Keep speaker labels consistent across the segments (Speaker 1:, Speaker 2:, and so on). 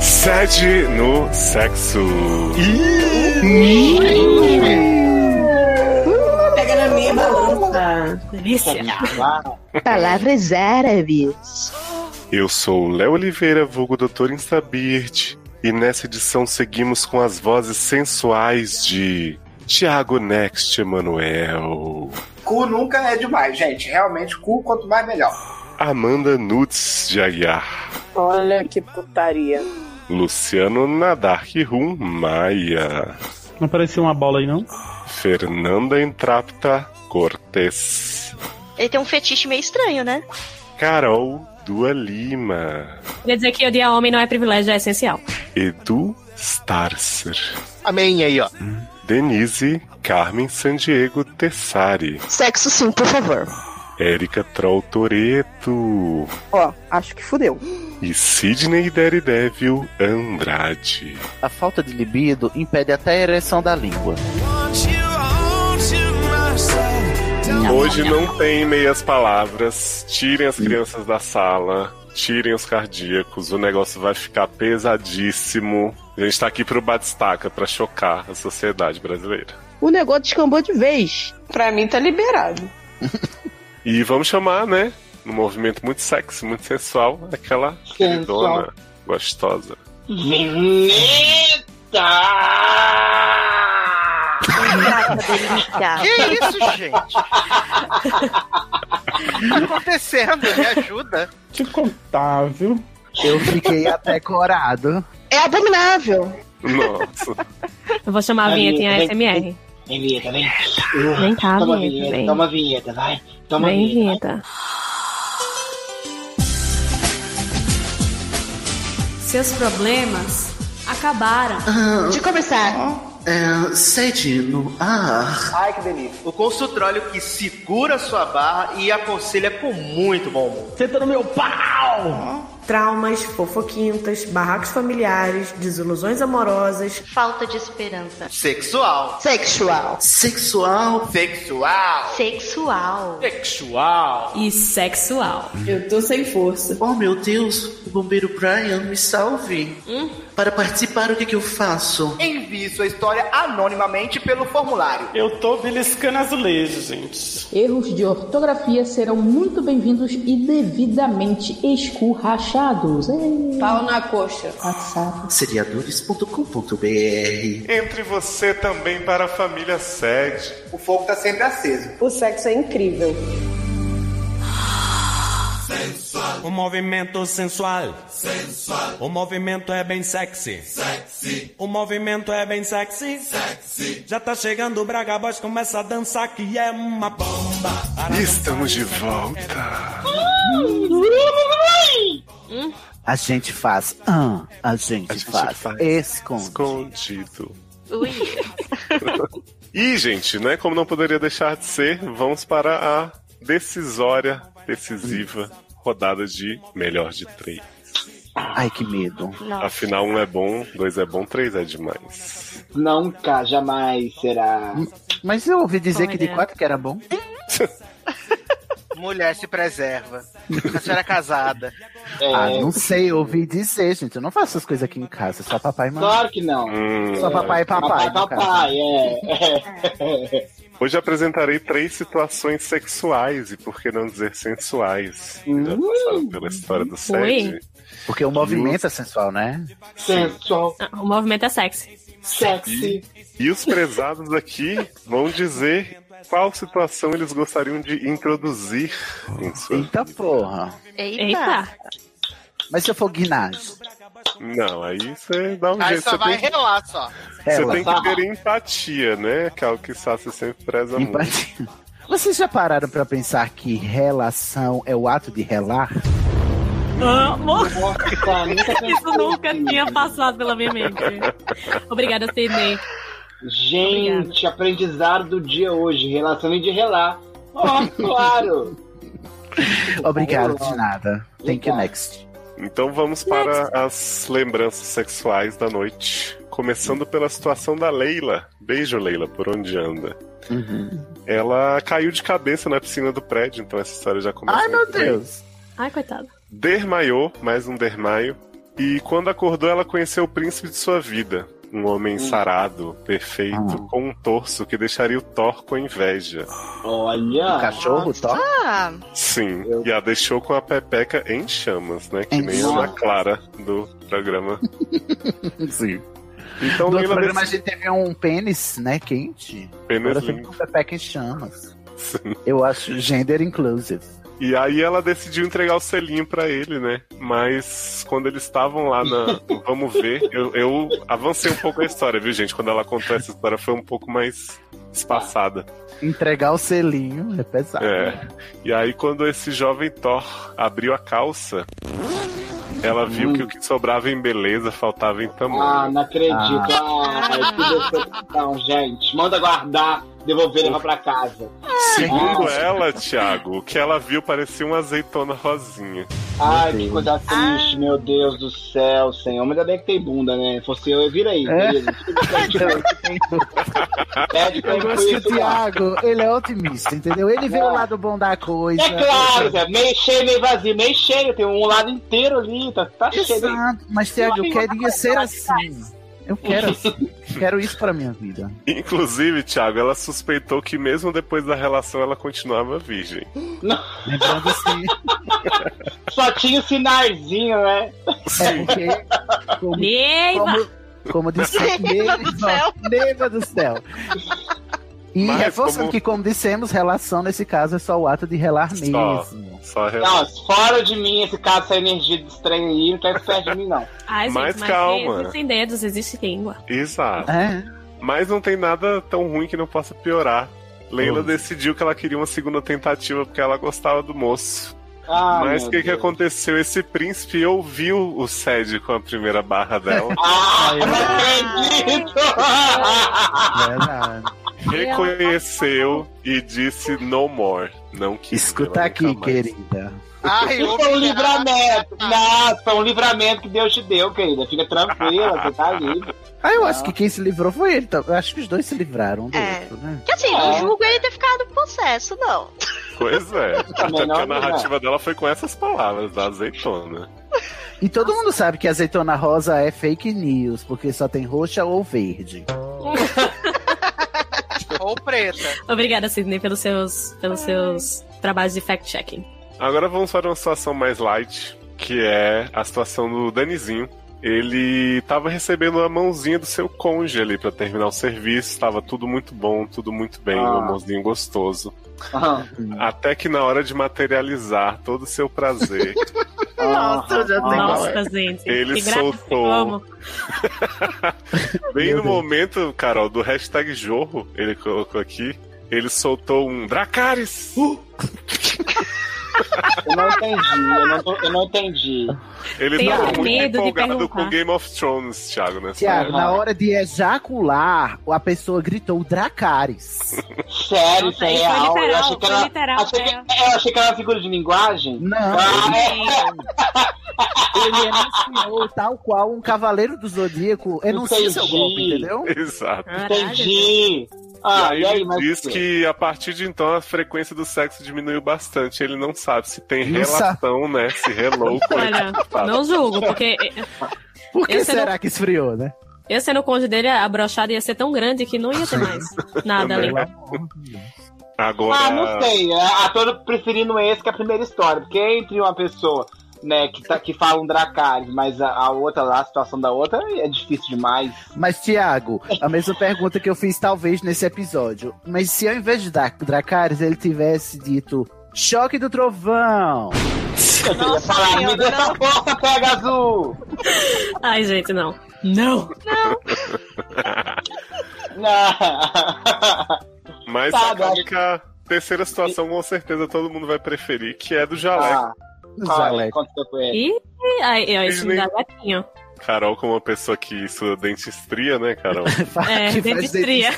Speaker 1: Sede no sexo.
Speaker 2: Pega na minha balança.
Speaker 3: Delícia.
Speaker 4: Palavras árabes.
Speaker 1: Eu sou o Léo Oliveira, vulgo Doutor Instabirte, e nessa edição seguimos com as vozes sensuais de Tiago Next Emanuel,
Speaker 5: Cu nunca é demais, gente. Realmente, cu quanto mais melhor.
Speaker 1: Amanda Nuts de Aguiar,
Speaker 6: Olha que putaria.
Speaker 1: Luciano Nadark Rum Maia,
Speaker 7: Não apareceu uma bola aí, não?
Speaker 1: Fernanda Entrapta Cortes,
Speaker 8: Ele tem um fetiche meio estranho, né?
Speaker 1: Carol Dua Lima,
Speaker 3: Queria dizer que odiar homem não é privilégio, é essencial.
Speaker 1: Edu Starcer. Hum.
Speaker 9: Amém aí, ó.
Speaker 1: Denise Carmen Sandiego Tessari,
Speaker 4: Sexo sim, por favor.
Speaker 1: Érica Troll Toreto
Speaker 6: Ó, acho que fudeu.
Speaker 1: e Sidney Daredevil Andrade.
Speaker 9: A falta de libido impede até a ereção da língua.
Speaker 1: Hoje não tem meias palavras. Tirem as crianças da sala, tirem os cardíacos, o negócio vai ficar pesadíssimo. A gente tá aqui pro Batistaca pra chocar a sociedade brasileira.
Speaker 4: O negócio descambou de vez.
Speaker 2: Pra mim tá liberado.
Speaker 1: E vamos chamar, né? Um movimento muito sexy, muito sensual, aquela queridona gostosa.
Speaker 8: Caraca, delícia.
Speaker 9: Que isso, gente? O que tá acontecendo? né? Me ajuda.
Speaker 7: Te contar, viu?
Speaker 9: Eu fiquei até corado.
Speaker 4: É abominável.
Speaker 1: Nossa.
Speaker 3: Eu vou chamar a vinheta em ASMR.
Speaker 5: Vem vinheta, vem.
Speaker 3: Vem cá,
Speaker 5: Toma
Speaker 3: vinheta.
Speaker 5: vinheta,
Speaker 3: Vem,
Speaker 5: toma vinheta, vai. Toma
Speaker 3: vem
Speaker 5: vinheta.
Speaker 3: vinheta. Seus problemas acabaram.
Speaker 4: De começar.
Speaker 10: É, sede no ar.
Speaker 5: Ai, que delícia.
Speaker 9: O consultório que segura sua barra e aconselha com muito bom humor.
Speaker 7: Senta no meu pau!
Speaker 11: Traumas, fofoquintas, barracos familiares, desilusões amorosas.
Speaker 8: Falta de esperança.
Speaker 9: Sexual.
Speaker 4: Sexual.
Speaker 10: Sexual.
Speaker 9: Sexual.
Speaker 8: Sexual.
Speaker 9: Sexual.
Speaker 3: E sexual.
Speaker 2: Eu tô sem força.
Speaker 10: Oh meu Deus, o bombeiro Brian me salve.
Speaker 3: Hum?
Speaker 10: Para participar, o que, que eu faço?
Speaker 9: Envie sua história anonimamente pelo formulário.
Speaker 7: Eu tô beliscando azulejo, gente.
Speaker 6: Erros de ortografia serão muito bem-vindos e devidamente escurrachados. Ei,
Speaker 2: Pau na coxa.
Speaker 6: passado.
Speaker 10: Seriadores.com.br
Speaker 1: Entre você também para a família Sede.
Speaker 5: O fogo tá sempre aceso.
Speaker 2: O sexo é incrível.
Speaker 11: O movimento sensual. Sensual. O movimento é bem sexy. Sexy. O movimento é bem sexy. Sexy. Já tá chegando o Braga Boys, começa a dançar que é uma bomba. Para
Speaker 1: Estamos de volta.
Speaker 11: Hum?
Speaker 9: A gente faz. Ah, a gente,
Speaker 1: A gente
Speaker 9: faz.
Speaker 1: faz.
Speaker 9: Esconde.
Speaker 1: Escondido.
Speaker 8: Ui.
Speaker 1: E, gente, né, como não poderia deixar de ser, vamos para a decisória, decisiva rodada de melhor de três.
Speaker 9: Ai, que medo.
Speaker 8: Nossa.
Speaker 1: Afinal, um é bom, dois é bom, três é demais.
Speaker 5: Nunca, jamais será.
Speaker 9: Mas eu ouvi dizer
Speaker 8: Olha.
Speaker 9: que de quatro que é era bom. Mulher se preserva. A senhora é casada.
Speaker 5: É,
Speaker 9: Ah, não sei, eu ouvi dizer, gente. Eu não faço essas coisas aqui em casa, só papai e mamãe.
Speaker 5: Claro que não.
Speaker 1: Hum,
Speaker 9: Só papai e papai. né,
Speaker 5: papai,
Speaker 9: no caso.
Speaker 5: papai, é.
Speaker 1: hoje apresentarei três situações sexuais e por que não dizer sensuais. Já passaram pela história do sede.
Speaker 9: Porque o movimento é sensual, né?
Speaker 5: Sensual,
Speaker 3: Ah, O movimento é sexy.
Speaker 5: sexy.
Speaker 1: E os prezados aqui vão dizer qual situação eles gostariam de introduzir em sua.
Speaker 9: Eita porra.
Speaker 8: Eita.
Speaker 3: Eita.
Speaker 9: Mas se eu for guinagem,
Speaker 1: Não, aí você dá um jeito. Você tem que
Speaker 9: relar só.
Speaker 1: Você
Speaker 9: Ela,
Speaker 1: tem que ter empatia, né? Que é algo que Sassi sempre preza muito.
Speaker 9: empatia. Vocês já pararam pra pensar que relação é o ato de relar?
Speaker 3: Amor,
Speaker 5: Nossa, nunca
Speaker 3: isso
Speaker 5: pensei
Speaker 3: nunca
Speaker 5: nisso.
Speaker 3: tinha passado pela minha mente. Obrigada, Sidney.
Speaker 5: Gente, aprendizado do dia hoje. Relação de relar. Ó, claro.
Speaker 9: Obrigado
Speaker 5: Olá.
Speaker 9: de nada. Thank you,
Speaker 5: Obrigado.
Speaker 9: next.
Speaker 1: Então vamos para as lembranças sexuais da noite. Começando pela situação da Leila. Beijo, Leila, por onde anda. Ela caiu de cabeça na piscina do prédio, então essa história já começa.
Speaker 9: Ai, meu
Speaker 1: muito bem.
Speaker 9: Deus.
Speaker 3: Ai, coitada.
Speaker 1: Dermaiou, mais um Dermaio. E quando acordou, ela conheceu o príncipe de sua vida. Um
Speaker 9: Hum.
Speaker 1: homem sarado, perfeito,
Speaker 9: Ah.
Speaker 1: com um torso que deixaria o Thor com inveja.
Speaker 5: Olha!
Speaker 1: O cachorro Thor?
Speaker 8: Ah,
Speaker 1: Sim, e a deixou com a pepeca em chamas, né? Que
Speaker 9: Em
Speaker 1: nem a Ana
Speaker 9: chamas.
Speaker 1: Clara do programa.
Speaker 9: Sim.
Speaker 1: Então
Speaker 9: no outro
Speaker 1: lembra
Speaker 9: programa
Speaker 1: desse-
Speaker 9: a gente teve um pênis, né, quente.
Speaker 1: Pênis
Speaker 9: Agora teve
Speaker 1: lindo.
Speaker 9: um pepeca em chamas. Eu acho gender inclusive.
Speaker 1: E aí ela decidiu entregar o selinho pra ele, né? Mas quando eles estavam lá na. Vamos ver. Eu, eu avancei um pouco a história, viu, gente? Quando ela contou essa história foi um pouco mais espaçada.
Speaker 9: Entregar o selinho é pesado.
Speaker 1: É. E aí quando esse jovem Thor abriu a calça, ela viu
Speaker 9: Hum.
Speaker 1: que o que sobrava em beleza faltava em tamanho.
Speaker 5: Ah, não acredito.
Speaker 9: Ah.
Speaker 5: Ah, Ai, que decepção, gente. Manda guardar, devolver e levar pra casa. Ah.
Speaker 1: Segundo ela, Thiago, o que ela viu parecia uma azeitona rosinha.
Speaker 5: Ai, que coisa triste, meu Deus do céu, senhor. Mas ainda bem que tem bunda, né? Se Fosse eu, eu vira aí.
Speaker 9: É.
Speaker 5: beleza. Pede pra
Speaker 9: Eu
Speaker 5: ele
Speaker 9: gosto que o
Speaker 5: conhecer lá.
Speaker 9: Thiago, ele é otimista, entendeu? Ele vê o lado bom da coisa.
Speaker 5: É claro, Zé, meio cheio, meio vazio, meio cheio, tem um lado inteiro ali, tá, tá cheio.
Speaker 9: Exato, mas Thiago, eu queria ser assim. Eu quero assim. Quero isso pra minha vida.
Speaker 1: Inclusive, Thiago, ela suspeitou que mesmo depois da relação ela continuava virgem.
Speaker 9: Lembrando assim.
Speaker 5: Só tinha o sinarzinho, né?
Speaker 9: É porque. Como, como, como disse
Speaker 5: Neiva do céu.
Speaker 9: Neiva do céu. E
Speaker 1: Mas
Speaker 9: reforçando
Speaker 1: como-
Speaker 9: que, como dissemos, relação nesse caso é só o ato de relar
Speaker 1: Só,
Speaker 9: mesmo.
Speaker 1: só
Speaker 5: Não, fora de mim esse caso, essa energia desse trem aí, não tá perto de mim, não.
Speaker 3: Ai, gente,
Speaker 1: Mas
Speaker 3: mas
Speaker 1: calma.
Speaker 3: Existem dedos, existe língua.
Speaker 1: Exato.
Speaker 9: É.
Speaker 1: Mas não tem nada tão ruim que não possa piorar. Leila
Speaker 9: Hum.
Speaker 1: decidiu que ela queria uma segunda tentativa porque ela gostava do moço.
Speaker 5: Ah,
Speaker 1: Mas
Speaker 5: meu
Speaker 1: o que, que aconteceu? Esse príncipe ouviu o Sede com a primeira barra dela.
Speaker 5: Ah,
Speaker 9: É. Verdade.
Speaker 1: reconheceu e disse no more. Não quis.
Speaker 9: Escuta aqui, querida.
Speaker 5: Ai, Isso foi um livramento. Nossa, foi um livramento que Deus te deu, querida. Fica tranquila, você tá livre.
Speaker 9: Ah, eu acho que quem se livrou foi ele. tá? Eu acho que os dois se livraram um do
Speaker 8: É.
Speaker 9: outro, né?
Speaker 8: que assim, não julgo ele ter ficado possesso, não.
Speaker 1: Pois é. Até porque a
Speaker 5: Menor
Speaker 1: narrativa dela foi com essas palavras, da azeitona.
Speaker 9: E todo mundo sabe que azeitona rosa é fake news, porque só tem roxa ou verde.
Speaker 3: Ou preta. Obrigada, Sidney, pelos seus, pelos seus trabalhos de fact-checking.
Speaker 1: Agora vamos para uma situação mais light, que é a situação do Danizinho. Ele tava recebendo a mãozinha do seu cônjuge ali pra terminar o serviço, tava tudo muito bom, tudo muito bem,
Speaker 5: Ah.
Speaker 1: um amorzinho gostoso.
Speaker 5: Ah.
Speaker 1: Até que na hora de materializar todo o seu prazer,
Speaker 5: Nossa, eu já
Speaker 1: sei qual é.
Speaker 3: Nossa, gente.
Speaker 1: Ele
Speaker 3: que graça
Speaker 1: soltou.
Speaker 3: que eu amo.
Speaker 1: bem no momento, Carol, do hashtag jorro, ele colocou aqui, ele soltou um Dracarys!
Speaker 5: Eu não entendi, eu não, tô- eu não entendi.
Speaker 1: Ele
Speaker 5: Tenho
Speaker 1: tava muito
Speaker 5: medo de
Speaker 1: empolgado
Speaker 5: perguntar.
Speaker 1: com Game of Thrones, Thiago, nessa
Speaker 9: Tiago,
Speaker 1: época.
Speaker 9: na hora de ejacular, a pessoa gritou Dracarys.
Speaker 5: Sério, isso é
Speaker 9: aí foi
Speaker 5: real. eu, achei
Speaker 9: literal,
Speaker 5: que
Speaker 9: foi
Speaker 5: era,
Speaker 9: literal,
Speaker 5: achei que- eu achei que era uma figura de linguagem.
Speaker 9: Não.
Speaker 5: Ah, é.
Speaker 9: Ele enunciou tal qual um cavaleiro do zodíaco enuncia seu golpe, entendeu?
Speaker 1: Exato.
Speaker 5: Entendi. Ah,
Speaker 1: e aí,
Speaker 5: e aí,
Speaker 1: ele
Speaker 5: mas
Speaker 1: diz
Speaker 5: por quê?
Speaker 1: que a partir de então a frequência do sexo diminuiu bastante. Ele não sabe se tem
Speaker 9: Não
Speaker 1: relação, né? Se relou com
Speaker 3: Olha, não julgo, porque
Speaker 9: Por que
Speaker 3: Eu sei
Speaker 9: será
Speaker 3: não-
Speaker 9: que esfriou, né?
Speaker 3: eu sendo o cônjuge dele, a brochada ia ser tão grande que não ia ter mais nada ali.
Speaker 1: Agora.
Speaker 5: Ah, não sei. A, a todo preferindo esse que a primeira história. Porque entre uma pessoa né, que, tá, que fala um Dracarys, mas a, a outra lá, a situação da outra, é difícil demais.
Speaker 9: Mas, Tiago, a mesma pergunta que eu fiz talvez nesse episódio. Mas se ao invés de dar Dracarys, ele tivesse dito choque do trovão.
Speaker 5: Eu queria falar, me dê essa porta, pega azul!
Speaker 3: Ai, gente, não. Não!
Speaker 1: Mas
Speaker 5: Tá,
Speaker 1: acaba que a terceira situação com certeza todo mundo vai preferir, que é do
Speaker 5: Ah,
Speaker 1: jaleco.
Speaker 5: Jaleco.
Speaker 3: E aí, ó, isso me dá
Speaker 1: Disney.
Speaker 3: gatinho.
Speaker 1: Carol, como uma pessoa que estuda dentistria, né, Carol?
Speaker 3: É,
Speaker 9: Que faz
Speaker 3: dentistria.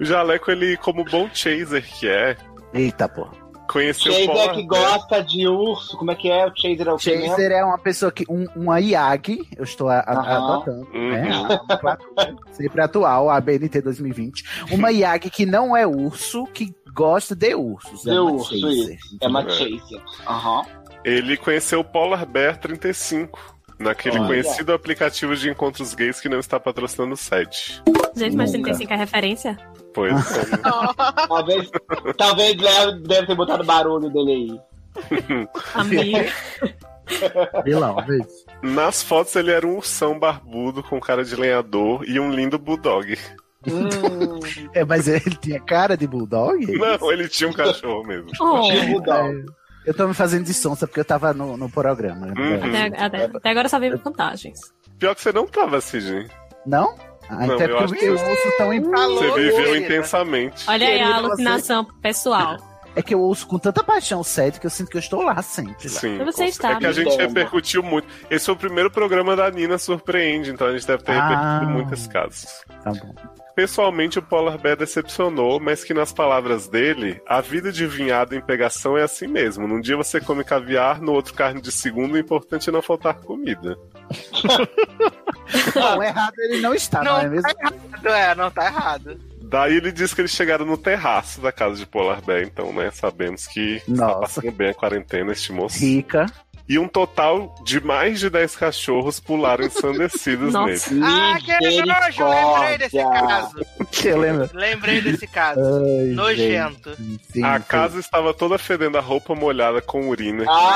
Speaker 1: o jaleco, ele, como bom chaser que é,
Speaker 9: Eita, pô.
Speaker 1: conheceu o
Speaker 5: Chaser é
Speaker 1: Polar Bear.
Speaker 5: que gosta de urso, como é que é? O Chaser é o que
Speaker 9: Chaser
Speaker 5: mesmo?
Speaker 9: é uma pessoa que. Um, uma IAG, eu estou a- a-
Speaker 5: Aham.
Speaker 9: adotando, né?
Speaker 5: Uhum.
Speaker 9: A nomenclatura, Sempre atual, a BNT 2020. Uma IAG que não é urso, que gosta de ursos.
Speaker 5: The
Speaker 9: é uma
Speaker 5: Urso,
Speaker 9: chaser.
Speaker 5: isso. É uma chaser. Aham.
Speaker 1: Ele conheceu o Polar Bear 35. Naquele
Speaker 5: Olha.
Speaker 1: conhecido aplicativo de encontros gays que não está patrocinando o site.
Speaker 3: Gente, mas
Speaker 1: Nunca.
Speaker 3: 35 é referência?
Speaker 1: Pois é.
Speaker 5: talvez talvez Léo deve ter botado barulho dele
Speaker 1: aí.
Speaker 3: Amigo.
Speaker 1: Nas fotos ele era um ursão barbudo com cara de lenhador e um lindo bulldog.
Speaker 9: É, mas ele tinha cara de bulldog?
Speaker 5: é
Speaker 1: Não, ele tinha um cachorro mesmo.
Speaker 9: É,
Speaker 3: Oh.
Speaker 9: Eu tô me fazendo de sonsa porque eu tava no, no programa. né?
Speaker 1: Uhum.
Speaker 3: Até, até-
Speaker 9: Uhum.
Speaker 3: até agora só veio vantagens.
Speaker 1: Pior que você não tava, Sidney.
Speaker 9: Não? Ah,
Speaker 1: Não,
Speaker 9: até
Speaker 1: eu acho
Speaker 9: porque
Speaker 1: que
Speaker 9: eu ouço tão empalado.
Speaker 1: Você viveu
Speaker 3: né?
Speaker 1: intensamente.
Speaker 3: Olha aí a
Speaker 9: Querido,
Speaker 3: alucinação pessoal.
Speaker 9: É que eu ouço com tanta paixão o set que eu sinto que eu estou lá sempre. lá.
Speaker 1: Sim.
Speaker 3: Você né? está
Speaker 1: é que a gente
Speaker 3: bem.
Speaker 1: repercutiu muito. Esse foi o primeiro programa da Nina Surpreende, então a gente deve ter repercutido
Speaker 9: Ah.
Speaker 1: muito esse caso.
Speaker 9: Tá bom.
Speaker 1: Pessoalmente, o Polar Bear decepcionou, mas que nas palavras dele, a vida de vinhado em pegação é assim mesmo. Num dia você come caviar, no outro carne de segundo, o importante é não faltar comida.
Speaker 9: Não, errado ele não está, não, é mesmo?
Speaker 12: errado, é, não tá errado.
Speaker 1: Daí ele diz que eles chegaram no terraço da casa de Polar Bear, então, né, sabemos que está passando bem a quarentena este moço.
Speaker 9: Rica.
Speaker 1: E um total de mais de 10 cachorros pularam ensandecidos
Speaker 12: Nossa.
Speaker 1: nele.
Speaker 12: Ah, que nojo, lembrei desse caso.
Speaker 9: Que lembra?
Speaker 12: Lembrei desse caso.
Speaker 9: Ai,
Speaker 12: Nojento.
Speaker 1: a casa estava toda fedendo a roupa molhada com urina.
Speaker 5: Ah.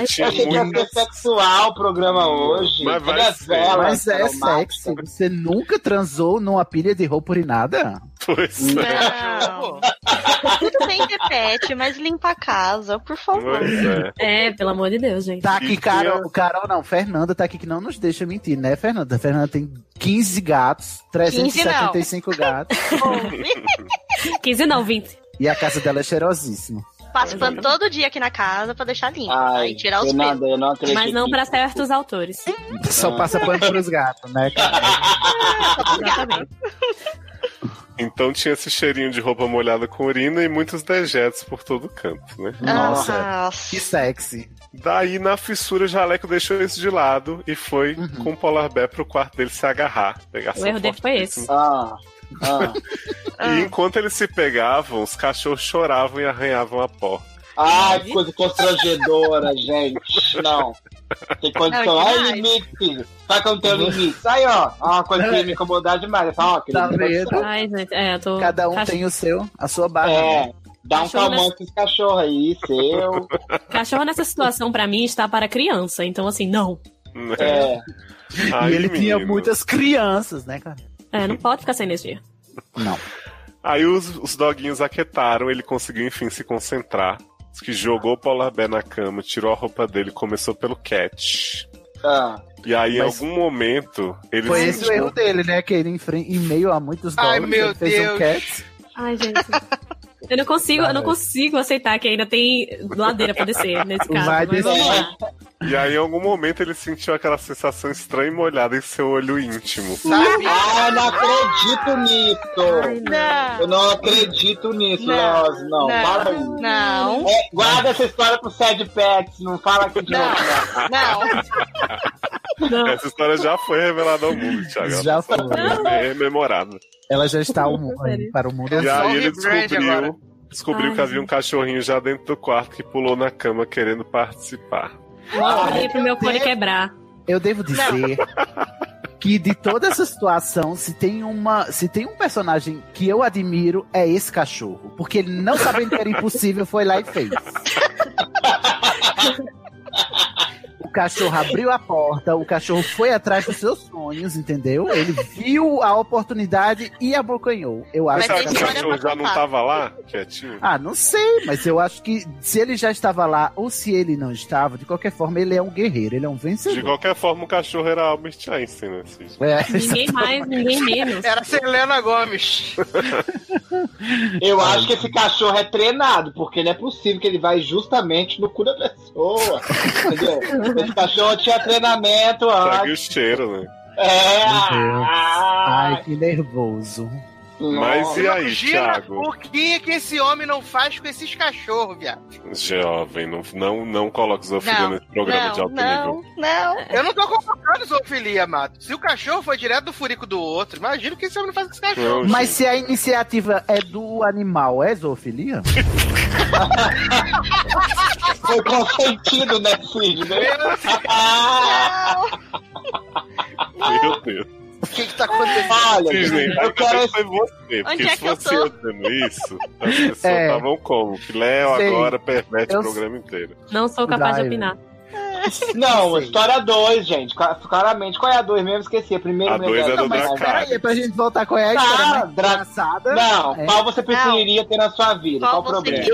Speaker 1: E
Speaker 5: eu
Speaker 1: tinha
Speaker 5: achei que ia ser
Speaker 1: muitas-
Speaker 5: sexual o programa hoje.
Speaker 1: Mas vai
Speaker 5: Cadê as
Speaker 1: ser.
Speaker 5: velas?
Speaker 9: Mas é
Speaker 5: Carol Mar-
Speaker 9: sexy. Você nunca transou numa pilha de roupa urinada?
Speaker 1: Pois
Speaker 8: Ah, Tudo bem ter pet, mas limpa a casa, por favor.
Speaker 1: Pois
Speaker 3: É, pelo amor de Deus, gente.
Speaker 9: Tá aqui, Carol. Carol não, Fernanda tá aqui que não nos deixa mentir, né, Fernanda? Fernanda tem 15 gatos, 375 gatos.
Speaker 3: 15 não, 20.
Speaker 9: E a casa dela é cheirosíssima.
Speaker 8: Passo pano todo dia aqui na casa pra deixar limpo.
Speaker 9: Ai,
Speaker 8: Aí tirar os
Speaker 9: eu não-
Speaker 8: pelos.
Speaker 9: eu não acredito
Speaker 3: Mas não pra
Speaker 9: nisso.
Speaker 3: certos autores.
Speaker 9: Só passa pano pros gatos, né, cara?
Speaker 3: Exatamente.
Speaker 1: Então tinha esse cheirinho de roupa molhada com urina e muitos dejetos por todo canto, né?
Speaker 9: Nossa, que sexy.
Speaker 1: Daí, na fissura, o Jaleco deixou isso de lado e foi com o Polar Bear pro quarto dele se agarrar. Pegar
Speaker 3: O erro dele Ah. foi esse.
Speaker 9: Ah,
Speaker 1: E enquanto eles se pegavam, os cachorros choravam e arranhavam a porta.
Speaker 5: Ai, que coisa constrangedora, gente. Não. Tem condição.
Speaker 1: Não,
Speaker 5: Ai,
Speaker 1: demais.
Speaker 5: limite. Sabe quando tem um limite? Aí, ó. ó, Uma coisa que ia me incomodar demais. Essa, ó, querido,
Speaker 9: Uhum. Tá
Speaker 5: não pode
Speaker 9: vendo?
Speaker 5: ser.
Speaker 3: é,
Speaker 9: Cada um tem o seu, a sua barra. né?
Speaker 5: É, dá um
Speaker 3: Cachorro
Speaker 5: calmante
Speaker 3: nessa-
Speaker 5: com esse cachorro aí, seu.
Speaker 3: Cachorro nessa situação, pra mim, está para criança. Então, assim, não.
Speaker 5: É.
Speaker 1: né? Ai,
Speaker 9: e ele tinha
Speaker 1: menino.
Speaker 9: muitas crianças, né, cara?
Speaker 3: É, não pode ficar sem energia.
Speaker 1: Aí os, os doguinhos aquetaram, ele conseguiu enfim se concentrar. Diz Que jogou o Polar Bear na cama, tirou a roupa dele, começou pelo cat.
Speaker 5: Ah.
Speaker 1: E aí, em
Speaker 9: Mas-
Speaker 1: algum momento, ele
Speaker 9: Foi esse o erro dele, né? Que ele, em, fre- em meio a muitos dólares, ele fez um cat.
Speaker 3: Ai, gente. Eu não consigo, eu não consigo aceitar que ainda tem ladeira pra descer nesse caso.
Speaker 1: Vai
Speaker 3: mas vamos
Speaker 1: descer.
Speaker 3: lá.
Speaker 1: E aí, em algum momento, ele sentiu aquela sensação estranha e molhada em seu olho íntimo.
Speaker 5: Ah, eu não acredito nisso. Eu não acredito nisso,
Speaker 8: Não.
Speaker 5: Leoz. Não,
Speaker 8: Não.
Speaker 5: para aí.
Speaker 8: Não.
Speaker 5: É, guarda essa história pro Sad Pets, não fala aqui de novo.
Speaker 1: Essa história já foi revelada ao mundo, Thiago.
Speaker 9: Já foi.
Speaker 1: É memorada.
Speaker 9: Ela já está ao mu- aí, para o mundo.
Speaker 1: E
Speaker 9: inteiro.
Speaker 1: aí ele descobriu, descobriu
Speaker 9: Ai,
Speaker 1: que havia um cachorrinho já dentro do quarto que pulou na cama querendo participar.
Speaker 3: Mostra aí pro meu fone quebrar.
Speaker 9: Eu devo dizer que de toda essa situação, se tem uma, se tem um personagem que eu admiro é esse cachorro, porque ele não sabendo que era impossível foi lá e fez. O cachorro abriu a porta, o cachorro foi atrás dos seus sonhos, entendeu? Ele viu a oportunidade e abocanhou. Eu
Speaker 1: Mas
Speaker 9: acho
Speaker 1: será
Speaker 9: que
Speaker 1: que o cachorro já não tava lá, quietinho?
Speaker 9: ah, não sei, mas eu acho que se ele já estava lá ou se ele não estava, de qualquer forma, ele é um guerreiro, ele é um
Speaker 1: De
Speaker 9: vencedor.
Speaker 1: qualquer forma, o cachorro era Albert Einstein, né? Cid?
Speaker 9: É,
Speaker 3: Ninguém mais, ninguém menos.
Speaker 12: Era Selena Gomes.
Speaker 5: Eu acho que esse cachorro é treinado, porque não é possível que ele vai justamente no cu da pessoa. Entendeu? Esse cachorro tinha treinamento
Speaker 1: Segue
Speaker 5: antes.
Speaker 12: É.
Speaker 1: o cheiro, né?
Speaker 5: É,
Speaker 9: Ai, que nervoso.
Speaker 1: Mas e aí,
Speaker 12: Imagina
Speaker 1: Thiago?
Speaker 12: O que, que esse homem não faz com esses cachorros, viado?
Speaker 1: Jovem, não, não, não coloque zoofilia
Speaker 12: Não,
Speaker 1: nesse programa
Speaker 12: não,
Speaker 1: de alto
Speaker 12: não.
Speaker 1: nível.
Speaker 12: Não, eu não tô colocando zoofilia, Mato. Se o cachorro foi direto do furico do outro, imagina o que esse homem não faz com esse cachorro.
Speaker 9: Mas se a iniciativa é do animal, é zoofilia?
Speaker 5: Foi consentido, né, Sidney?
Speaker 1: Meu Deus.
Speaker 12: O que que tá acontecendo?
Speaker 1: Disney, eu quero... foi você, porque
Speaker 12: Onde é
Speaker 1: se
Speaker 12: que eu
Speaker 1: fosse
Speaker 12: tô?
Speaker 1: eu dizendo isso, as pessoas
Speaker 9: É.
Speaker 1: estavam como? Que Léo
Speaker 9: Sei.
Speaker 1: agora perverte
Speaker 9: Eu
Speaker 1: o programa inteiro.
Speaker 3: Não sou capaz de
Speaker 1: Drive.
Speaker 3: opinar.
Speaker 5: Não, história 2, gente. Cla- Claramente, qual é a 2 mesmo? Esqueci. A primeira
Speaker 1: A
Speaker 5: mesmo
Speaker 1: dois é
Speaker 5: essa.
Speaker 1: do Dracarys.
Speaker 9: Peraí, é pra gente voltar com a história
Speaker 5: Tá,
Speaker 9: mais
Speaker 5: Dra-
Speaker 9: engraçada.
Speaker 5: Não,
Speaker 9: É.
Speaker 5: qual você preferiria ter na sua vida? Qual, o problema?
Speaker 9: Que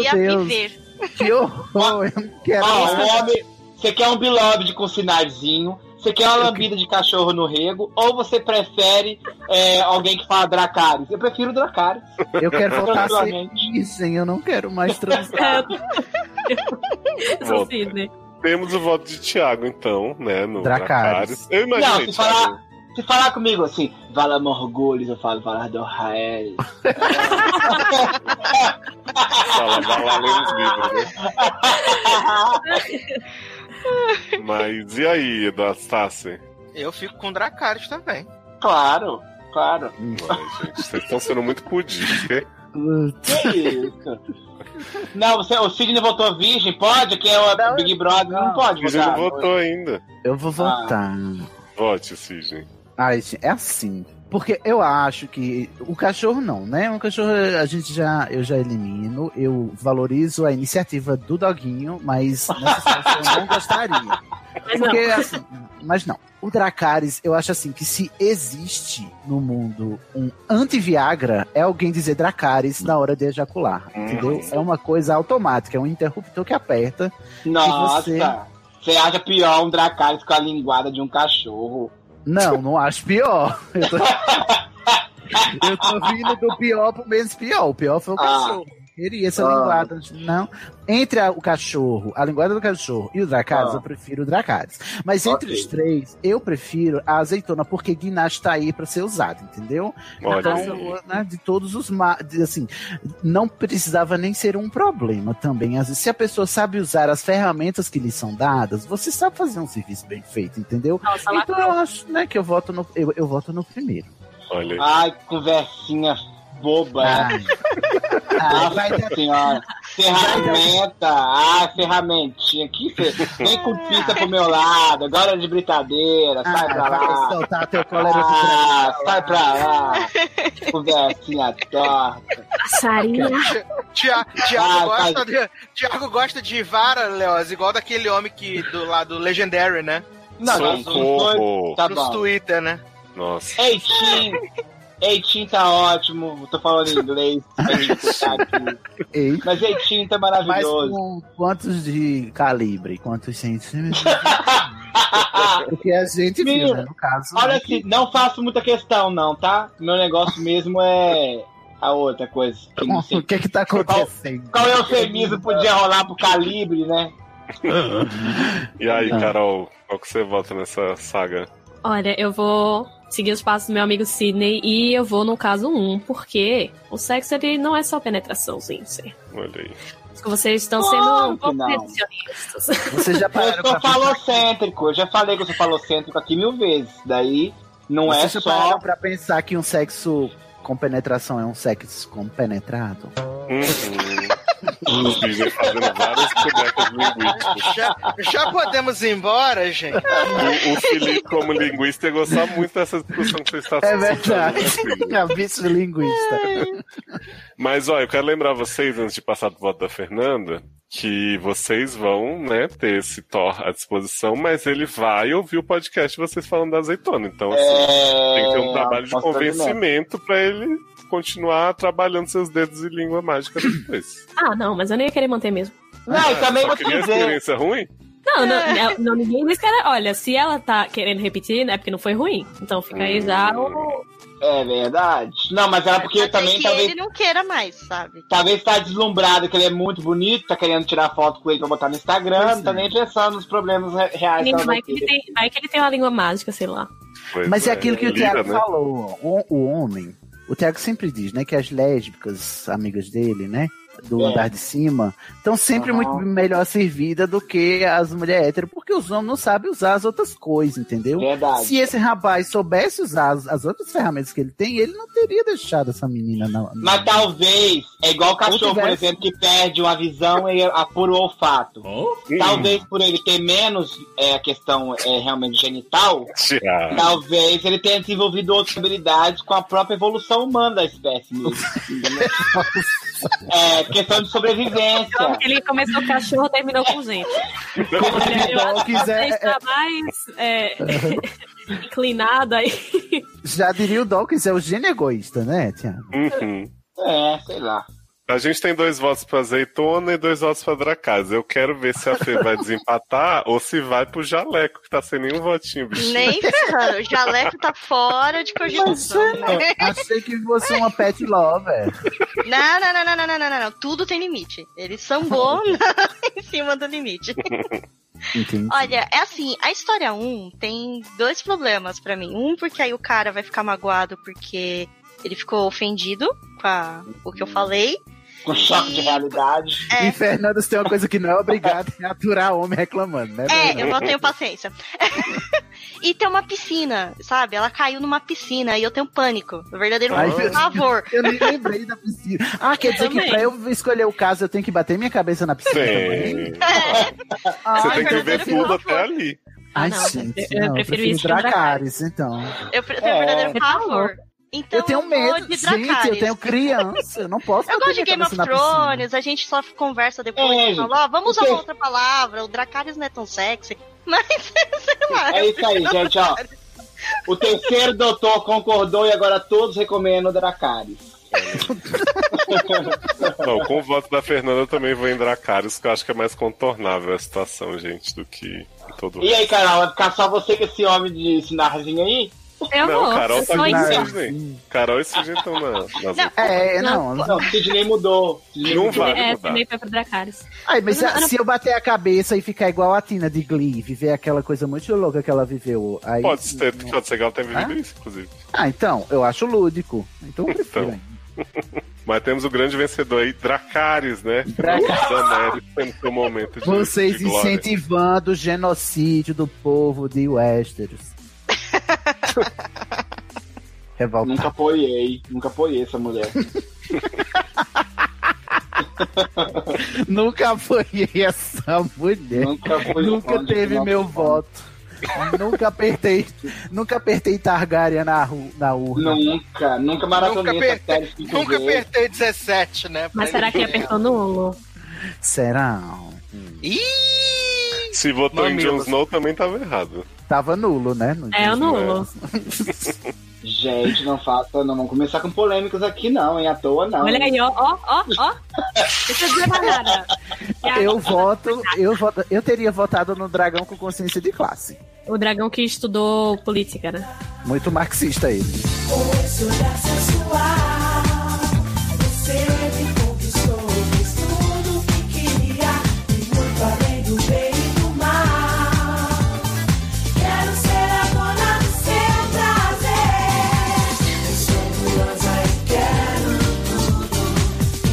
Speaker 9: horror, eu não quero
Speaker 5: Ó,
Speaker 9: isso.
Speaker 5: um homem- você quer um beloved com sinarzinho? Você quer uma lambida de cachorro no rego? Ou você prefere é, alguém que fala Dracarys? Eu prefiro Dracarys.
Speaker 9: Eu quero voltar a ser
Speaker 5: Tranquilamente.
Speaker 9: Disney, eu não quero mais transar.
Speaker 1: Volta. Temos o voto de Thiago, então, né? No
Speaker 5: Dracarys.
Speaker 1: Dracarys. Eu imaginei,
Speaker 5: Não, se
Speaker 1: Thiago.
Speaker 5: falar, se falar comigo assim, Vala Morgulhos, eu falo Valador Rael.
Speaker 1: Fala, vai lá ler os livros, né? Mas e aí, Anastácia?
Speaker 12: Eu fico com Dracarys também.
Speaker 5: Claro, claro.
Speaker 1: Ai, gente, vocês estão sendo muito pudicos, né?
Speaker 5: Que isso? Não, você, o Sidney votou virgem? Pode? Que é o Big Brother? Não, pode
Speaker 1: Sidney
Speaker 5: votar.
Speaker 1: não votou ainda.
Speaker 9: Eu vou votar.
Speaker 1: Ah. Vote, Sidney.
Speaker 9: Ai, gente, é assim. Porque eu acho que o cachorro não, né? O cachorro a gente já eu já elimino, eu valorizo a iniciativa do doguinho, mas nessa situação eu não gostaria.
Speaker 3: Mas não.
Speaker 9: Porque, assim, mas não. O Dracarys, eu acho assim que se existe no mundo um anti-Viagra, é alguém dizer Dracarys na hora de ejacular. Entendeu? É uma coisa automática, é um interruptor que aperta. e
Speaker 5: Nossa,
Speaker 9: você-
Speaker 5: você... acha pior um Dracarys com a linguada de um cachorro?
Speaker 9: Não, não acho pior. Eu tô, eu tô vindo do pior pro menos pior. O pior foi o
Speaker 5: Ah.
Speaker 9: cachorro. Queria essa
Speaker 5: Ah.
Speaker 9: linguada. Não. Entre a- o cachorro, a linguada do cachorro e o Dracarys,
Speaker 5: Ah.
Speaker 9: eu prefiro o Dracarys. Mas entre
Speaker 5: Ok.
Speaker 9: os três, eu prefiro a azeitona, porque Guinache tá aí pra ser usada, entendeu?
Speaker 1: Olha
Speaker 9: então,
Speaker 1: aí.
Speaker 9: eu, né, de todos os ma de, assim, não precisava nem ser um problema também. Às vezes, se a pessoa sabe usar as ferramentas que lhe são dadas, você sabe fazer um serviço bem feito, entendeu? então eu acho, né, que eu voto no eu, eu voto no primeiro.
Speaker 1: Olha aí.
Speaker 5: Ai, que conversinha boba. né?
Speaker 9: Ai. Ah.
Speaker 5: Nossa senhora. Ferramenta. Ai, ferramentinha. Que fe... Vem com pizza pro meu lado. Agora é de britadeira. Sai pra lá.
Speaker 9: Ah, soltar teu
Speaker 5: cólera ah, sai pra lá. Conversinha torta.
Speaker 3: Passarinha.
Speaker 12: Tiago
Speaker 5: Ah,
Speaker 12: gosta,
Speaker 5: tá.
Speaker 12: de, Tiago gosta de vara, Leoz, igual daquele homem que do lado do Legendary, né?
Speaker 5: Não, não,
Speaker 1: um
Speaker 12: Nos-
Speaker 1: Socorro.
Speaker 5: tá
Speaker 12: nos
Speaker 5: bom.
Speaker 12: Twitter, né?
Speaker 1: Nossa.
Speaker 5: Ei, Tim. Ei, Tim tá ótimo. Tô falando em inglês. pra gente escutar aqui.
Speaker 9: Ei,
Speaker 5: Mas Ei, Tim tá
Speaker 9: mas
Speaker 5: maravilhoso.
Speaker 9: com quantos de calibre? Quantos centímetros? Porque a gente viu,
Speaker 5: Menina,
Speaker 9: né, no caso.
Speaker 5: Olha
Speaker 9: né,
Speaker 5: assim, não faço muita questão, não, tá? Meu negócio mesmo é a outra coisa. que não
Speaker 9: que-
Speaker 5: sei.
Speaker 9: o que que tá acontecendo?
Speaker 5: Qual é eufemismo podia rolar pro calibre, né?
Speaker 1: E aí, Carol, qual que você vota nessa saga?
Speaker 3: Olha, eu vou seguir os passos do meu amigo Sidney e eu vou no caso 1, porque o sexo ele não é só penetração, gente.
Speaker 1: Olha aí.
Speaker 3: Acho que Vocês estão
Speaker 5: Claro
Speaker 3: sendo um
Speaker 5: que
Speaker 3: pouco
Speaker 5: não.
Speaker 3: perfeccionistas.
Speaker 9: Você já
Speaker 5: Eu sou falocêntrico, eu já falei que eu sou falocêntrico aqui mil vezes. Daí não
Speaker 9: Vocês
Speaker 5: é
Speaker 9: já
Speaker 5: só.
Speaker 9: pararam pra pensar que um sexo com penetração é um sexo com penetrado?
Speaker 1: Uhum. Os Disney fazendo várias bonecas linguísticas.
Speaker 12: Já, já podemos ir embora, gente?
Speaker 1: O, o Felipe, como linguista, ia gostar muito dessa discussão que você está
Speaker 9: É
Speaker 1: suscitando,
Speaker 9: verdade.
Speaker 1: né, Sidney?
Speaker 9: É bicho de
Speaker 5: É.
Speaker 9: linguista.
Speaker 1: Mas, olha, eu quero lembrar vocês, antes de passar pro voto da Fernanda, que vocês vão, né, ter esse Thor à disposição, mas ele vai ouvir o podcast de vocês falando da azeitona. Então, assim,
Speaker 5: É,
Speaker 1: tem que ter um trabalho de
Speaker 5: posso
Speaker 1: convencimento pra ele continuar trabalhando seus dedos e língua mágica depois. Ah,
Speaker 3: ah, não, mas eu nem ia querer manter mesmo.
Speaker 5: Não, e também É.
Speaker 1: Só
Speaker 5: vou te
Speaker 1: queria
Speaker 5: dizer.
Speaker 1: experiência ruim?
Speaker 3: Não, não, não, não, ninguém disse que era. Olha, se ela tá querendo repetir, é porque não foi ruim. Então fica aí já o.
Speaker 5: É verdade. Não, mas era porque eu também
Speaker 8: que
Speaker 5: talvez.
Speaker 8: ele não queira mais, sabe?
Speaker 5: Talvez tá deslumbrado, que ele é muito bonito, tá querendo tirar foto com ele pra botar no Instagram,
Speaker 12: é.
Speaker 5: não tá nem pensando nos problemas re- reais.
Speaker 3: Menino,
Speaker 5: que ela
Speaker 3: vai, que ele
Speaker 5: ter.
Speaker 3: tem, vai que ele tem uma língua mágica, sei lá.
Speaker 1: Pois
Speaker 9: Mas é
Speaker 1: é,
Speaker 9: aquilo que o
Speaker 1: lida,
Speaker 9: Thiago
Speaker 1: né?
Speaker 9: falou. O, o homem, O Thiago sempre diz, né, que as lésbicas, amigas dele, né? Do
Speaker 13: É.
Speaker 9: andar de cima, estão sempre muito melhor servida do que as mulheres héteras, porque os homens não sabem usar as outras coisas, entendeu?
Speaker 5: Verdade.
Speaker 9: Se esse rapaz soubesse usar as, as outras ferramentas que ele tem, ele não teria deixado essa menina na. na-
Speaker 5: Mas Ah, talvez, é igual o cachorro, por
Speaker 9: tivesse-
Speaker 5: exemplo, que perde uma visão e apura o olfato. Talvez por ele ter menos é, a questão é, realmente genital, talvez ele tenha desenvolvido outras habilidades com a própria evolução humana da espécie mesmo. entendeu? é questão de sobrevivência.
Speaker 3: Então, Ele começou com cachorro, terminou com gente. Olha, eu acho que é- você
Speaker 9: quiser,
Speaker 3: está mais é, inclinada aí.
Speaker 9: Já diria o Dawkins, é o gênio egoísta, né, Tiago?
Speaker 1: Uhum.
Speaker 5: É, sei lá.
Speaker 1: A gente tem dois votos pra azeitona e dois votos pra Dracasa. Eu quero ver se a Fê vai desempatar ou se vai pro jaleco, que tá sem nenhum votinho, bichinho.
Speaker 8: Nem ferrando. O jaleco tá fora de cogitação.
Speaker 5: é,
Speaker 9: Achei que fosse uma pet lover.
Speaker 8: Não, não, não, não, não, não, não, não, não. Tudo tem limite. Ele sambou na- em cima do limite.
Speaker 9: Entendi.
Speaker 8: Olha, é assim, a história 1 tem dois problemas pra mim. Um, porque aí o cara vai ficar magoado porque ele ficou ofendido com a- o que eu falei.
Speaker 5: Com choque de realidade.
Speaker 8: É.
Speaker 9: E Fernandes tem uma coisa que não é obrigado é aturar homem reclamando, né?
Speaker 8: É, eu não tenho paciência. e tem uma piscina, sabe? Ela caiu numa piscina e eu tenho pânico. O verdadeiro
Speaker 9: Ai, meu
Speaker 8: favor.
Speaker 9: Eu nem lembrei da piscina. Ah, quer dizer que
Speaker 8: Também.
Speaker 9: pra eu escolher o caso eu tenho que bater minha cabeça na piscina também?
Speaker 1: Você tem que ver tudo até ali.
Speaker 9: Ai,
Speaker 1: Ah, não,
Speaker 9: gente,
Speaker 1: eu
Speaker 9: Ah, não, eu
Speaker 1: prefiro
Speaker 9: prefiro,
Speaker 1: isso que
Speaker 9: Dracarys, então.
Speaker 8: Eu pre- tenho o verdadeiro favor. Então,
Speaker 9: eu tenho
Speaker 8: vou
Speaker 9: medo,
Speaker 8: de
Speaker 9: gente, eu
Speaker 8: Dracarys.
Speaker 9: tenho criança, eu não posso
Speaker 8: Eu
Speaker 9: bater
Speaker 8: gosto de
Speaker 9: minha
Speaker 8: Game of
Speaker 9: cabeça na piscina.
Speaker 8: Thrones, a gente só conversa depois
Speaker 9: É,
Speaker 8: e fala, ó,
Speaker 9: gente,
Speaker 8: vamos usar
Speaker 9: porque-
Speaker 8: uma outra palavra, o Dracarys não é tão sexy, mas sei lá.
Speaker 5: É
Speaker 8: eu
Speaker 5: isso aí,
Speaker 8: prefiro
Speaker 5: gente, ó.
Speaker 8: Dracarys.
Speaker 5: O terceiro doutor concordou e agora todos recomendam o Dracarys.
Speaker 1: Não, com o voto da Fernanda eu também vou em Dracarys, que eu acho que é mais contornável a situação, gente, do que todo
Speaker 5: E aí, Carol, vai ficar só você com esse homem de sinarzinho aí?
Speaker 3: Eu
Speaker 1: não,
Speaker 5: vou,
Speaker 1: Carol
Speaker 5: eu
Speaker 1: tá
Speaker 5: sou
Speaker 1: com
Speaker 5: isso.
Speaker 1: Sidney. Carol e Sidney estão na, nas
Speaker 3: Não,
Speaker 9: É, não,
Speaker 5: Não, Sidney mudou.
Speaker 1: Não vai
Speaker 3: é,
Speaker 1: mudar.
Speaker 3: também foi pro Dracarys.
Speaker 9: Ai,
Speaker 3: Eu
Speaker 9: mas se-
Speaker 3: não- eu não-
Speaker 9: se eu bater a cabeça e ficar igual a Tina de Glee, viver aquela coisa muito louca que ela viveu, aí... né?
Speaker 1: Pode ser, pode ser que ela tenha vivido isso, inclusive.
Speaker 9: Ah, então, eu acho lúdico. Então, eu prefiro.
Speaker 1: Então. Mas temos o grande vencedor aí, Dracarys, né?
Speaker 9: Dracarys.
Speaker 1: Daenerys tendo seu momento de
Speaker 9: Vocês
Speaker 1: de glória.
Speaker 9: incentivando o genocídio do povo de Westeros. Revoltado.
Speaker 5: Nunca apoiei, nunca apoiei essa mulher.
Speaker 9: Nunca apoiei essa mulher.
Speaker 5: Nunca, apoiei
Speaker 9: Nunca
Speaker 5: onde
Speaker 9: teve
Speaker 5: que
Speaker 9: meu
Speaker 5: nós-
Speaker 9: voto. nunca apertei. Nunca apertei Targaryen na, ru- na urna.
Speaker 5: Nunca, nunca maratonei
Speaker 12: Nunca
Speaker 5: essa série cinco
Speaker 12: Nunca
Speaker 5: vezes.
Speaker 12: apertei 17, né?
Speaker 3: Mas
Speaker 12: Pra
Speaker 3: será que
Speaker 12: ele
Speaker 3: apertou no Ulo?
Speaker 9: Será?
Speaker 12: Ih!
Speaker 1: Se votou em Jon
Speaker 9: Mamilos.
Speaker 1: Snow também tava errado.
Speaker 9: Tava nulo, né?
Speaker 3: É, eu não Ulo.
Speaker 5: Gente, não faça, não vamos começar com polêmicas aqui não, hein? À toa não.
Speaker 3: Olha aí, ó, ó, ó, ó. Deixa eu dizer mais nada.
Speaker 9: Eu voto, eu voto. Eu teria votado no dragão com consciência de classe.
Speaker 3: O dragão que estudou política, né?
Speaker 9: Muito marxista ele.
Speaker 13: Esse olhar sensual, você me conquistou, fez tudo o que queria, e muito além do bem e do mal. Quero ser a dona do seu prazer. Eu sou gulosa e quero tudo,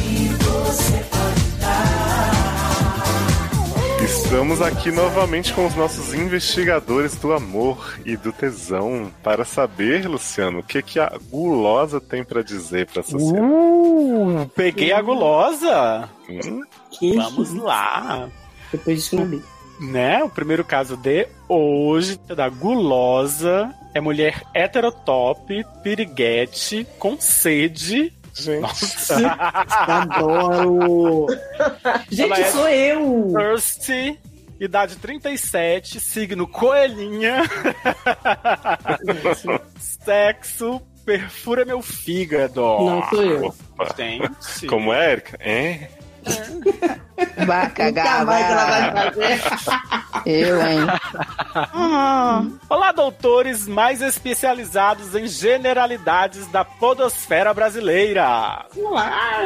Speaker 13: e você pode dar.
Speaker 1: Estamos aqui novamente com os nossos investigadores do amor e do tesão para saber, Luciano, o que, que a gulosa tem pra dizer pra sociedade.
Speaker 11: Uh, peguei a gulosa.
Speaker 1: Hum? Ah.
Speaker 11: Vamos lá.
Speaker 2: Depois disso eu não li.
Speaker 11: Né? O primeiro caso de hoje da gulosa é mulher heterotop, piriguete, com sede.
Speaker 1: Gente.
Speaker 11: tá
Speaker 2: Adoro! Gente, sou eu!
Speaker 11: Thirsty, é idade 37, signo coelhinha. Sexo, perfura meu fígado.
Speaker 1: Não, sou eu. Opa.
Speaker 11: Gente.
Speaker 1: Como é, Erika? É?
Speaker 6: Vai cagar, vai. Eu, hein?
Speaker 11: Olá, doutores mais especializados em generalidades da podosfera brasileira.
Speaker 2: Ah.
Speaker 1: Olá.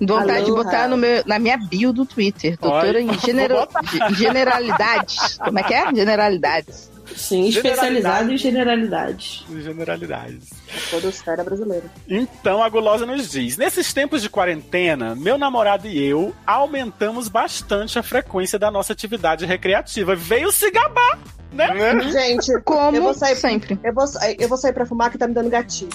Speaker 6: Vontade de botar no meu, na minha bio do Twitter. Doutora
Speaker 11: Olha,
Speaker 6: em genero-
Speaker 11: vou botar.
Speaker 6: ge- generalidades. Como é que é? Generalidades.
Speaker 2: Sim, especializado em generalidades.
Speaker 11: Generalidades.
Speaker 2: Toda a esfera brasileira.
Speaker 11: Então a gulosa nos diz: nesses tempos de quarentena, meu namorado e eu aumentamos bastante a frequência da nossa atividade recreativa. Veio se gabar! Né?
Speaker 14: Gente,
Speaker 6: Como
Speaker 14: eu vou sair,
Speaker 6: sempre.
Speaker 14: Eu vou, sa- eu vou sair pra fumar que tá me dando gatinho.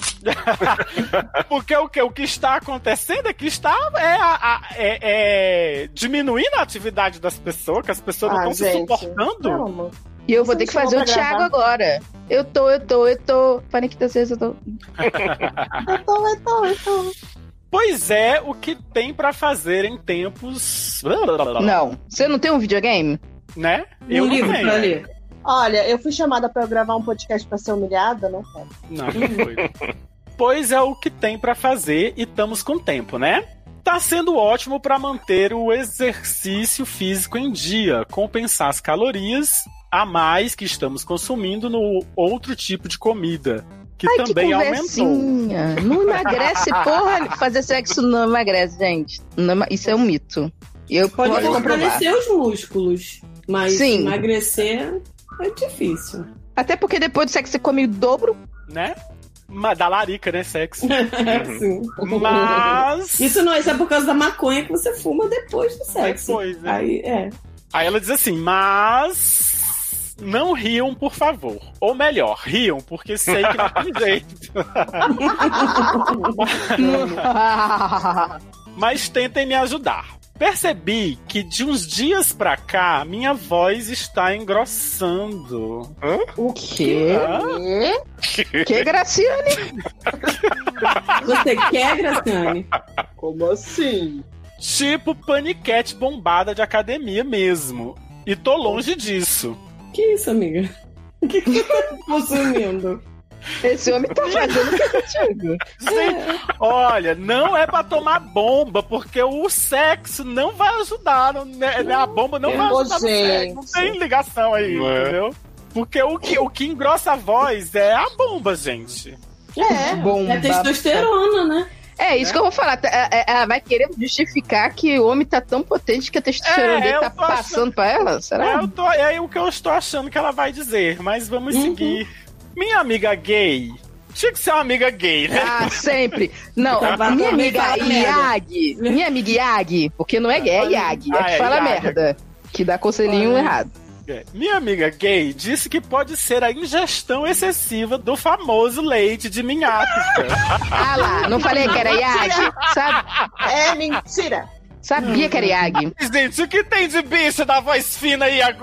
Speaker 11: Porque o que, o que está acontecendo é que está é, a- a- é- é diminuindo a atividade das pessoas, que as pessoas
Speaker 6: Ah,
Speaker 11: não estão se
Speaker 6: gente.
Speaker 11: suportando.
Speaker 6: E eu vou ter que fazer o
Speaker 11: chamou pra
Speaker 6: Thiago
Speaker 11: gravar.
Speaker 6: agora. Eu tô, eu tô, eu tô. Panic das vezes eu tô.
Speaker 11: Pois é, o que tem pra fazer em tempos.
Speaker 6: Não. Você não tem um videogame?
Speaker 11: Né? Eu não tenho.
Speaker 14: Olha, eu fui chamada pra eu gravar um podcast pra ser humilhada, não quero.
Speaker 11: Não, não foi. pois é o que tem pra fazer e estamos com tempo, né? Tá sendo ótimo pra manter o exercício físico em dia, compensar as calorias a mais que estamos consumindo no outro tipo de comida, que
Speaker 6: Ai,
Speaker 11: também
Speaker 6: que
Speaker 11: aumentou.
Speaker 6: conversinha. Não emagrece, porra. Fazer sexo não emagrece, gente. Não ema- isso é um mito. Eu
Speaker 2: Pode
Speaker 6: posso comprovar.
Speaker 2: fortalecer os músculos, mas
Speaker 6: Sim.
Speaker 2: emagrecer é difícil.
Speaker 6: Até porque depois do sexo você come o dobro.
Speaker 11: Né? Ma- Da larica, né? Sexo.
Speaker 2: Sim.
Speaker 11: Mas.
Speaker 2: Isso não, isso é por causa da maconha que você fuma depois do sexo.
Speaker 11: Depois, né?
Speaker 2: Aí, é.
Speaker 11: Aí ela diz assim, mas não riam, por favor. Ou melhor, riam, porque sei que não tem jeito. mas tentem me ajudar. Percebi que de uns dias pra cá minha voz está engrossando.
Speaker 6: O quê? Que Graciane?
Speaker 2: Você quer, Graciane?
Speaker 11: Como assim? Tipo paniquete bombada de academia mesmo. E tô longe disso.
Speaker 2: Que isso, amiga? O que, que você tá consumindo?
Speaker 6: Esse homem tá fazendo o que contigo.
Speaker 11: Gente, olha, não é pra tomar bomba, porque o sexo não vai ajudar, não- né, né, a bomba
Speaker 6: É,
Speaker 11: não vai ajudar no sexo, não tem ligação aí,
Speaker 13: Não é.
Speaker 11: entendeu? Porque o que, o que engrossa a voz é a bomba, gente.
Speaker 2: É,
Speaker 11: um
Speaker 6: Bomba.
Speaker 2: é testosterona, né?
Speaker 6: É isso que eu vou falar. Tá- é- é- Ela vai querer justificar que o homem tá tão potente que a testosterona
Speaker 11: É,
Speaker 6: dele
Speaker 11: eu
Speaker 6: tá
Speaker 11: tô achando-
Speaker 6: passando pra ela? Será?
Speaker 11: É, eu tô- é o que eu estou achando que ela vai dizer, mas vamos
Speaker 6: Uhum.
Speaker 11: seguir. Minha amiga gay. Tinha que ser uma amiga gay, né?
Speaker 6: Ah, sempre. Não,
Speaker 11: Tá
Speaker 6: minha
Speaker 11: bom,
Speaker 6: amiga
Speaker 11: fala merda.
Speaker 6: Yag. Minha amiga Yag. Porque não é gay, é Yag. É
Speaker 11: Ah,
Speaker 6: que
Speaker 11: é,
Speaker 6: fala
Speaker 11: Yag.
Speaker 6: merda. Que dá conselhinho
Speaker 11: Ah.
Speaker 6: errado.
Speaker 11: É. Minha amiga gay disse que pode ser a ingestão excessiva do famoso leite de minhata.
Speaker 6: Ah lá, não falei que era Yag. Sabe?
Speaker 14: É mentira.
Speaker 6: Sabia que era
Speaker 11: Hum.
Speaker 6: Yag.
Speaker 11: Gente, o que tem de bicho da voz fina aí a-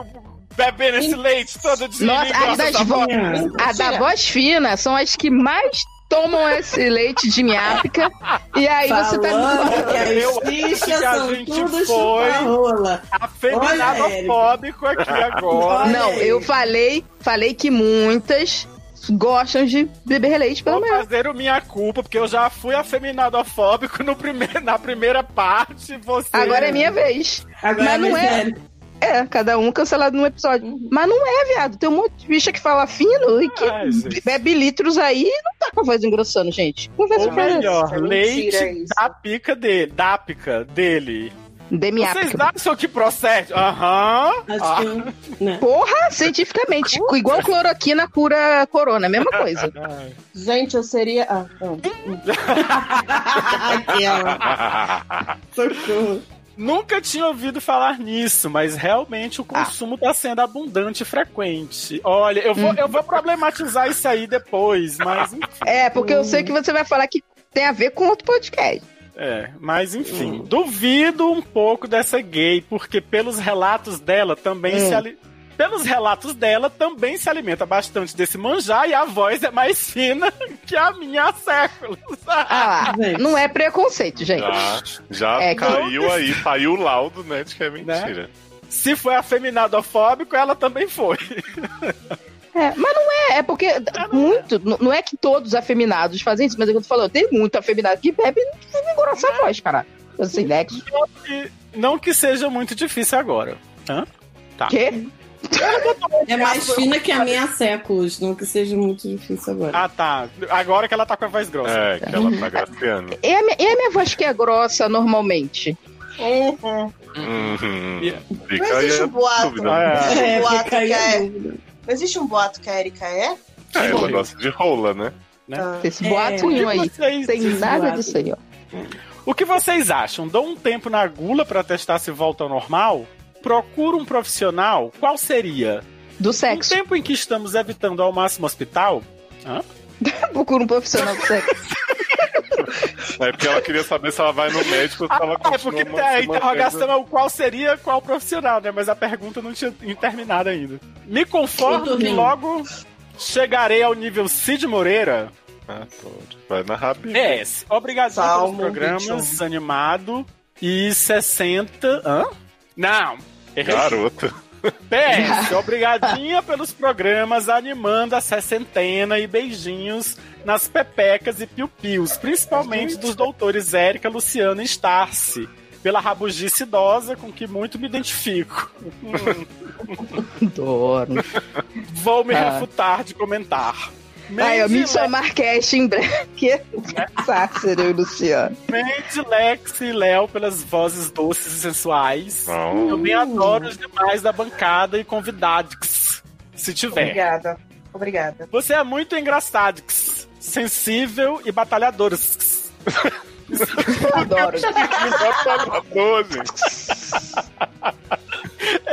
Speaker 11: bebendo esse leite todo dia?
Speaker 6: Nossa, as
Speaker 11: Nossa,
Speaker 6: das
Speaker 11: essa
Speaker 6: vo...
Speaker 11: voz-
Speaker 6: a da voz fina são as que mais tomam esse leite de minhápica. E aí você tá.
Speaker 2: Falando que as
Speaker 11: Eu
Speaker 2: bichas
Speaker 11: acho que a
Speaker 2: são
Speaker 11: gente foi
Speaker 2: tudo chupa-rola.
Speaker 11: afeminadofóbico aqui agora.
Speaker 6: Não, eu falei, falei que muitas gostam de beber leite, pelo
Speaker 11: Vou
Speaker 6: menos.
Speaker 11: fazer o minha culpa, porque eu já fui afeminadofóbico no primeiro, na primeira parte. Você...
Speaker 6: Agora é minha vez.
Speaker 11: Agora é
Speaker 6: Mas não
Speaker 11: a vez
Speaker 6: é. É, cada um cancelado num episódio.
Speaker 14: Uhum.
Speaker 6: Mas não é, viado. Tem um monte de bicha que fala fino e que
Speaker 11: Ah,
Speaker 6: bebe litros aí e não tá com a voz engrossando, gente. Conversa
Speaker 11: Ou
Speaker 6: pra
Speaker 11: melhor,
Speaker 14: é
Speaker 6: essa.
Speaker 11: leite da pica dele. Da pica dele.
Speaker 6: Demiápica.
Speaker 11: Vocês acham que procede? Aham. Ah.
Speaker 6: Porra, cientificamente. Igual cloroquina cura
Speaker 11: é
Speaker 6: corona, é mesma coisa.
Speaker 14: Gente, eu seria. Ah, não.
Speaker 11: Nunca tinha ouvido falar nisso, mas realmente o
Speaker 6: Ah.
Speaker 11: consumo está sendo abundante e frequente. Olha, eu vou, eu vou problematizar isso aí depois, mas enfim.
Speaker 6: É, porque eu sei que você vai falar que tem a ver com outro podcast.
Speaker 11: É, mas
Speaker 6: Hum.
Speaker 11: enfim, duvido um pouco dessa gay, porque pelos relatos dela também
Speaker 6: Hum.
Speaker 11: se ali... pelos relatos dela também se alimenta bastante desse manjar e a voz é mais fina que a minha há séculos.
Speaker 6: Ah, não é preconceito, gente.
Speaker 1: Já, já
Speaker 6: É que-
Speaker 1: caiu aí, saiu o laudo, né, de que é mentira.
Speaker 11: Se foi afeminadofóbico, ela também foi.
Speaker 6: É, mas não é, é porque muito, n- não é que todos os afeminados fazem isso, mas é o que eu tô falando, tem muito afeminado que bebe e não engrossa a voz, cara. Assim, né?
Speaker 11: Não que, não que seja muito difícil agora. Hã? Tá.
Speaker 6: Quê?
Speaker 2: É mais fina que a minha há séculos, não que seja muito difícil agora.
Speaker 11: Ah, tá. Agora que ela tá com a voz grossa.
Speaker 1: É, que ela tá graciando.
Speaker 6: E a, minha, e a minha voz que é grossa normalmente?
Speaker 1: Uhum.
Speaker 11: Uhum.
Speaker 14: Não existe um boato. né?
Speaker 1: É.
Speaker 14: Não existe um boato que é. Não existe um boato que a Erika é?
Speaker 1: Ah, ela gosta de rola, né?
Speaker 6: Tem Esse
Speaker 11: É.
Speaker 6: boatinho aí. Sem nada disso aí, ó.
Speaker 11: O que vocês acham? Dão um tempo na gula pra testar se volta ao normal? Procura um profissional? Qual seria?
Speaker 6: Do sexo.
Speaker 11: No tempo em que estamos evitando ao máximo hospital? Hã?
Speaker 6: Procura um profissional do sexo.
Speaker 1: É porque ela queria saber se ela vai no médico ou se ela
Speaker 11: É porque
Speaker 1: continua
Speaker 11: a
Speaker 1: se
Speaker 11: interrogação
Speaker 1: mantendo-
Speaker 11: é o qual seria qual profissional, né? Mas a pergunta não tinha terminado ainda. Me
Speaker 1: Eu
Speaker 11: conformo
Speaker 1: dormi.
Speaker 11: que logo chegarei ao nível Cid Moreira.
Speaker 1: Ah, pronto. Vai na rápida.
Speaker 11: É, s- obrigado pelos
Speaker 1: Salmo
Speaker 11: programas,
Speaker 1: 21.
Speaker 11: animado. E 60. Hã? Não! errei.
Speaker 1: Garota.
Speaker 11: PS, é obrigadinha pelos programas animando a sessentena e beijinhos nas pepecas e piu-pius, principalmente dos doutores Érica, Luciana e Starce, pela rabugice idosa com que muito me identifico.
Speaker 6: Adoro.
Speaker 11: Vou me
Speaker 6: Ah.
Speaker 11: refutar de comentar.
Speaker 6: Aí, ó,
Speaker 11: Mente
Speaker 6: me chamar cast em breve. Sácero e Luciano.
Speaker 11: Mente, Lex e Léo pelas vozes doces e sensuais.
Speaker 1: Não.
Speaker 11: Também adoro os demais da bancada e convidados, se tiver.
Speaker 14: Obrigada. Obrigada.
Speaker 11: Você é muito engraçado, sensível e batalhador.
Speaker 6: Adoro.
Speaker 1: batalhador, gente.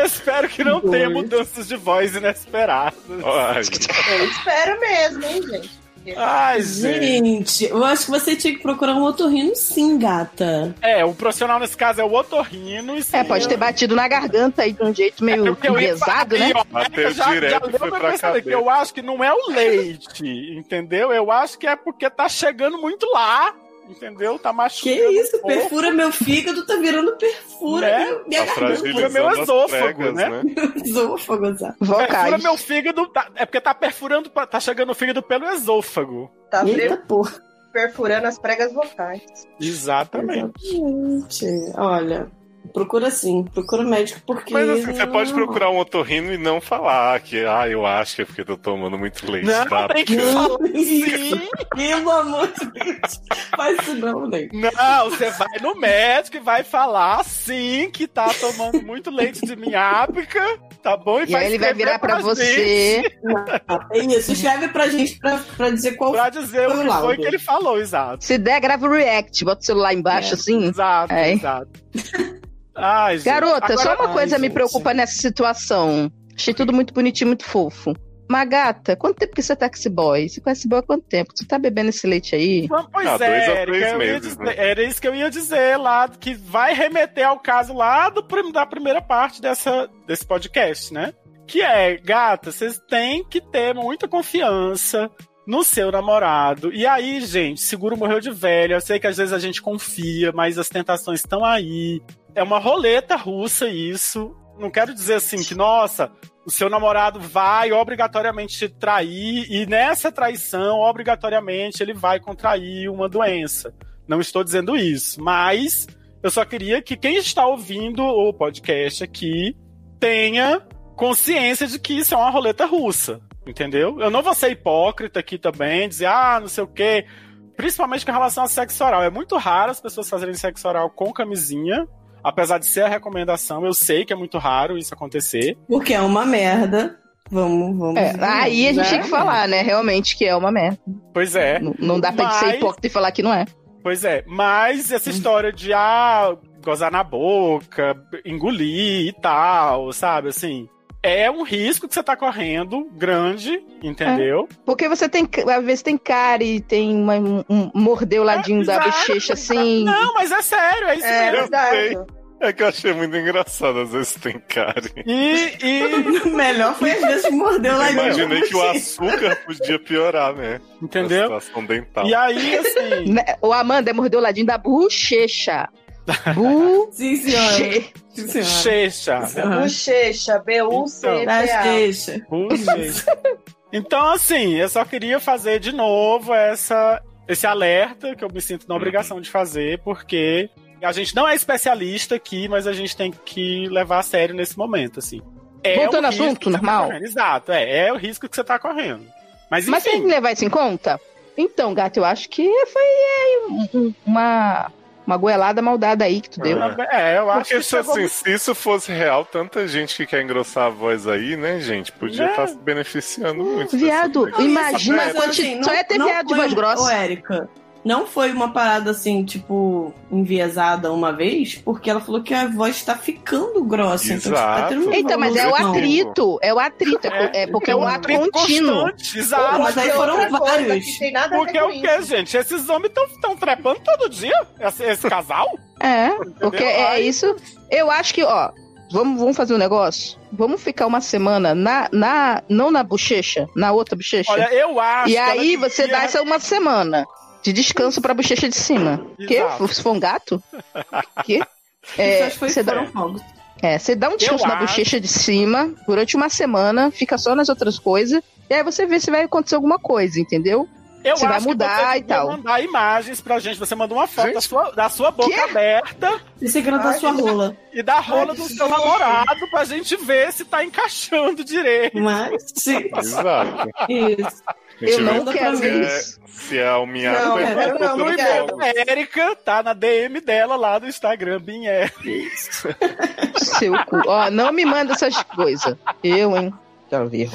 Speaker 11: Espero que não
Speaker 1: Dois.
Speaker 11: tenha mudanças de voz inesperadas.
Speaker 1: Ai,
Speaker 14: Eu espero mesmo, hein, gente.
Speaker 11: Ai,
Speaker 2: Gente, eu acho que você tinha que procurar um outro rino sim, gata.
Speaker 11: É, o profissional nesse caso é o otorrino. E É
Speaker 6: É, pode ter batido na garganta aí de um jeito meio pesado, né?
Speaker 1: Bateu
Speaker 11: já,
Speaker 1: direto
Speaker 11: já
Speaker 1: e
Speaker 11: deu
Speaker 1: foi
Speaker 11: pra
Speaker 1: pra
Speaker 11: perceber
Speaker 1: cabeça.
Speaker 11: que Eu acho que não é o leite, entendeu? Eu acho que é porque tá chegando muito lá, entendeu? Tá machucando.
Speaker 2: Que isso,
Speaker 11: o corpo.
Speaker 2: perfura meu fígado, tá virando perfura.
Speaker 11: Né?
Speaker 2: meu- Minha
Speaker 11: Tá
Speaker 2: garganta.
Speaker 11: fragilizando Perfura meu as esôfago, pregas, né? né?
Speaker 2: esôfago, exato.
Speaker 11: Perfura meu fígado. tá- é porque tá perfurando, pra- tá chegando o fígado pelo esôfago.
Speaker 14: Tá
Speaker 2: Eita porra.
Speaker 14: perfurando as pregas vocais.
Speaker 11: Exatamente.
Speaker 2: Gente, olha, procura sim, procura um médico porque.
Speaker 1: Mas assim, você pode procurar um otorrino e não falar que, ah, eu acho que é porque tô tomando muito leite.
Speaker 11: Não,
Speaker 1: tá?
Speaker 11: tem que falar sim.
Speaker 2: Pelo amor de Deus. Faz isso não, né?
Speaker 11: Não, você vai no médico e vai falar sim que tá tomando muito leite de minhápica, tá bom? E,
Speaker 2: E aí ele vai
Speaker 11: escrever
Speaker 2: virar pra você.
Speaker 11: gente.
Speaker 2: É isso, escreve pra gente pra, pra dizer qual
Speaker 11: Pra dizer
Speaker 6: foi o
Speaker 11: o que foi
Speaker 6: laudo.
Speaker 11: que ele falou, exato.
Speaker 6: Se der, grava o react. Bota o celular embaixo,
Speaker 11: É,
Speaker 6: assim.
Speaker 11: Exato, exato. Ai,
Speaker 1: é.
Speaker 11: gente.
Speaker 6: Garota, só
Speaker 11: Agora-
Speaker 6: uma coisa
Speaker 11: Ai,
Speaker 6: me
Speaker 11: gente.
Speaker 6: preocupa nessa situação. Achei tudo muito bonitinho, muito fofo. Mas, gata, quanto tempo que você tá com esse boy? Você conhece esse boy há quanto tempo? Tu tá bebendo esse leite aí?
Speaker 11: Pois
Speaker 1: Ah, dois a
Speaker 11: é,
Speaker 1: três
Speaker 11: Erika, eu ia
Speaker 1: meses,
Speaker 11: dizer-
Speaker 1: né?
Speaker 11: era isso que eu ia dizer lá, que vai remeter ao caso lá do, prim- da primeira parte dessa, desse podcast, né? Que é, gata, vocês têm que ter muita confiança no seu namorado. E aí, gente, seguro morreu de velha. Eu sei que às vezes a gente confia, mas as tentações estão aí. É uma roleta russa isso. Não quero dizer assim que, nossa, o seu namorado vai obrigatoriamente te trair e nessa traição, obrigatoriamente, ele vai contrair uma doença. Não estou dizendo isso, mas eu só queria que quem está ouvindo o podcast aqui tenha consciência de que isso é uma roleta russa, entendeu? Eu não vou ser hipócrita aqui também, dizer, ah, não sei o quê. Principalmente com relação ao sexo oral. É muito raro as pessoas fazerem sexo oral com camisinha. Apesar de ser a recomendação, eu sei que é muito raro isso acontecer.
Speaker 2: Porque é uma merda. Vamos, vamos.
Speaker 6: É, aí a gente
Speaker 11: né?
Speaker 6: tem que falar, né? Realmente que é uma merda.
Speaker 11: Pois é.
Speaker 6: Não dá pra ser
Speaker 11: Mas-
Speaker 6: hipócrita e falar que não é.
Speaker 11: Pois é, mas essa história de ah, gozar na boca, engolir e tal, sabe? Assim, é um risco que você tá correndo grande, entendeu?
Speaker 6: É. Porque você tem, às vezes tem cárie, tem uma, um, um- mordeu o ladinho da
Speaker 11: exato,
Speaker 6: bochecha assim.
Speaker 11: Não, mas é sério, é isso
Speaker 6: É,
Speaker 11: mesmo.
Speaker 1: sei. É que eu achei muito engraçado, às vezes tem cárie.
Speaker 11: E, e...
Speaker 2: Melhor foi às vezes mordeu
Speaker 1: Eu
Speaker 2: lá
Speaker 1: imaginei que o açúcar podia piorar, né?
Speaker 11: Entendeu?
Speaker 1: A situação dental.
Speaker 11: assim.
Speaker 6: Né? o Amanda mordeu o ladinho da bochecha. Bu.
Speaker 2: Sim, senhora. Sim,
Speaker 11: Bochecha.
Speaker 2: senhora.
Speaker 14: Bochecha,
Speaker 11: Então,
Speaker 14: B-U-C-T-A.
Speaker 11: Bochecha. Então, assim, eu só queria fazer de novo essa, esse alerta que eu me sinto na obrigação de fazer, porque a gente não é especialista aqui, mas a gente tem que levar a sério nesse momento, assim. É
Speaker 6: Voltando
Speaker 11: o
Speaker 6: ao
Speaker 11: risco
Speaker 6: assunto
Speaker 11: que você tá
Speaker 6: normal.
Speaker 11: correndo. Exato, é, é o risco que você tá correndo. Mas,
Speaker 6: Mas tem que levar isso em conta? Então, gato, eu acho que foi é, um- um- uma, Uma goelada maldada aí que tu deu.
Speaker 11: É, eu
Speaker 1: Porque se, assim, se isso fosse real, tanta gente que quer engrossar a voz aí, né, gente? Podia
Speaker 11: É.
Speaker 6: Né?
Speaker 1: estar se beneficiando muito.
Speaker 6: Viado,
Speaker 1: dessa
Speaker 6: imagina a
Speaker 1: ideia.
Speaker 6: quantidade. só ia ter viado de
Speaker 2: assim, foi-
Speaker 6: voz grossa.
Speaker 2: Ô, Érica, não foi uma parada assim, tipo, enviesada uma vez, porque ela falou que a voz tá ficando grossa. Então, tipo, tá tendo um
Speaker 6: Então, mas é o
Speaker 2: valor, não.
Speaker 6: atrito. É o atrito. É, é porque é um ato contínuo.
Speaker 11: Exato. É um
Speaker 2: Mas aí foram vários.
Speaker 11: Porque é o que, gente? Esses homens estão trepando todo dia? Esse, esse casal?
Speaker 6: É, porque é
Speaker 11: Ai.
Speaker 6: isso. Eu acho que, ó, vamos, vamos fazer um negócio? Vamos ficar uma semana na, na. Não na bochecha, na outra bochecha.
Speaker 11: Olha, eu acho
Speaker 6: E
Speaker 11: que ela
Speaker 6: aí
Speaker 11: devia-
Speaker 6: você dá essa uma semana de descanso pra bochecha de cima. Que?
Speaker 11: Exato.
Speaker 6: Se for um gato? Que?
Speaker 2: Isso
Speaker 6: É,
Speaker 2: acho que foi
Speaker 6: você dá,
Speaker 2: foram fogos.
Speaker 6: é, você dá um descanso
Speaker 2: Eu
Speaker 6: na
Speaker 2: acho.
Speaker 6: bochecha de cima durante uma semana, fica só nas outras coisas, e aí você vê se vai acontecer alguma coisa, entendeu?
Speaker 11: Eu
Speaker 6: se vai
Speaker 11: acho que
Speaker 6: mudar
Speaker 11: você
Speaker 6: e
Speaker 11: devia
Speaker 6: tal.
Speaker 11: mandar imagens pra gente. Você manda uma foto da sua, da sua boca aberta.
Speaker 2: E segurando
Speaker 11: a
Speaker 2: a sua rola.
Speaker 11: E da rola
Speaker 2: Ai,
Speaker 11: do
Speaker 2: que
Speaker 11: seu
Speaker 2: nojo.
Speaker 11: namorado pra gente ver se tá encaixando direito.
Speaker 2: Mas, sim.
Speaker 1: Exato.
Speaker 2: Isso.
Speaker 1: A gente
Speaker 11: Eu não
Speaker 1: vê
Speaker 11: quero
Speaker 1: se é-
Speaker 11: isso.
Speaker 1: Se é alminhado,
Speaker 11: Não,
Speaker 1: vai
Speaker 11: é,
Speaker 1: ficar
Speaker 11: não,
Speaker 1: tudo
Speaker 11: não
Speaker 1: bom.
Speaker 11: inventa. A Érica tá na DM dela lá do Instagram, é. Bin Érica.
Speaker 6: Seu cu. Ó, não me manda essas coisas. Eu, hein? Quero ver.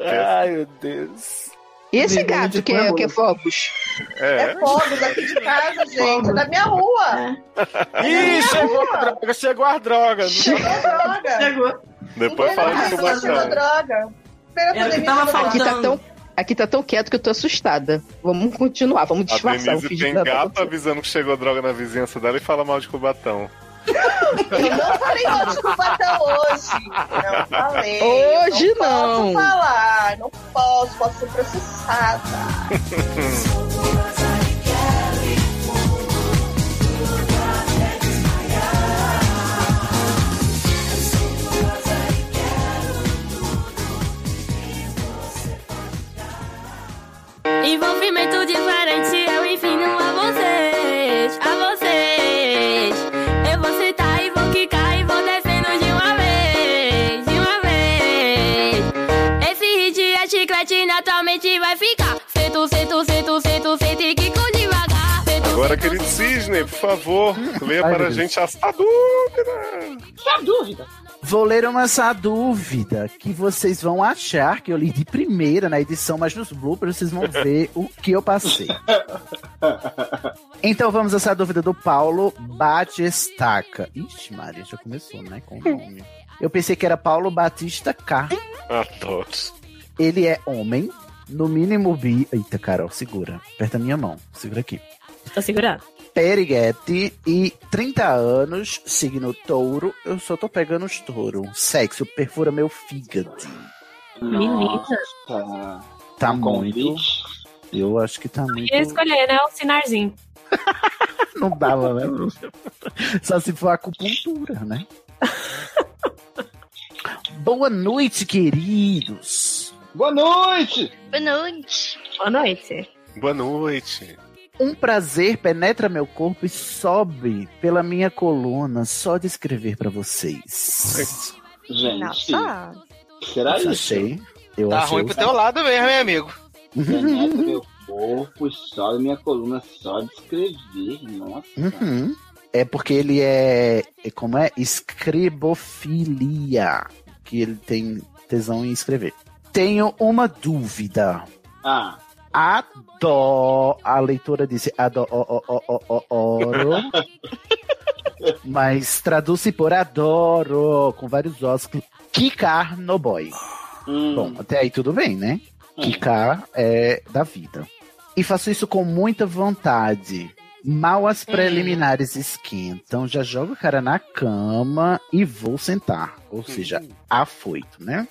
Speaker 11: Ai, meu Deus.
Speaker 6: E esse gato que é, que é fogos?
Speaker 1: É.
Speaker 14: Fogos aqui de casa, gente. é Da minha
Speaker 2: É.
Speaker 14: rua.
Speaker 11: Ih, chegou a droga, chegou a droga.
Speaker 14: Droga.
Speaker 1: Depois fala de
Speaker 14: Ela usou
Speaker 1: Kubacana.
Speaker 14: droga. Pera,
Speaker 2: Ela
Speaker 14: pandemia
Speaker 2: É tava
Speaker 14: usou droga.
Speaker 6: Aqui tá tão. Aqui tá tão quieto que eu tô assustada. Vamos continuar, vamos
Speaker 1: A
Speaker 6: disfarçar. vamos
Speaker 1: Denise
Speaker 6: fingir
Speaker 1: tem
Speaker 6: que nada
Speaker 1: gato avisando que chegou droga na vizinhança dela e fala mal de Cubatão.
Speaker 14: Eu não falei mal de Cubatão hoje.
Speaker 11: é
Speaker 14: Não falei.
Speaker 6: Hoje
Speaker 14: Eu não.
Speaker 6: não.
Speaker 14: Posso falar. Não posso. Posso ser processada.
Speaker 13: Envolvimento diferente, eu enfim não a vocês, a vocês. Eu vou citar e vou quicar e vou descendo de uma vez, de uma vez. Esse hit é chiclete, naturalmente vai ficar. Sento, sento, sento, sento, sento e quico devagar. Sento,
Speaker 1: Agora, querido Cisne, por favor, leia
Speaker 9: Ai, meu
Speaker 1: para a
Speaker 9: Deus.
Speaker 1: gente a sua dúvida.
Speaker 5: Só dúvida.
Speaker 9: Vou ler uma essa dúvida que vocês vão achar que eu li de primeira na edição, mas nos bloopers vocês vão ver o que eu passei. Então vamos a essa dúvida do Paulo Batestaca. Ixi, Maria, já começou, né? Com o nome. Eu pensei que era Paulo Batista K.
Speaker 1: Adoro.
Speaker 9: Ele é homem, no mínimo bi. Eita, Carol, segura. Aperta a minha mão. Segura aqui.
Speaker 3: Tô segurando.
Speaker 9: Periguete e 30 anos, signo touro. Eu só tô pegando os touro. Sexo perfura meu fígado.
Speaker 5: Menina.
Speaker 9: Tá
Speaker 5: Um
Speaker 9: muito. Eu acho que tá muito.
Speaker 3: Ia escolher, né? O sinarzinho.
Speaker 9: Não dava, né, Bruno? Só se for acupuntura, né? Boa noite, queridos.
Speaker 5: Boa noite!
Speaker 8: Boa noite.
Speaker 3: Boa noite.
Speaker 1: Boa noite.
Speaker 9: Um prazer penetra meu corpo e sobe pela minha coluna só de escrever pra vocês.
Speaker 5: Gente.
Speaker 8: Nossa.
Speaker 5: Será
Speaker 9: Eu
Speaker 5: isso?
Speaker 9: achei. Eu
Speaker 12: Tá
Speaker 9: achei
Speaker 12: ruim
Speaker 9: o-
Speaker 12: pro teu lado mesmo, hein, amigo?
Speaker 5: Penetra meu corpo e sobe minha coluna só de escrever. Nossa.
Speaker 9: Uhum. É porque ele é, é como é escribofilia, que ele tem tesão em escrever. Tenho uma dúvida.
Speaker 5: Ah.
Speaker 9: Adoro. A leitora disse adoro. mas traduz-se por adoro, com vários os. Kikar no boy.
Speaker 5: Hum.
Speaker 9: Bom, até aí tudo bem, né? Kikar é da vida. E faço isso com muita vontade. Mal as preliminares esquentam, já jogo o cara na cama e vou sentar. Ou seja, afoito, né?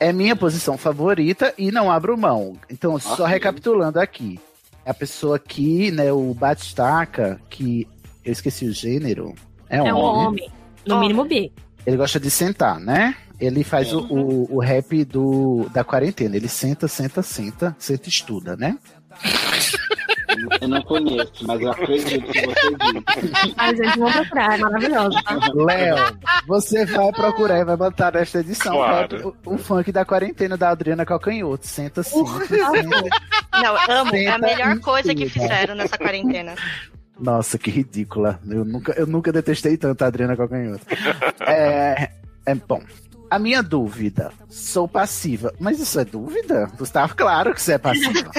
Speaker 9: É minha posição favorita e não abro mão. Então, só
Speaker 5: Ok.
Speaker 9: recapitulando aqui. É A pessoa aqui, né, o Batistaca, que eu esqueci o gênero. É,
Speaker 3: É um
Speaker 9: homem.
Speaker 3: homem. No mínimo bi.
Speaker 9: Ele gosta de sentar, né? Ele faz o, o, o rap do, da quarentena. Ele senta, senta, senta, senta e estuda, né?
Speaker 5: Eu não conheço, mas eu acredito que você disse.
Speaker 3: Ai, gente, vou procurar, é maravilhoso. Tá?
Speaker 9: Léo, você vai procurar e vai botar nesta edição
Speaker 13: Claro.
Speaker 9: bota o, o funk da quarentena da Adriana Calcanhoto. Senta assim.
Speaker 8: Não, amo. É a
Speaker 9: Senta
Speaker 8: melhor coisa que
Speaker 9: inteira.
Speaker 8: fizeram nessa quarentena.
Speaker 9: Nossa, que ridícula. Eu nunca, eu nunca detestei tanto a Adriana Calcanhoto. É, é bom. A minha dúvida, sou passiva. Mas isso é dúvida? Gustavo, claro que você é passiva.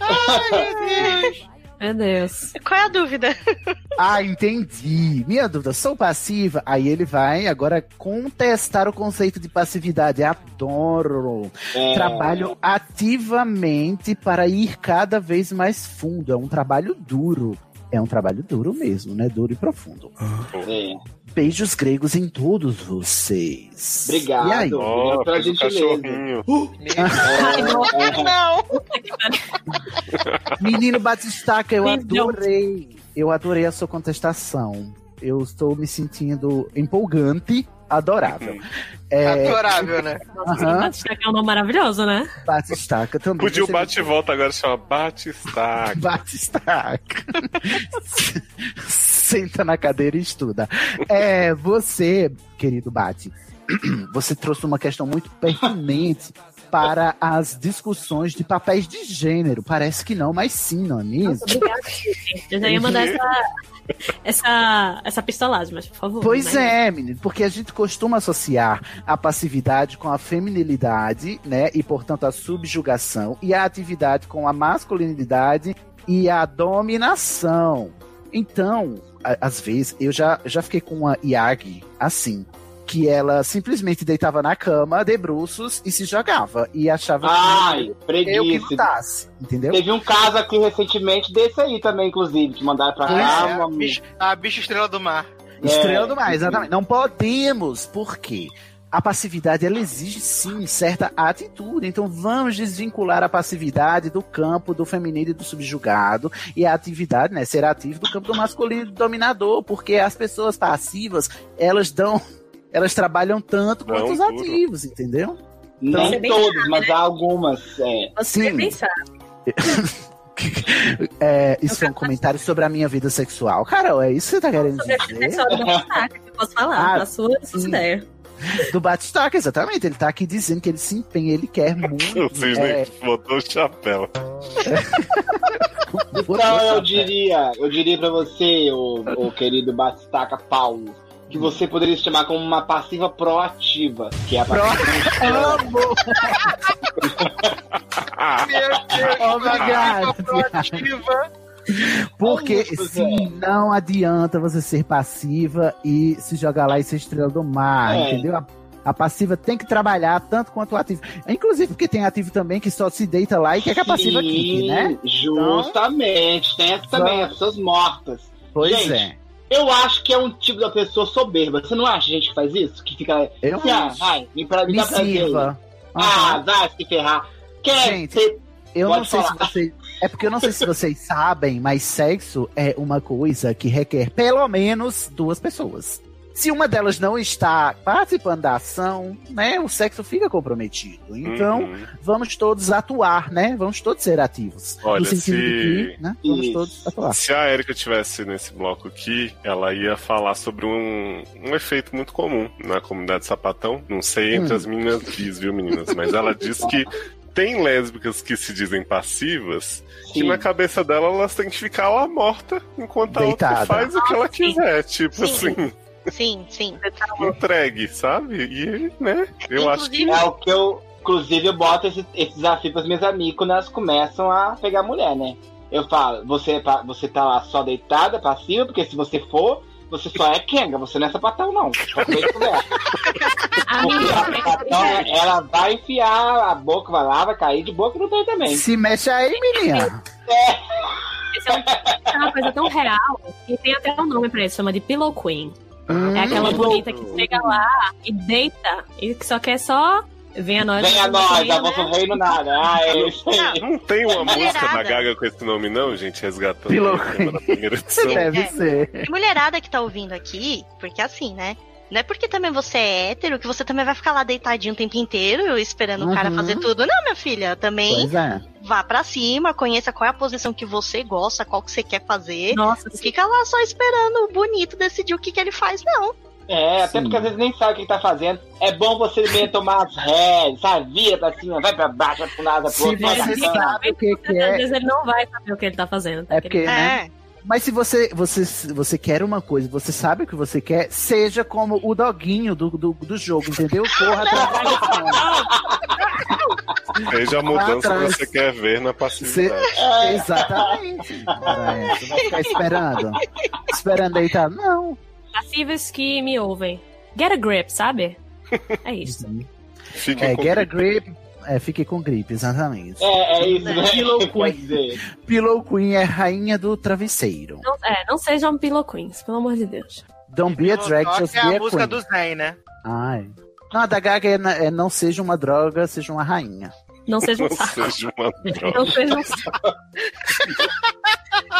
Speaker 8: Ai, meu Deus.
Speaker 3: Meu Deus.
Speaker 8: Qual é a dúvida?
Speaker 9: Ah, entendi. Minha dúvida, sou passiva? Aí ele vai agora contestar o conceito de passividade. Adoro.
Speaker 13: É.
Speaker 9: Trabalho ativamente para ir cada vez mais fundo. É um trabalho duro. É um trabalho duro mesmo, né? Duro e profundo. Beijos gregos em todos vocês.
Speaker 5: Obrigado.
Speaker 9: E aí?
Speaker 5: Obrigado pela gentileza.
Speaker 9: Uh!
Speaker 2: É.
Speaker 8: Não.
Speaker 9: Menino Batistaca, eu
Speaker 13: Please don't.
Speaker 9: adorei. Eu adorei a sua contestação. Eu estou me sentindo empolgante, adorável. É,
Speaker 12: né?
Speaker 9: Aham.
Speaker 3: Batista que é um nome maravilhoso, né?
Speaker 9: Batistaca também.
Speaker 1: Podia o
Speaker 9: Você-
Speaker 1: bate e volta agora chama Batistaca.
Speaker 9: Batistaca. Senta na cadeira e estuda. É, você, querido Bate, você trouxe uma questão muito pertinente para as discussões de papéis de gênero. Parece que não, mas sim, não é mesmo?
Speaker 3: Obrigada, Chique. Eu já ia mandar essa, essa, essa pistolagem, mas por favor.
Speaker 9: Pois
Speaker 3: né?
Speaker 9: é, menino, porque a gente costuma associar a passividade com a feminilidade, né? E, portanto, a subjugação, e a atividade com a masculinidade e a dominação. Então, a- às vezes, eu já, já fiquei com uma Iag assim. Que ela simplesmente deitava na cama, de bruços, e se jogava. E achava
Speaker 5: Ai,
Speaker 9: que eu que
Speaker 5: preguiça.
Speaker 9: lutasse, entendeu?
Speaker 5: Teve um caso aqui recentemente desse aí também, inclusive, que mandaram pra
Speaker 9: Pois
Speaker 5: cá. É.
Speaker 9: é,
Speaker 5: uma-
Speaker 12: Bicho- a bicha estrela do mar.
Speaker 3: É,
Speaker 9: Estreando mais, exatamente. Não podemos, porque a passividade ela exige sim certa atitude. Então vamos desvincular a passividade do campo do feminino e do subjugado e a atividade, né, ser ativo do campo do masculino e do dominador, porque as pessoas passivas, elas dão, elas trabalham tanto
Speaker 5: Dão
Speaker 9: quanto os
Speaker 5: tudo.
Speaker 9: ativos, entendeu?
Speaker 5: Nem
Speaker 3: é
Speaker 9: Então-
Speaker 5: todos,
Speaker 3: né?
Speaker 12: né?
Speaker 5: mas há algumas. É.
Speaker 9: Você nem É, isso foi um comentário sobre a minha vida sexual. Carol, é isso que você tá querendo
Speaker 3: Sobre a vida
Speaker 9: dizer?
Speaker 3: sexual do Batistaca, que eu posso falar,
Speaker 9: Ah,
Speaker 3: da sua, suas ideias.
Speaker 9: Do Batistaca, exatamente. Ele tá aqui dizendo que ele se empenha, ele quer muito.
Speaker 1: O Cisne
Speaker 9: é,
Speaker 1: botou o chapéu.
Speaker 5: Então eu diria, eu diria pra você, o, o querido Bastaca Paulo,
Speaker 9: Hum.
Speaker 5: que você poderia se chamar como uma passiva proativa, que é a passiva.
Speaker 9: Amo! Ah,
Speaker 13: Oh
Speaker 9: my God. Porque sim, não adianta você ser passiva e se jogar lá e ser estrela do mar,
Speaker 13: É.
Speaker 9: entendeu? A, a passiva tem que trabalhar tanto quanto o ativo. Inclusive, porque tem ativo também que só se deita lá e quer que a passiva
Speaker 5: Sim,
Speaker 9: quique, né? Então,
Speaker 5: Justamente, tem essa também, as pessoas mortas.
Speaker 9: Pois
Speaker 5: Gente,
Speaker 9: é.
Speaker 5: Eu acho que é um tipo da pessoa soberba. Você não acha gente que faz isso? Que fica.
Speaker 9: Eu
Speaker 5: ah,
Speaker 9: acho.
Speaker 5: Vai, me, pra, me dá prazer.
Speaker 9: Missiva.
Speaker 5: Ah, vai se ferrar. Quer
Speaker 9: Gente,
Speaker 5: ser-
Speaker 9: Eu
Speaker 5: Pode
Speaker 9: não sei
Speaker 5: falar.
Speaker 9: se vocês. É porque eu não sei se vocês sabem, mas sexo é uma coisa que requer pelo menos duas pessoas. Se uma delas não está participando da ação, né, o sexo fica comprometido. Então,
Speaker 13: Uhum.
Speaker 9: vamos todos atuar, né? Vamos todos ser ativos.
Speaker 1: Olha,
Speaker 9: no sentido
Speaker 1: se-
Speaker 9: de que, né, vamos
Speaker 1: Isso.
Speaker 9: todos atuar.
Speaker 1: Se a Erika tivesse nesse bloco aqui, ela ia falar sobre um, um efeito muito comum na comunidade sapatão. Não sei entre
Speaker 13: Hum.
Speaker 1: as meninas bis, viu, meninas? Mas ela diz que tem lésbicas que se dizem passivas, que
Speaker 13: Sim.
Speaker 1: na cabeça dela elas têm que ficar lá morta enquanto a outra
Speaker 13: Deitada.
Speaker 1: faz o que ela
Speaker 13: Ah, sim.
Speaker 1: quiser. Tipo
Speaker 13: Sim.
Speaker 1: assim,
Speaker 8: Sim, sim.
Speaker 3: tá
Speaker 1: entregue, sabe? E, né? Eu acho que.
Speaker 5: É o que eu. Inclusive, eu boto esse, esse desafio pras minhas amigas quando elas começam a pegar mulher, né? Eu falo, você, é pa- você tá lá só deitada, passiva, porque se você for, você só é Kenga, você não é sapatão, não. Ok? Então, ela vai enfiar a boca, vai lá, vai cair de boca no pé também.
Speaker 9: Se mexe aí, menina.
Speaker 3: Esse é um- é uma coisa tão real que tem até um nome pra isso, chama de Pillow Queen. é
Speaker 9: Ah.
Speaker 3: aquela bonita que chega lá e deita e que só quer só. Vem a nós.
Speaker 5: Venha a nós,
Speaker 3: reino,
Speaker 5: a vossa reino nada. Ah, é isso aí.
Speaker 1: Não tem uma música da
Speaker 8: mulherada.
Speaker 1: Gaga com esse nome, não, gente? Resgatando.
Speaker 9: Pillow
Speaker 8: É.
Speaker 1: o tema da primeira edição.
Speaker 9: Deve ser.
Speaker 8: E mulherada que tá ouvindo aqui, porque assim, né? Não é porque também você é hétero que você também vai ficar lá deitadinho o tempo inteiro esperando o cara
Speaker 13: Uhum.
Speaker 8: fazer tudo. Não, minha filha, também
Speaker 13: Pois é.
Speaker 8: vá pra cima, conheça qual é a posição que você gosta, qual que você quer fazer.
Speaker 3: Nossa,
Speaker 8: não fica lá só esperando o bonito decidir o que, que ele faz, não.
Speaker 5: É, até porque às vezes nem sabe o que ele tá fazendo. É bom você meio tomar as rédeas, sabe? Vira pra cima, vai pra baixo, vai pro nada, pro
Speaker 9: Se
Speaker 5: outro. vai pra
Speaker 9: você
Speaker 5: cama.
Speaker 9: sabe o que, que
Speaker 3: Às
Speaker 9: é.
Speaker 3: vezes ele não vai saber o que ele tá fazendo.
Speaker 9: É porque, né? Mas se você, você, se você quer uma coisa, você sabe o que você quer, seja como o doguinho do, do, do jogo, entendeu? Porra, tá...
Speaker 1: Veja a mudança que
Speaker 9: atrás.
Speaker 1: você quer ver na
Speaker 9: Cê- É,
Speaker 1: passividade.
Speaker 12: Tá
Speaker 9: Exatamente. Cara, é, você vai ficar esperando. Esperando tá? deitar. Não.
Speaker 3: Passivos que me ouvem. Get a grip, sabe? É isso.
Speaker 1: Fique
Speaker 9: É,
Speaker 3: com
Speaker 9: get a grip. É, fique com gripe, exatamente.
Speaker 5: É, é isso, né?
Speaker 9: Pillow
Speaker 5: Que pode dizer.
Speaker 9: Pillow Queen é rainha do travesseiro.
Speaker 3: Não, é, não sejam pillow queens, pelo amor de Deus.
Speaker 9: Don't be a drag, just
Speaker 12: é
Speaker 9: be
Speaker 12: a
Speaker 9: a
Speaker 12: música
Speaker 9: queen.
Speaker 12: do Zen, né?
Speaker 9: Ai. Não, a da Gaga é, na- é não seja uma droga, seja uma rainha.
Speaker 3: Não seja um Não saco. seja Não sejam um saco.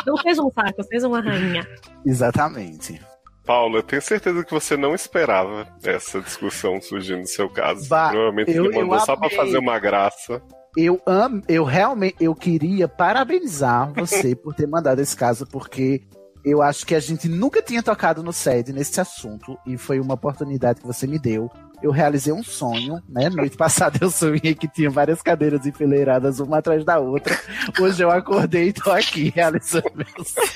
Speaker 3: não sejam um saco, sejam uma rainha.
Speaker 9: Exatamente.
Speaker 1: Paula, eu tenho certeza que você não esperava essa discussão surgindo no seu caso.
Speaker 9: Bah,
Speaker 1: Provavelmente
Speaker 9: eu-
Speaker 1: ele
Speaker 9: eu
Speaker 1: mandou só pra
Speaker 9: amei.
Speaker 1: fazer uma graça.
Speaker 9: Eu amo, eu realmente, eu queria parabenizar você por ter mandado esse caso, porque eu acho que a gente nunca tinha tocado no SED nesse assunto, e foi uma oportunidade que você me deu. Eu realizei um sonho, né? Noite passada eu sonhei que tinha várias cadeiras enfileiradas uma atrás da outra. Hoje eu acordei e tô aqui realizando meu sonho.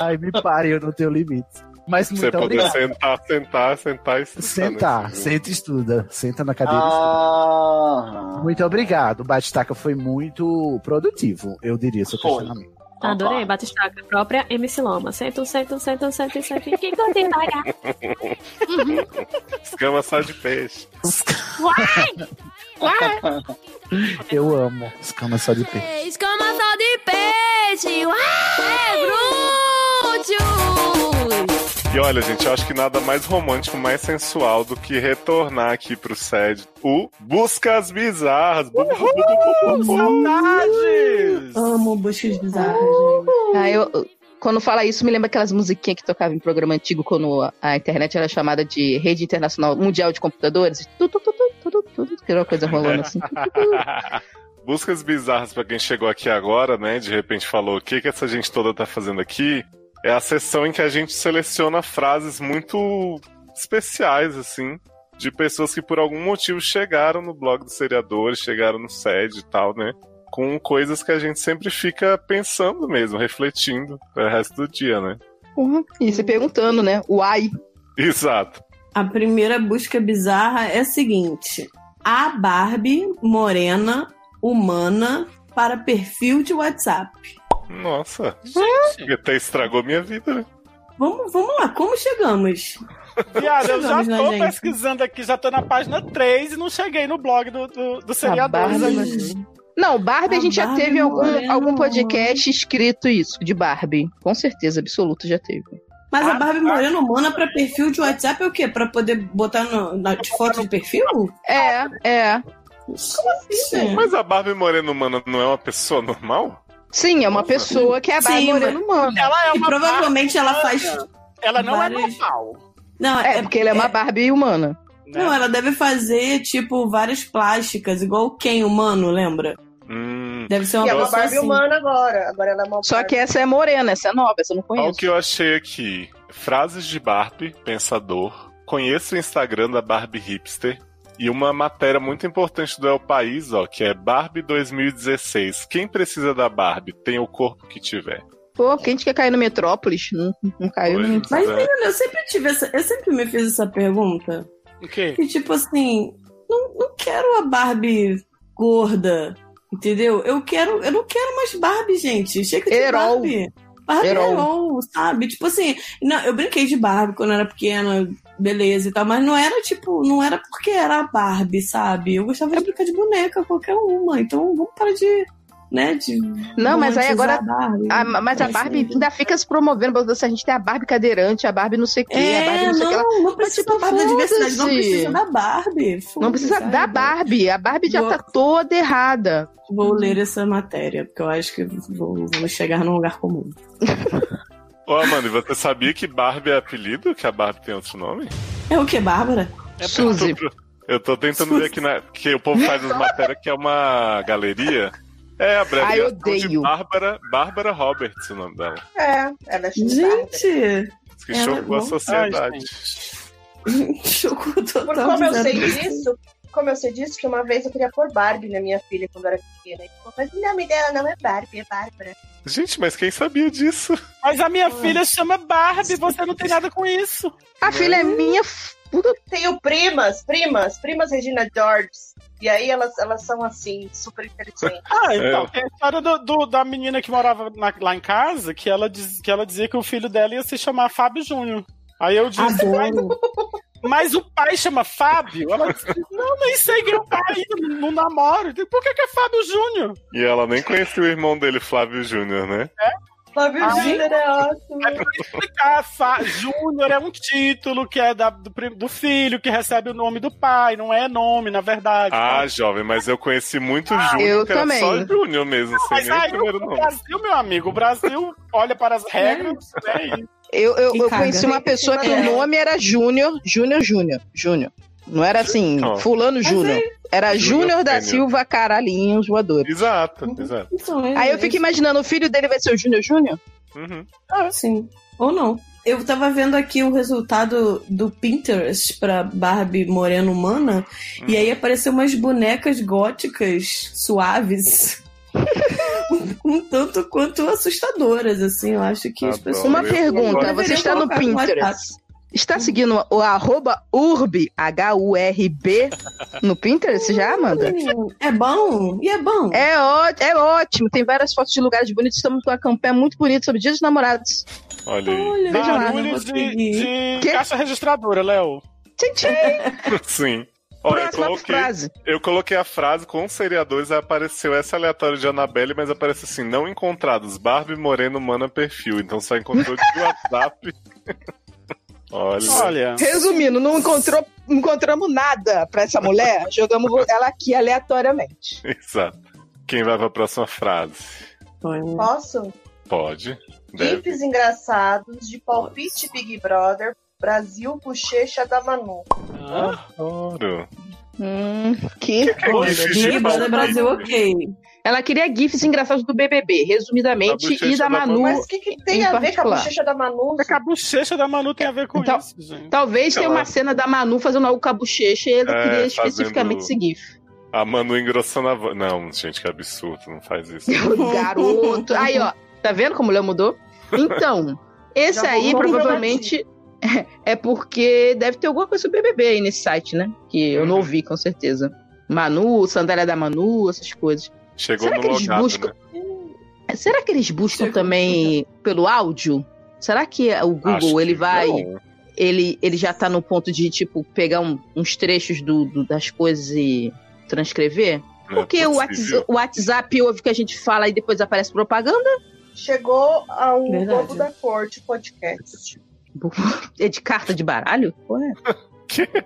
Speaker 9: Ai, me pare, eu não tenho limites. Mas muito
Speaker 1: você poder
Speaker 9: obrigado.
Speaker 1: sentar, sentar, sentar né? e
Speaker 9: Sentar, senta e estuda. Senta na cadeira e
Speaker 1: Ah.
Speaker 9: estuda. Muito obrigado. O bate-taca foi muito produtivo, eu diria, seu questionamento.
Speaker 3: Adorei, Batistaca, própria MC Loma. Senta, senta, senta, senta, senta. Que gostei, Maria.
Speaker 1: Escama só de peixe.
Speaker 3: Uai! Uai!
Speaker 9: Eu amo. Escama só de pé.
Speaker 13: Escama só de peixe. é Ué, glúteos.
Speaker 1: E olha, gente, eu acho que nada mais romântico, mais sensual do que retornar aqui pro SED o Buscas Bizarras. Bu- bu- bu- bu- bu- bu- bu-
Speaker 11: Saudades!
Speaker 2: Amo buchas bizarras.
Speaker 6: Ah, eu, eu- quando fala isso, me lembra aquelas musiquinhas que tocava em programa antigo quando a internet era chamada de Rede Internacional Mundial de Computadores. Tu, tu, tu, tu, tu, tu, tu, que era uma coisa rolando assim.
Speaker 1: Buscas Bizarras, pra quem chegou aqui agora, né, de repente falou o que, que essa gente toda tá fazendo aqui, é a sessão em que a gente seleciona frases muito especiais, assim, de pessoas que por algum motivo chegaram no blog do seriador, chegaram no SED e tal, né, com coisas que a gente sempre fica pensando mesmo, refletindo para o resto do dia, né.
Speaker 6: Porra, E se perguntando, né? Uai.
Speaker 1: Exato.
Speaker 2: A primeira busca bizarra é a seguinte: a Barbie morena humana para perfil de WhatsApp.
Speaker 1: Nossa. Porque Até estragou minha vida, né?
Speaker 2: Vamos, vamos lá, como chegamos?
Speaker 11: Viado, eu já
Speaker 2: Chegamos, né,
Speaker 11: tô
Speaker 2: gente?
Speaker 11: pesquisando aqui, já tô na página 3 e não cheguei no blog do, do,
Speaker 2: Tá
Speaker 11: do seriador.
Speaker 6: Barbie,
Speaker 2: né?
Speaker 11: ainda.
Speaker 6: Não, Barbie a, gente já
Speaker 11: Barbie
Speaker 6: teve algum,
Speaker 11: morena.
Speaker 6: algum podcast escrito isso, de Barbie. Com certeza, absoluta já teve.
Speaker 2: Mas a Barbie morena humana para perfil de WhatsApp é o quê? Para poder botar no, na de foto de perfil?
Speaker 6: É, é.
Speaker 2: assim,
Speaker 1: Mas a Barbie Moreno Humana não é uma pessoa normal?
Speaker 6: Sim, é uma pessoa que é a Barbie
Speaker 2: Sim,
Speaker 6: morena
Speaker 2: mas-
Speaker 6: humana.
Speaker 2: Ela é uma E provavelmente Barbie ela faz humana.
Speaker 11: Ela
Speaker 2: não é
Speaker 11: normal.
Speaker 2: Não,
Speaker 6: é, porque ela é uma Barbie humana.
Speaker 2: Não, ela deve fazer, tipo, várias plásticas, igual o Ken humano, lembra? Deve ser uma
Speaker 14: E é uma
Speaker 2: pessoa
Speaker 14: Barbie
Speaker 2: assim.
Speaker 14: humana agora. Agora ela é uma
Speaker 6: Só
Speaker 14: Barbie.
Speaker 6: que essa é morena, essa é nova, essa eu não
Speaker 1: Olha
Speaker 6: conheço.
Speaker 1: o que eu achei aqui. Frases de Barbie, pensador. Conheça o Instagram da Barbie Hipster. E uma matéria muito importante do El País, ó, que é Barbie 2016. Quem precisa da Barbie tem o corpo que tiver.
Speaker 6: Pô, quem que quer cair no Metrópolis? Não, não caiu. Não.
Speaker 2: Mas,
Speaker 1: É.
Speaker 2: menina, eu sempre tive essa. Eu sempre me fiz essa pergunta.
Speaker 11: O quê?
Speaker 2: Que, tipo assim, não, não quero a Barbie gorda, entendeu? Eu quero. Eu não quero mais Barbie, gente. Chega de
Speaker 6: Herol.
Speaker 2: Barbie. Barbie
Speaker 6: Herol.
Speaker 2: herol, sabe? Tipo assim, não, eu brinquei de Barbie quando eu era pequena, beleza e tal, mas não era tipo, não era porque era a Barbie, sabe? Eu gostava
Speaker 6: É.
Speaker 2: de brincar de boneca, qualquer uma. Então vamos parar de, né, de
Speaker 6: Não, mas aí
Speaker 2: romantizar
Speaker 6: agora.
Speaker 2: a Barbie. né? É
Speaker 6: a- mas a Barbie ainda fica se promovendo. falando assim, A gente tem a Barbie cadeirante, a Barbie não sei o quê, a Barbie É, não sei o que.
Speaker 2: É,
Speaker 6: tipo,
Speaker 2: não, não precisa da Barbie é um da diversidade, não precisa da Barbie.
Speaker 6: Não precisa da Barbie. A Barbie já tá toda errada.
Speaker 2: Vou ler essa matéria, porque eu acho que vou- vamos chegar num lugar comum.
Speaker 1: Ô, Amanda, e você sabia que Barbie é apelido? Que a Barbie tem outro nome?
Speaker 2: É o que, Bárbara?
Speaker 1: É Eu tô tentando ver aqui na, que o povo faz as matérias que é uma galeria. É
Speaker 14: Ai,
Speaker 1: a abreviação de
Speaker 14: odeio.
Speaker 1: Bárbara, Bárbara Roberts, o nome dela.
Speaker 14: É, ela é
Speaker 2: Gente!
Speaker 1: Diz Que
Speaker 2: é
Speaker 1: chocou a sociedade.
Speaker 2: Ah, Chocou
Speaker 14: Por
Speaker 2: total.
Speaker 14: como eu
Speaker 2: Tá dizendo
Speaker 14: sei
Speaker 2: isso.
Speaker 14: disso, como eu sei disso, que uma vez eu queria pôr Barbie na minha filha quando eu era pequena. E ficou, mas o nome dela não é Barbie, é Bárbara.
Speaker 1: Gente, mas quem sabia disso?
Speaker 11: Mas a minha
Speaker 2: Ah.
Speaker 11: filha chama Barbie, você não tem nada com isso.
Speaker 14: A
Speaker 1: filha
Speaker 2: Hum.
Speaker 14: é minha. Tenho primas, primas, primas Regina Georges. E aí elas, elas são assim, super inteligentes.
Speaker 11: Ah, então, tem a história do, do- da menina que morava na- lá em casa, que ela, diz, que ela dizia que o filho dela ia se chamar Fábio Júnior. Aí eu disse, mas, mas o pai chama Fábio? Ela disse, não, nem sei quem é o pai, ainda, não, não namoro. Eu digo, Por que, que é Fábio Júnior?
Speaker 1: E ela nem conhecia o irmão dele, Flávio Júnior, né?
Speaker 11: É,
Speaker 14: Fábio
Speaker 11: Júnior
Speaker 14: é ótimo.
Speaker 11: É pra explicar, Fá- Júnior é um título que é da- do, prim- do filho, que recebe o nome do pai, não é nome, na verdade.
Speaker 1: Ah, jovem, mas eu conheci muito
Speaker 11: tá. Ah,
Speaker 1: Júnior,
Speaker 11: eu
Speaker 1: que era
Speaker 11: também.
Speaker 1: só Júnior mesmo,
Speaker 11: Não,
Speaker 1: sem
Speaker 11: mas
Speaker 1: nem o
Speaker 11: aí
Speaker 1: primeiro
Speaker 11: o
Speaker 1: nome.
Speaker 11: Brasil, meu amigo, o Brasil olha para as regras, né? e-
Speaker 6: Eu, eu, eu
Speaker 11: caga.
Speaker 6: conheci uma pessoa que o
Speaker 11: É.
Speaker 6: nome era Júnior, Júnior, Júnior, Júnior. Não era assim,
Speaker 1: Então.
Speaker 6: fulano
Speaker 1: Mas
Speaker 2: é
Speaker 6: Júnior.
Speaker 1: aí-
Speaker 6: Era
Speaker 1: Júnior
Speaker 6: Júnior da
Speaker 1: Sênior.
Speaker 6: Silva Caralhinhos Voadores.
Speaker 2: Uhum.
Speaker 1: Exato, exato.
Speaker 14: Então, é
Speaker 6: Aí eu fico imaginando, o filho dele vai ser o Júnior Júnior?
Speaker 2: Ah, sim. Ou não. Eu tava vendo aqui o resultado do Pinterest pra Barbie Morena Humana, e aí apareceu umas bonecas góticas suaves. um, um tanto quanto assustadoras, assim. Eu acho que as pessoas.
Speaker 6: Uma pergunta, você está no
Speaker 2: Deveriam colocar
Speaker 6: Pinterest? Está seguindo o arroba urb, H-U-R-B, no Pinterest já, Amanda?
Speaker 2: É bom, e é bom.
Speaker 6: É, ó, é ótimo, tem várias fotos de lugares bonitos, estamos com a campanha muito bonita sobre Dia dos Namorados.
Speaker 1: Olha
Speaker 6: Olha,
Speaker 1: aí.
Speaker 6: Veja lá,
Speaker 11: Barulho
Speaker 6: não vou
Speaker 11: de,
Speaker 6: seguir.
Speaker 11: de caixa registradora, Léo.
Speaker 6: Tchim, tchim.
Speaker 1: Sim. Olha, eu
Speaker 6: Próxima
Speaker 1: coloquei,
Speaker 6: frase.
Speaker 1: eu coloquei a frase com os seriadores, aí apareceu essa aleatória de Annabelle, mas aparece assim, não encontrados, Barbie Moreno Mana Perfil, então só encontrou de WhatsApp. Olha.
Speaker 6: Resumindo, não, encontrou, não encontramos nada pra essa mulher, jogamos ela aqui aleatoriamente.
Speaker 1: Exato. Quem vai pra próxima frase?
Speaker 14: Posso?
Speaker 1: Pode. Deve.
Speaker 14: Clipes engraçados de palpite Big Brother, Brasil, bochecha da Manu.
Speaker 2: Ah.
Speaker 1: Adoro.
Speaker 6: Hum, que
Speaker 1: que é
Speaker 6: coisa.
Speaker 1: GIF de Big Brother palpite? Brasil,
Speaker 6: ok. Ela queria gifs engraçados do BBB, resumidamente, e da Manu.
Speaker 14: Mas o que, que tem
Speaker 6: em
Speaker 14: a ver com a
Speaker 6: particular. Então,
Speaker 14: bochecha da Manu?
Speaker 11: É A bochecha da Manu tem a ver com isso, gente.
Speaker 6: Talvez tenha uma
Speaker 1: Ela-
Speaker 6: cena da Manu fazendo algo com a bochecha e ela
Speaker 1: É,
Speaker 6: queria
Speaker 1: fazendo-
Speaker 6: especificamente esse gif.
Speaker 1: A Manu engrossando a voz. Não, gente, que absurdo, não faz isso.
Speaker 6: Garoto. Aí, ó, tá vendo como o Léo mudou? Então, esse
Speaker 13: Já
Speaker 6: aí
Speaker 13: mudou
Speaker 6: provavelmente é porque deve ter alguma coisa sobre BBB aí nesse site, né? Que eu não ouvi, com certeza. Manu, sandália da Manu, essas coisas.
Speaker 1: Chegou
Speaker 6: Será
Speaker 1: no
Speaker 6: que eles
Speaker 1: logado,
Speaker 6: buscam- É,
Speaker 1: né?
Speaker 6: Será que eles buscam também pelo áudio? Será que o Google
Speaker 13: Acho
Speaker 6: ele
Speaker 13: que
Speaker 6: vai.
Speaker 13: não.
Speaker 6: Ele, ele já tá no ponto de, tipo, pegar um- uns trechos do, do- das coisas e
Speaker 13: Não
Speaker 6: transcrever?
Speaker 13: é
Speaker 6: Porque o,
Speaker 13: possível.
Speaker 6: Whats- o WhatsApp ouve que a gente fala e depois aparece propaganda?
Speaker 14: Chegou ao
Speaker 6: Verdade.
Speaker 14: Globo da Corte podcast.
Speaker 6: É de carta de baralho? é. Ué.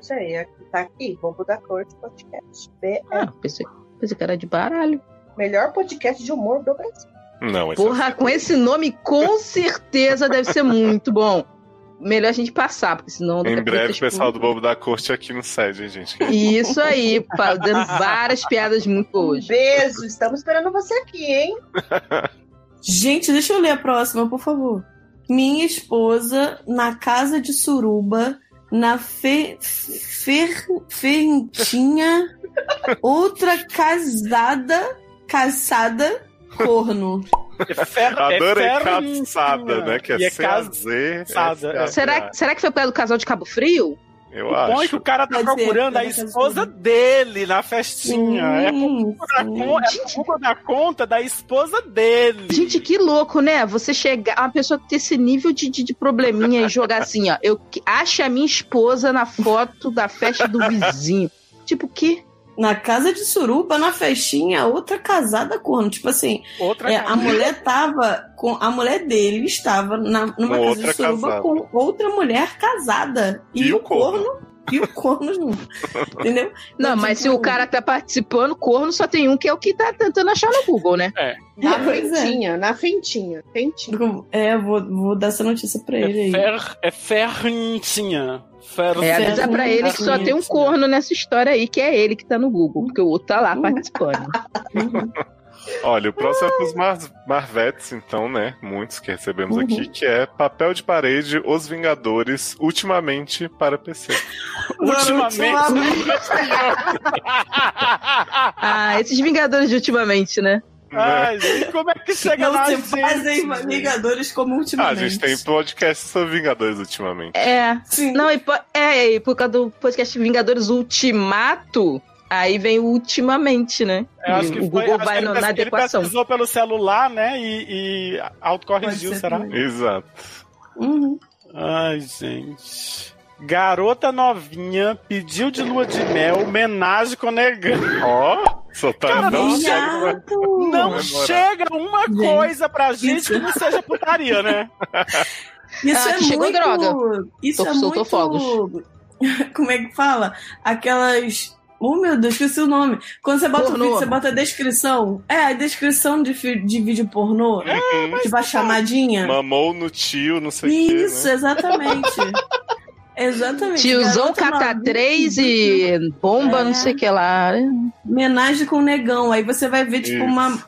Speaker 14: Isso aí, aqui- tá aqui, Globo da Corte podcast. é BR.
Speaker 6: Ah, pensei, pensei que era de baralho.
Speaker 14: Melhor podcast de humor do Brasil.
Speaker 1: Não, esse
Speaker 6: Porra, com esse nome, com certeza deve ser muito bom. Melhor a gente passar, porque senão. daqui a
Speaker 1: Em
Speaker 6: pouco
Speaker 1: breve, o
Speaker 6: tá
Speaker 1: pessoal do Bobo da Corte aqui no sede, hein, gente?
Speaker 6: Isso aí, fazendo várias piadas muito boas.
Speaker 14: um Beijo, estamos esperando você aqui, hein?
Speaker 2: Gente, deixa eu ler a próxima, por favor. Minha esposa na casa de suruba, na fe, fer, fentinha, outra casada, caçada, corno.
Speaker 1: Adorei
Speaker 11: é ferro-
Speaker 1: caçada, né? Que
Speaker 11: E
Speaker 1: é,
Speaker 11: é
Speaker 1: CAZ.
Speaker 11: caçada, é.
Speaker 6: Será, será que foi por causa do casal de Cabo Frio?
Speaker 1: Eu
Speaker 11: O bom é que o cara tá procurando a esposa dele na festinha. É por
Speaker 6: Hum,
Speaker 11: conta, é por da conta da esposa dele.
Speaker 6: Gente, que louco, né? Você chegar, uma pessoa ter esse nível de, de, de probleminha e jogar assim, ó. Eu que- acho a minha esposa na foto da festa do vizinho. Tipo, que?
Speaker 2: Na casa de suruba, na festinha, outra casada corno. Tipo assim,
Speaker 11: Outra
Speaker 2: é,
Speaker 11: casada.
Speaker 2: a mulher tava com. A mulher dele estava na, numa
Speaker 1: Com
Speaker 2: casa
Speaker 1: outra
Speaker 2: de suruba
Speaker 1: casada.
Speaker 2: com outra mulher casada. E, o corno, E o corno não. Entendeu?
Speaker 6: Não, mas se o cara tá participando, corno só tem um, que é o que tá tentando achar no Google, né?
Speaker 11: É.
Speaker 15: Na fentinha, na fentinha. Fentinha.
Speaker 2: É, vou, vou dar essa notícia pra ele aí.
Speaker 11: Fer, é ferrintinha. Fer,
Speaker 6: É, avisa pra ele que só tem um corno nessa história aí, que é ele que tá no Google, porque o outro tá lá participando.
Speaker 1: Olha, o próximo é pros Mar Marvettes, então, né? Muitos que recebemos
Speaker 6: Uhum.
Speaker 1: aqui, que é Papel de Parede, Os Vingadores, ultimamente para PC.
Speaker 13: Ultimamente.
Speaker 6: ah, esses Vingadores de ultimamente, né?
Speaker 11: Ai, gente, como é que chega lá,
Speaker 2: Não se
Speaker 11: gente?
Speaker 2: fazem Vingadores como
Speaker 1: Ah, a
Speaker 2: ultimamente.
Speaker 1: gente tem podcast sobre Vingadores ultimamente.
Speaker 6: É. Não, e, po- é, e por causa do podcast Vingadores Ultimato, aí vem o ultimamente, né?
Speaker 11: Eu É, acho que
Speaker 6: o
Speaker 11: foi-
Speaker 6: Google
Speaker 11: acho
Speaker 6: vai
Speaker 11: que
Speaker 6: no-
Speaker 11: ele, tá
Speaker 6: na
Speaker 11: pes- ele
Speaker 6: adequação.
Speaker 11: pesquisou pelo celular, né? E, e autocorrigiu, será?
Speaker 1: Exato.
Speaker 2: Uhum.
Speaker 11: Ai, gente. Garota novinha pediu de lua de mel homenagem com negão.
Speaker 1: Ó, só tá
Speaker 11: Cara,
Speaker 1: não
Speaker 11: não,
Speaker 1: chega-
Speaker 11: chega, não
Speaker 1: Comemorar.
Speaker 11: chega uma coisa pra gente que não seja putaria, né?
Speaker 2: Isso
Speaker 11: Ah,
Speaker 2: é
Speaker 11: que chegou
Speaker 2: muito...
Speaker 11: droga.
Speaker 2: Isso
Speaker 11: Sol-
Speaker 2: é
Speaker 11: soltou
Speaker 2: muito...
Speaker 11: fogos.
Speaker 2: Como é que fala? Aquelas... Oh, meu Deus, esqueci o nome. Quando você bota
Speaker 13: Pornô.
Speaker 2: o vídeo, você bota a descrição. É, a descrição de, fi- de vídeo pornô. tipo a chamadinha.
Speaker 1: Uhum. Mamou no tio, não sei o né? que.
Speaker 2: Isso, exatamente. exatamente.
Speaker 6: Tiozão
Speaker 2: Garota
Speaker 6: cata
Speaker 2: novinha.
Speaker 6: 3
Speaker 2: um
Speaker 6: e bomba, não sei o que lá.
Speaker 2: É. Homenagem com negão. Aí você vai ver, tipo,
Speaker 6: Isso.
Speaker 2: uma.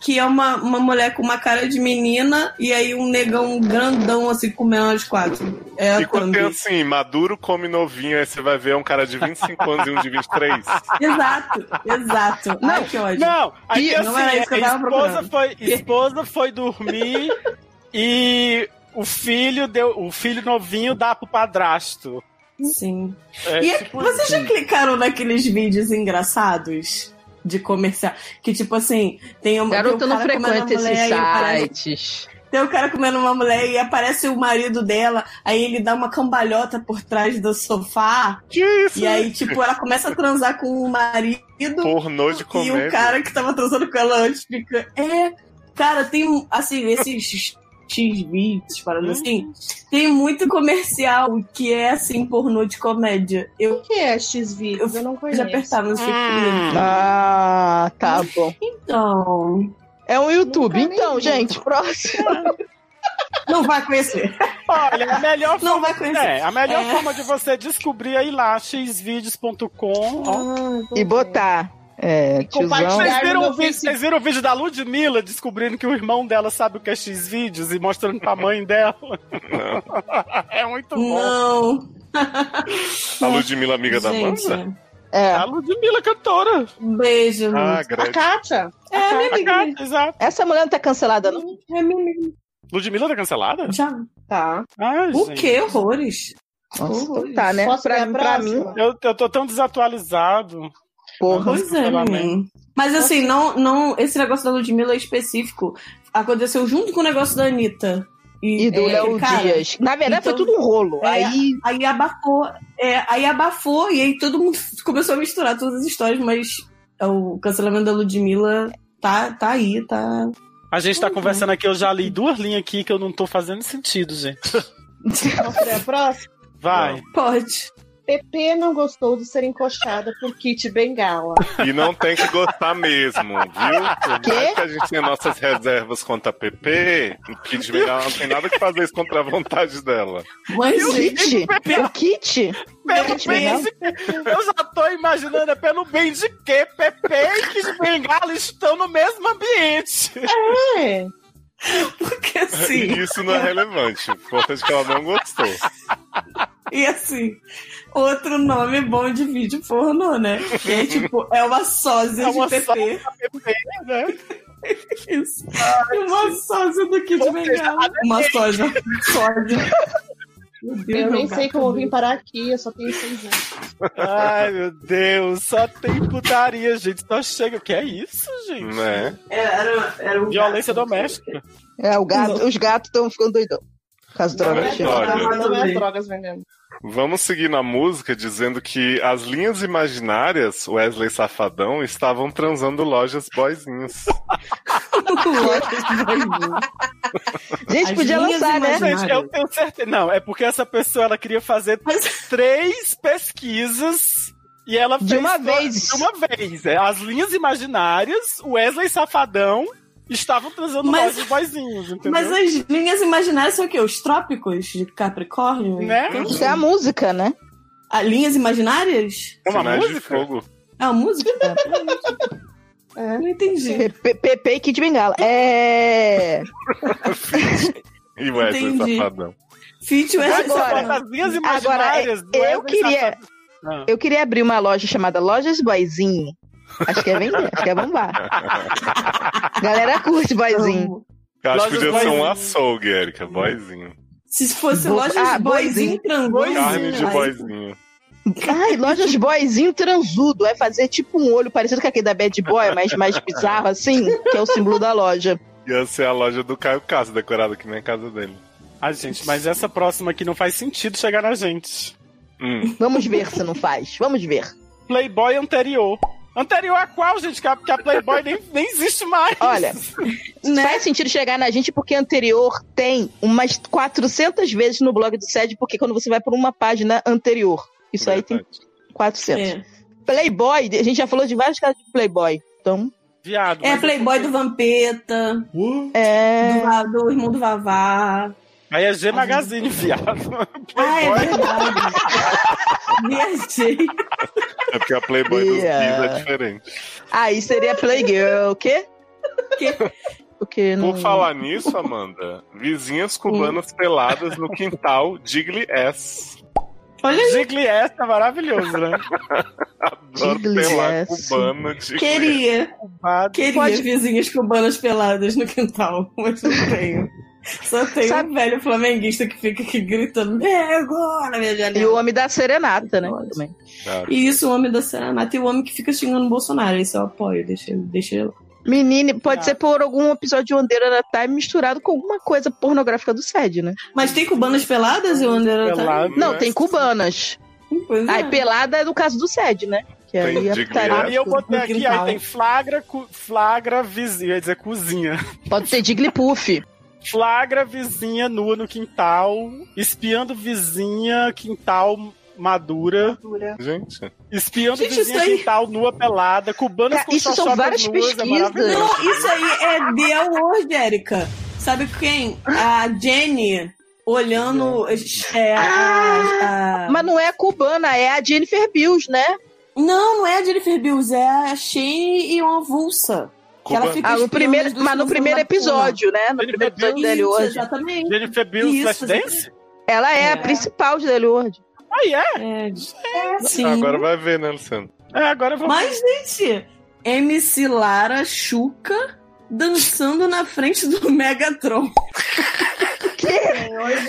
Speaker 2: Que é uma, uma mulher com uma cara de menina e aí um negão grandão, assim, com menor de quatro. É a
Speaker 1: E quando tem
Speaker 2: thumb.
Speaker 1: assim, maduro come novinho, aí você vai ver um cara de 25 anos e um de 23.
Speaker 2: Exato, exato. Não, Ai, que ódio.
Speaker 11: Não, aí assim,
Speaker 2: não era isso que eu
Speaker 11: a
Speaker 2: tava
Speaker 11: esposa
Speaker 2: procurando.
Speaker 11: foi, esposa foi dormir e o filho deu, o filho novinho dá pro padrasto.
Speaker 2: Sim.
Speaker 11: É,
Speaker 2: e é-
Speaker 11: tipo
Speaker 2: vocês já
Speaker 11: assim.
Speaker 2: clicaram naqueles vídeos engraçados de comercial? Que tipo assim, tem uma.
Speaker 6: Garota
Speaker 2: tem um
Speaker 6: não
Speaker 2: cara comendo
Speaker 6: frequenta
Speaker 2: uma mulher
Speaker 6: esses
Speaker 2: e aparece-
Speaker 6: sites.
Speaker 2: Tem o cara comendo uma mulher e aparece o marido dela, aí ele dá uma cambalhota por trás do sofá.
Speaker 1: Que isso?
Speaker 2: E aí, tipo, ela começa a transar com o marido.
Speaker 1: Pornô de
Speaker 2: E
Speaker 1: comédia.
Speaker 2: o cara que tava transando com ela antes fica. É. Cara, tem um. Assim, esses X-Vídeos, falando assim. Tem muito comercial que é, assim, pornô de comédia. Eu, o que é X-Vídeos? Eu, não conheço. Já apertava no seu
Speaker 6: Ah, tá bom.
Speaker 2: Então.
Speaker 6: É um YouTube. Então, gente, próximo.
Speaker 2: Não vai conhecer.
Speaker 11: Olha, a melhor
Speaker 2: Não
Speaker 11: forma,
Speaker 2: vai conhecer.
Speaker 11: é, a melhor
Speaker 2: É.
Speaker 11: forma de você descobrir é ir lá, xvideos.com.
Speaker 2: Ah,
Speaker 11: ó.
Speaker 6: E
Speaker 2: Uhum.
Speaker 6: botar. É, tiozão.
Speaker 11: Vocês viram, o vídeo, vocês viram o vídeo da Ludmilla descobrindo que o irmão dela sabe o que é X-Vídeos e mostrando pra mãe dela?
Speaker 1: né?
Speaker 11: é muito bom.
Speaker 2: Não.
Speaker 1: A Ludmilla, amiga da
Speaker 11: Gente.
Speaker 1: Mansa.
Speaker 6: É.
Speaker 11: A Ludmilla, cantora.
Speaker 2: Um Beijo,
Speaker 1: Ah, Lud. grande. A
Speaker 6: Kátia.
Speaker 2: É, a minha amiga.
Speaker 11: exato.
Speaker 6: Essa mulher não tá cancelada, não?
Speaker 2: É minha amiga.
Speaker 11: Ludmilla tá cancelada?
Speaker 2: Já.
Speaker 15: Tá.
Speaker 2: o
Speaker 11: Ah, gente.
Speaker 2: que? Horrores.
Speaker 6: Nossa, então tá, né? Posso Pra- ver a pra próxima? mim-
Speaker 11: Eu, eu tô tão desatualizado. né?
Speaker 6: Porra. né?
Speaker 2: Pois é, menino. Mas assim, não, não, esse negócio da Ludmilla é específico aconteceu junto com o negócio da Anitta. E, é,
Speaker 6: E do Léo É, um Dias. Na verdade,
Speaker 2: Então,
Speaker 6: foi tudo um rolo. Aí-
Speaker 2: aí abafou. é, aí abafou e aí todo mundo começou a misturar todas as histórias, mas o cancelamento da Ludmilla tá, tá aí, tá.
Speaker 11: A gente tá conversando aqui, eu já li duas linhas aqui que eu não tô fazendo sentido, gente.
Speaker 15: Próximo.
Speaker 11: Vai.
Speaker 2: Pode.
Speaker 15: Pepe não gostou de ser encoxada por Kit Bengala.
Speaker 1: E não tem que gostar mesmo, viu? Por mais que a gente tenha nossas reservas contra a PP, o Kid Miguel não tem nada que fazer isso contra a vontade dela.
Speaker 2: Mas,
Speaker 6: Kit? O Kit?
Speaker 11: Pelo
Speaker 6: Kit
Speaker 11: bem
Speaker 6: Bengala?
Speaker 11: de... Eu já tô imaginando, é pelo bem de que Pepe e Kid Bengala estão no mesmo ambiente.
Speaker 15: É.
Speaker 2: Porque assim.
Speaker 1: Isso não é relevante. O importante é que ela não gostou.
Speaker 2: E assim, outro nome bom de vídeo pornô, né? Que é tipo, é uma sósia
Speaker 13: É uma
Speaker 2: de PP. Isso. E uma sósia do Kid Bengala. Uma sósia. sósia.
Speaker 15: Eu nem sei como eu vim parar aqui, eu só tenho seis anos.
Speaker 11: Ai, meu Deus, só tem putaria, gente. Só chega. Que é isso, gente?
Speaker 1: Né?
Speaker 2: Era, era um
Speaker 11: Violência doméstica.
Speaker 6: É, o gato, os gatos estão ficando doidão. Por causa do droga.
Speaker 1: Olha.
Speaker 15: Não é drogas vendendo.
Speaker 1: Vamos seguir na música dizendo que as linhas imaginárias, Wesley Safadão, estavam transando lojas boyzinhos.
Speaker 6: Gente, podia lançar, né?
Speaker 11: Gente, é eu tenho certeza. Não, é porque essa pessoa ela queria fazer três pesquisas. E ela fez
Speaker 6: De uma
Speaker 11: só-
Speaker 6: vez.
Speaker 11: De uma vez. é. As linhas imaginárias, o Wesley Safadão estavam transando
Speaker 2: Mas-
Speaker 11: mais os boizinhos, entendeu?
Speaker 2: Mas as linhas imaginárias são o quê? Os trópicos de Capricórnio?
Speaker 11: Né?
Speaker 6: Isso é a música, né?
Speaker 2: Ah, linhas imaginárias?
Speaker 1: É uma música? de fogo.
Speaker 2: É uma música?
Speaker 6: É.
Speaker 2: É. Não entendi.
Speaker 6: Pepe e Kid Bengala. É.
Speaker 1: E Wesley
Speaker 6: Entendi.
Speaker 1: Safadão.
Speaker 2: Fit
Speaker 11: Essas
Speaker 6: né? Agora,
Speaker 11: fantasias
Speaker 6: agora
Speaker 11: imaginárias do
Speaker 6: eu
Speaker 11: Wesley
Speaker 6: queria.
Speaker 11: Safadão. Ah.
Speaker 6: Eu queria abrir uma loja chamada Lojas Boizinho. Acho que é vender, acho que é bombar. Galera curte Boizinho.
Speaker 1: Eu acho que
Speaker 6: Lojas
Speaker 1: podia ser um
Speaker 6: boyzinho.
Speaker 1: açougue, Erika. Boyzinho.
Speaker 2: Se fosse
Speaker 6: Bo-
Speaker 2: lojas
Speaker 6: ah,
Speaker 2: boizinho,
Speaker 6: boizinho.
Speaker 2: trangozinho.
Speaker 11: é,
Speaker 1: Carne de
Speaker 2: aí-
Speaker 1: boyzinho.
Speaker 6: Ai, lojas boyzinho transudo. Vai fazer tipo um olho parecido com aquele da Bad Boy, mas mais bizarro assim, que é o símbolo da loja.
Speaker 1: Ia ser a loja do Caio Castro, decorada aqui na casa dele.
Speaker 11: Ah, gente, mas essa próxima aqui não faz sentido chegar na gente.
Speaker 6: Vamos ver se não faz. Vamos ver.
Speaker 11: Playboy anterior. Anterior a qual, gente? Que a, que a Playboy nem, nem existe mais.
Speaker 6: Olha, faz sentido chegar na gente porque anterior tem umas 400 vezes no blog do SED, porque quando você vai por uma página anterior, isso aí tem 400.
Speaker 2: É.
Speaker 6: Playboy, a gente já falou de vários casos de Playboy. Então,
Speaker 11: Viado. né?
Speaker 2: É Playboy do Vampeta.
Speaker 6: É.
Speaker 2: Do, Va- do irmão do Vavá.
Speaker 11: Aí é G Magazine, viado.
Speaker 2: Ah, é verdade. Viajei.
Speaker 1: É porque a Playboy dos
Speaker 6: Yeah.
Speaker 1: Kids é diferente.
Speaker 6: aí seria Playgirl, o quê? O quê? Não...
Speaker 1: Por falar nisso, Amanda, vizinhas cubanas peladas no quintal Digli S.
Speaker 2: Olha
Speaker 11: Jiggly S tá maravilhoso, né?
Speaker 1: Adoro
Speaker 11: Digli
Speaker 1: pelar
Speaker 11: S.
Speaker 1: cubana Digli S.
Speaker 2: Queria. Queria
Speaker 1: Pode-
Speaker 2: vizinhas cubanas peladas no quintal, mas não tenho. Só tem um velho flamenguista que fica aqui gritando, é agora, minha janela.
Speaker 6: E o homem da serenata, né? Também.
Speaker 2: E isso, o homem da Serenata e o homem que fica xingando o Bolsonaro. Isso eu apoio, deixa, deixa ele lá.
Speaker 6: Menine, pode ser por algum episódio de Wanderer da Time misturado com alguma coisa pornográfica do SED, né?
Speaker 2: Mas tem cubanas peladas e Wanderer tá? Time? Peladas.
Speaker 6: Não, tem cubanas.
Speaker 2: Pois é.
Speaker 6: Aí pelada é no caso do SED, né? Que aí aptaria
Speaker 11: Aí eu
Speaker 6: tudo.
Speaker 11: botei aqui, aí tem flagra, cu- flagra vizinha, ia dizer cozinha.
Speaker 6: Pode ser Jigglypuff.
Speaker 11: Flagra vizinha nua no quintal, espiando vizinha, quintal madura.
Speaker 1: Gente.
Speaker 11: Espiando
Speaker 2: Gente,
Speaker 11: vizinha,
Speaker 2: isso aí-
Speaker 11: quintal nua pelada,
Speaker 6: É,
Speaker 11: cubanas com
Speaker 2: isso são
Speaker 11: xoxotas
Speaker 2: várias
Speaker 11: nuas, é
Speaker 2: pesquisas.
Speaker 11: maravilhoso.
Speaker 2: Não, isso aí é The World, Erika. Sabe quem? A Jenny olhando. É, a, a-
Speaker 6: Mas não é a cubana, é a Jennifer Bills, né?
Speaker 2: Não, não é a Jennifer Bills, é a Shane e uma vulsa. Que ela fica
Speaker 6: Ah, no
Speaker 2: espiando
Speaker 6: primeiro,
Speaker 2: as duas
Speaker 6: mas no
Speaker 2: pessoas
Speaker 6: primeiro
Speaker 2: na cama.
Speaker 6: episódio, né? No primeiro episódio da Ellie
Speaker 2: Isso,
Speaker 6: Ward.
Speaker 2: Exatamente.
Speaker 11: Jennifer Bills,
Speaker 2: Isso,
Speaker 11: Flashdance?
Speaker 6: Ela é, a principal de Daily World.
Speaker 11: Aí é.
Speaker 2: É, sim.
Speaker 1: Ah, agora vai ver, né, Luciano?
Speaker 11: É, agora eu vou.
Speaker 2: Mas, gente, MC Lara Chuca dançando na frente do Megatron.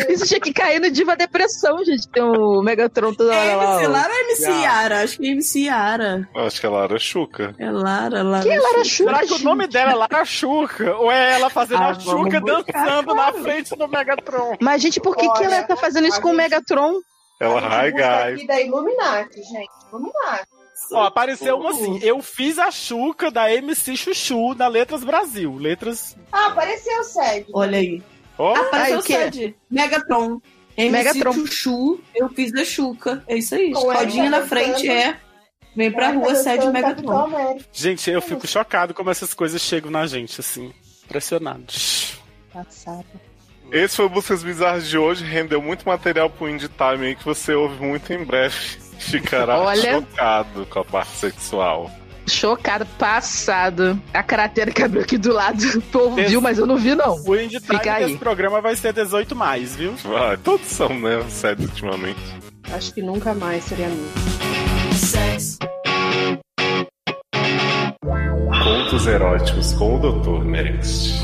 Speaker 6: Isso tinha que cair no Diva Depressão, gente. Tem o Megatron toda hora lá.
Speaker 2: MC
Speaker 6: ó.
Speaker 2: Lara ou MC Yara? Acho que é MC Yara.
Speaker 1: Eu acho que ela era Chuca.
Speaker 2: É Lara, Lara.
Speaker 6: Quem é Lara Chuca,
Speaker 11: Será que o nome dela é Lara Chuca? Ou é ela fazendo
Speaker 2: Ah,
Speaker 11: a
Speaker 2: vamos
Speaker 11: Chuca
Speaker 2: buscar,
Speaker 11: dançando na frente do Megatron?
Speaker 6: Mas, gente, por que, que ela tá fazendo isso com o Megatron?
Speaker 1: Ela, hi guys.
Speaker 14: Aqui da Illuminati, gente. Vamos lá.
Speaker 11: Ó, apareceu uma assim. Eu fiz a Chuca da MC Chuchu na Letras Brasil. Letras.
Speaker 14: Ah, apareceu o né? Sérgio.
Speaker 2: Olha aí.
Speaker 11: Ó,
Speaker 2: Apareceu
Speaker 6: Ai,
Speaker 2: o
Speaker 6: o quê?
Speaker 2: Sede. Megatron. MC
Speaker 6: Megatron.
Speaker 2: Chuchu, eu fiz a Chuca. É isso aí.
Speaker 14: Ué,
Speaker 2: Rodinha na
Speaker 14: tá
Speaker 2: frente
Speaker 14: dançando. tá
Speaker 2: é. Vem pra rua, sede Megatron.
Speaker 14: é?
Speaker 11: Gente, eu fico chocado como essas coisas chegam na gente, assim. Impressionados.
Speaker 6: Passado.
Speaker 1: Esse foi o Buscas Bizarras de hoje. Rendeu muito material pro Indie Time aí que você ouve muito em breve. Ficará
Speaker 6: Olha.
Speaker 1: chocado com a parte sexual.
Speaker 6: Chocado, passado. A cratera que abriu aqui do lado. O povo
Speaker 11: Des-
Speaker 6: viu, mas eu não vi, não.
Speaker 11: O Indie Time
Speaker 6: Fica
Speaker 11: desse
Speaker 6: aí.
Speaker 11: programa vai ser 18 mais, viu?
Speaker 1: Ah, todos são, né? Sério, ultimamente.
Speaker 15: Acho que nunca mais seria amigo.
Speaker 1: Contos eróticos com o Dr. Next.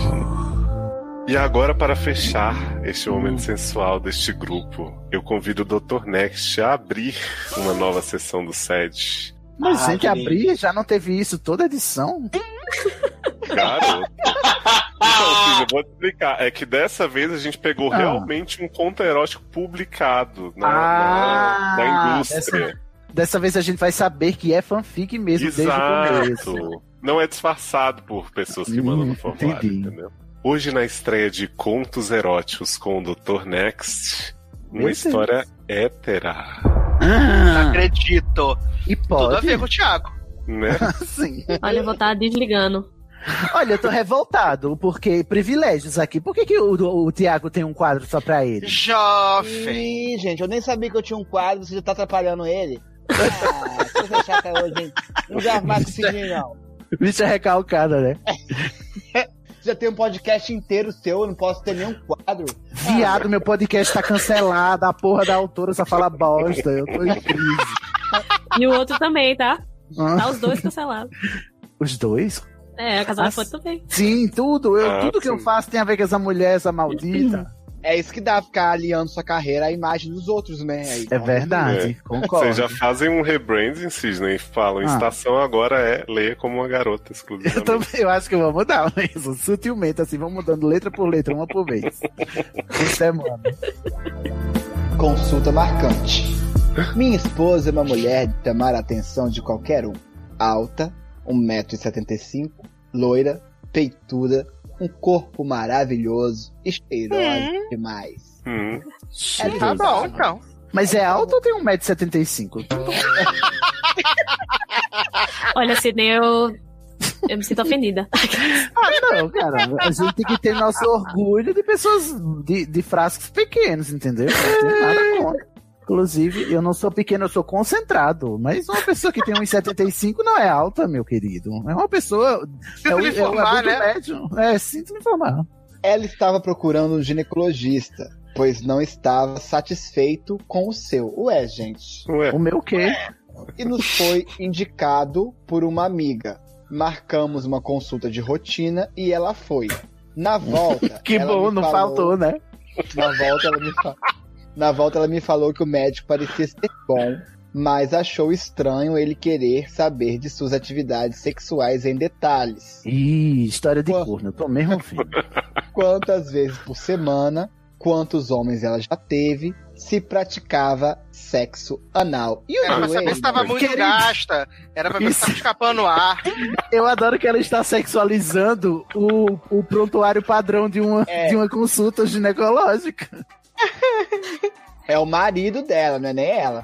Speaker 1: E agora, para fechar este momento sensual deste grupo, eu convido o Dr. Next a abrir uma nova sessão do SED.
Speaker 9: Mas,
Speaker 1: Ah,
Speaker 9: gente,
Speaker 1: que
Speaker 9: abrir já não teve isso toda edição?
Speaker 1: Garoto. Então, filho, eu vou te explicar. É que dessa vez a gente pegou
Speaker 9: Ah.
Speaker 1: realmente um conto erótico publicado na, na-
Speaker 9: Ah,
Speaker 1: na indústria.
Speaker 9: Dessa vez a gente vai saber que é fanfic mesmo desde o começo. Hum,
Speaker 1: Exato. Não é disfarçado por pessoas que mandam no formulário, entendeu? Hoje na estreia de Contos Eróticos com o Dr. Next, uma
Speaker 12: Meu Deus.
Speaker 1: história hétera,
Speaker 12: Não acredito.
Speaker 9: E
Speaker 12: Tudo a ver com o Thiago.
Speaker 1: né?
Speaker 9: Sim.
Speaker 3: Olha, eu vou estar desligando.
Speaker 9: Olha, eu tô revoltado, porque privilégios aqui. Por que, que o, o, Tiago tem um quadro só pra ele?
Speaker 12: Jovem!
Speaker 16: Ih, gente, eu nem sabia que eu tinha um quadro, você já tá atrapalhando ele. Ah, que coisa chata hoje, hein? Não vai arrumar com esse menino, não.
Speaker 9: Bicho é recalcado, né?
Speaker 16: Você já tem um podcast inteiro seu, eu não posso ter nenhum quadro.
Speaker 9: Viado, meu podcast tá cancelado, a porra da autora só fala bosta. Eu tô em crise.
Speaker 3: E o outro também, tá?
Speaker 9: Ah.
Speaker 3: Tá os dois cancelados.
Speaker 9: Os dois?
Speaker 3: É, a
Speaker 9: Ah,
Speaker 3: casal foi também.
Speaker 9: Sim, tudo. Eu,
Speaker 16: Ah,
Speaker 9: tudo que eu
Speaker 16: sim.
Speaker 9: faço tem a ver com essa mulher, essa maldita.
Speaker 16: É isso que dá ficar aliando sua carreira à imagem dos outros, né? Aí,
Speaker 9: É verdade,
Speaker 1: É.
Speaker 9: concordo.
Speaker 1: Vocês já fazem um rebranding, Cisne, e falam:
Speaker 9: Ah.
Speaker 1: estação agora é ler como uma garota exclusivamente.
Speaker 9: Eu, também- eu acho que eu vou mudar mesmo, sutilmente, assim, vou mudando letra por letra, uma por vez. Por semana.
Speaker 16: Consulta marcante. Minha esposa é uma mulher de chamar a atenção de qualquer um. Alta, 1,75m, loira, peituda, um corpo maravilhoso, cheirosa
Speaker 12: Hum.
Speaker 16: demais.
Speaker 12: É, tá bom, então.
Speaker 9: Mas é alto ou tem 1,75m?
Speaker 3: Olha, Sidney, eu. Eu me sinto ofendida.
Speaker 9: Ah, não, cara. A gente tem que ter nosso orgulho de pessoas de, de frascos pequenos, entendeu? Não tem
Speaker 16: É.
Speaker 9: nada contra. Inclusive, eu não sou pequeno, eu sou concentrado. Mas uma pessoa que tem 1,75 não é alta, meu querido. É uma pessoa.
Speaker 16: Sinto
Speaker 9: é, o-
Speaker 16: lhe
Speaker 9: é o
Speaker 16: informar,
Speaker 9: adulto
Speaker 16: né?
Speaker 9: médio. É, sinto me informar.
Speaker 16: Ela estava procurando um ginecologista, pois não estava satisfeito com o seu. Ué, gente.
Speaker 9: O meu quê?
Speaker 16: E nos foi indicado por uma amiga. Marcamos uma consulta de rotina e ela foi. Na volta.
Speaker 9: Que
Speaker 16: ela
Speaker 9: bom,
Speaker 16: me
Speaker 9: não
Speaker 16: falou-
Speaker 9: faltou, né?
Speaker 16: Na volta, ela me fa- Na volta ela me falou que o médico parecia ser bom, mas achou estranho ele querer saber de suas atividades sexuais em detalhes.
Speaker 9: Ih, história de corno, eu tô mesmo filho.
Speaker 16: Quantas vezes por semana, quantos homens ela já teve, se praticava sexo anal. E né? o
Speaker 12: Era pra saber
Speaker 16: joelho?
Speaker 12: se tava muito
Speaker 16: Querido,
Speaker 12: gasta. Era pra ver se tava escapando ar.
Speaker 9: Eu adoro que ela está sexualizando o, o prontuário padrão de uma, de uma consulta ginecológica.
Speaker 16: É o marido dela, não é nem ela.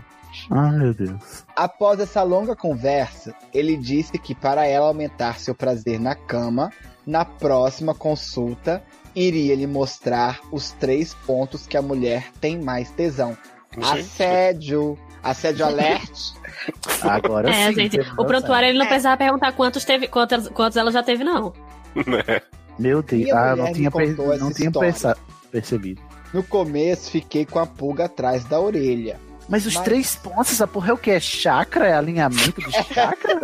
Speaker 9: Ai, Ah, meu Deus.
Speaker 16: Após essa longa conversa, ele disse que para ela aumentar seu prazer na cama, na próxima consulta iria lhe mostrar os três pontos que a mulher tem mais tesão: assédio, assédio alert.
Speaker 9: Agora
Speaker 3: é, gente. O prontuário
Speaker 8: É.
Speaker 3: ele não precisava perguntar quantos, teve, quantas, quantos ela já teve, não.
Speaker 9: Meu Deus,
Speaker 16: Minha
Speaker 9: ah,
Speaker 16: mulher
Speaker 9: não
Speaker 16: me
Speaker 9: tinha, per-
Speaker 16: contou essa
Speaker 9: não tinha
Speaker 16: história.
Speaker 9: pensa- percebido.
Speaker 16: No começo fiquei com a pulga atrás da orelha.
Speaker 9: Mas os três pontos, essa porra é o que? É chakra? É alinhamento de chakra?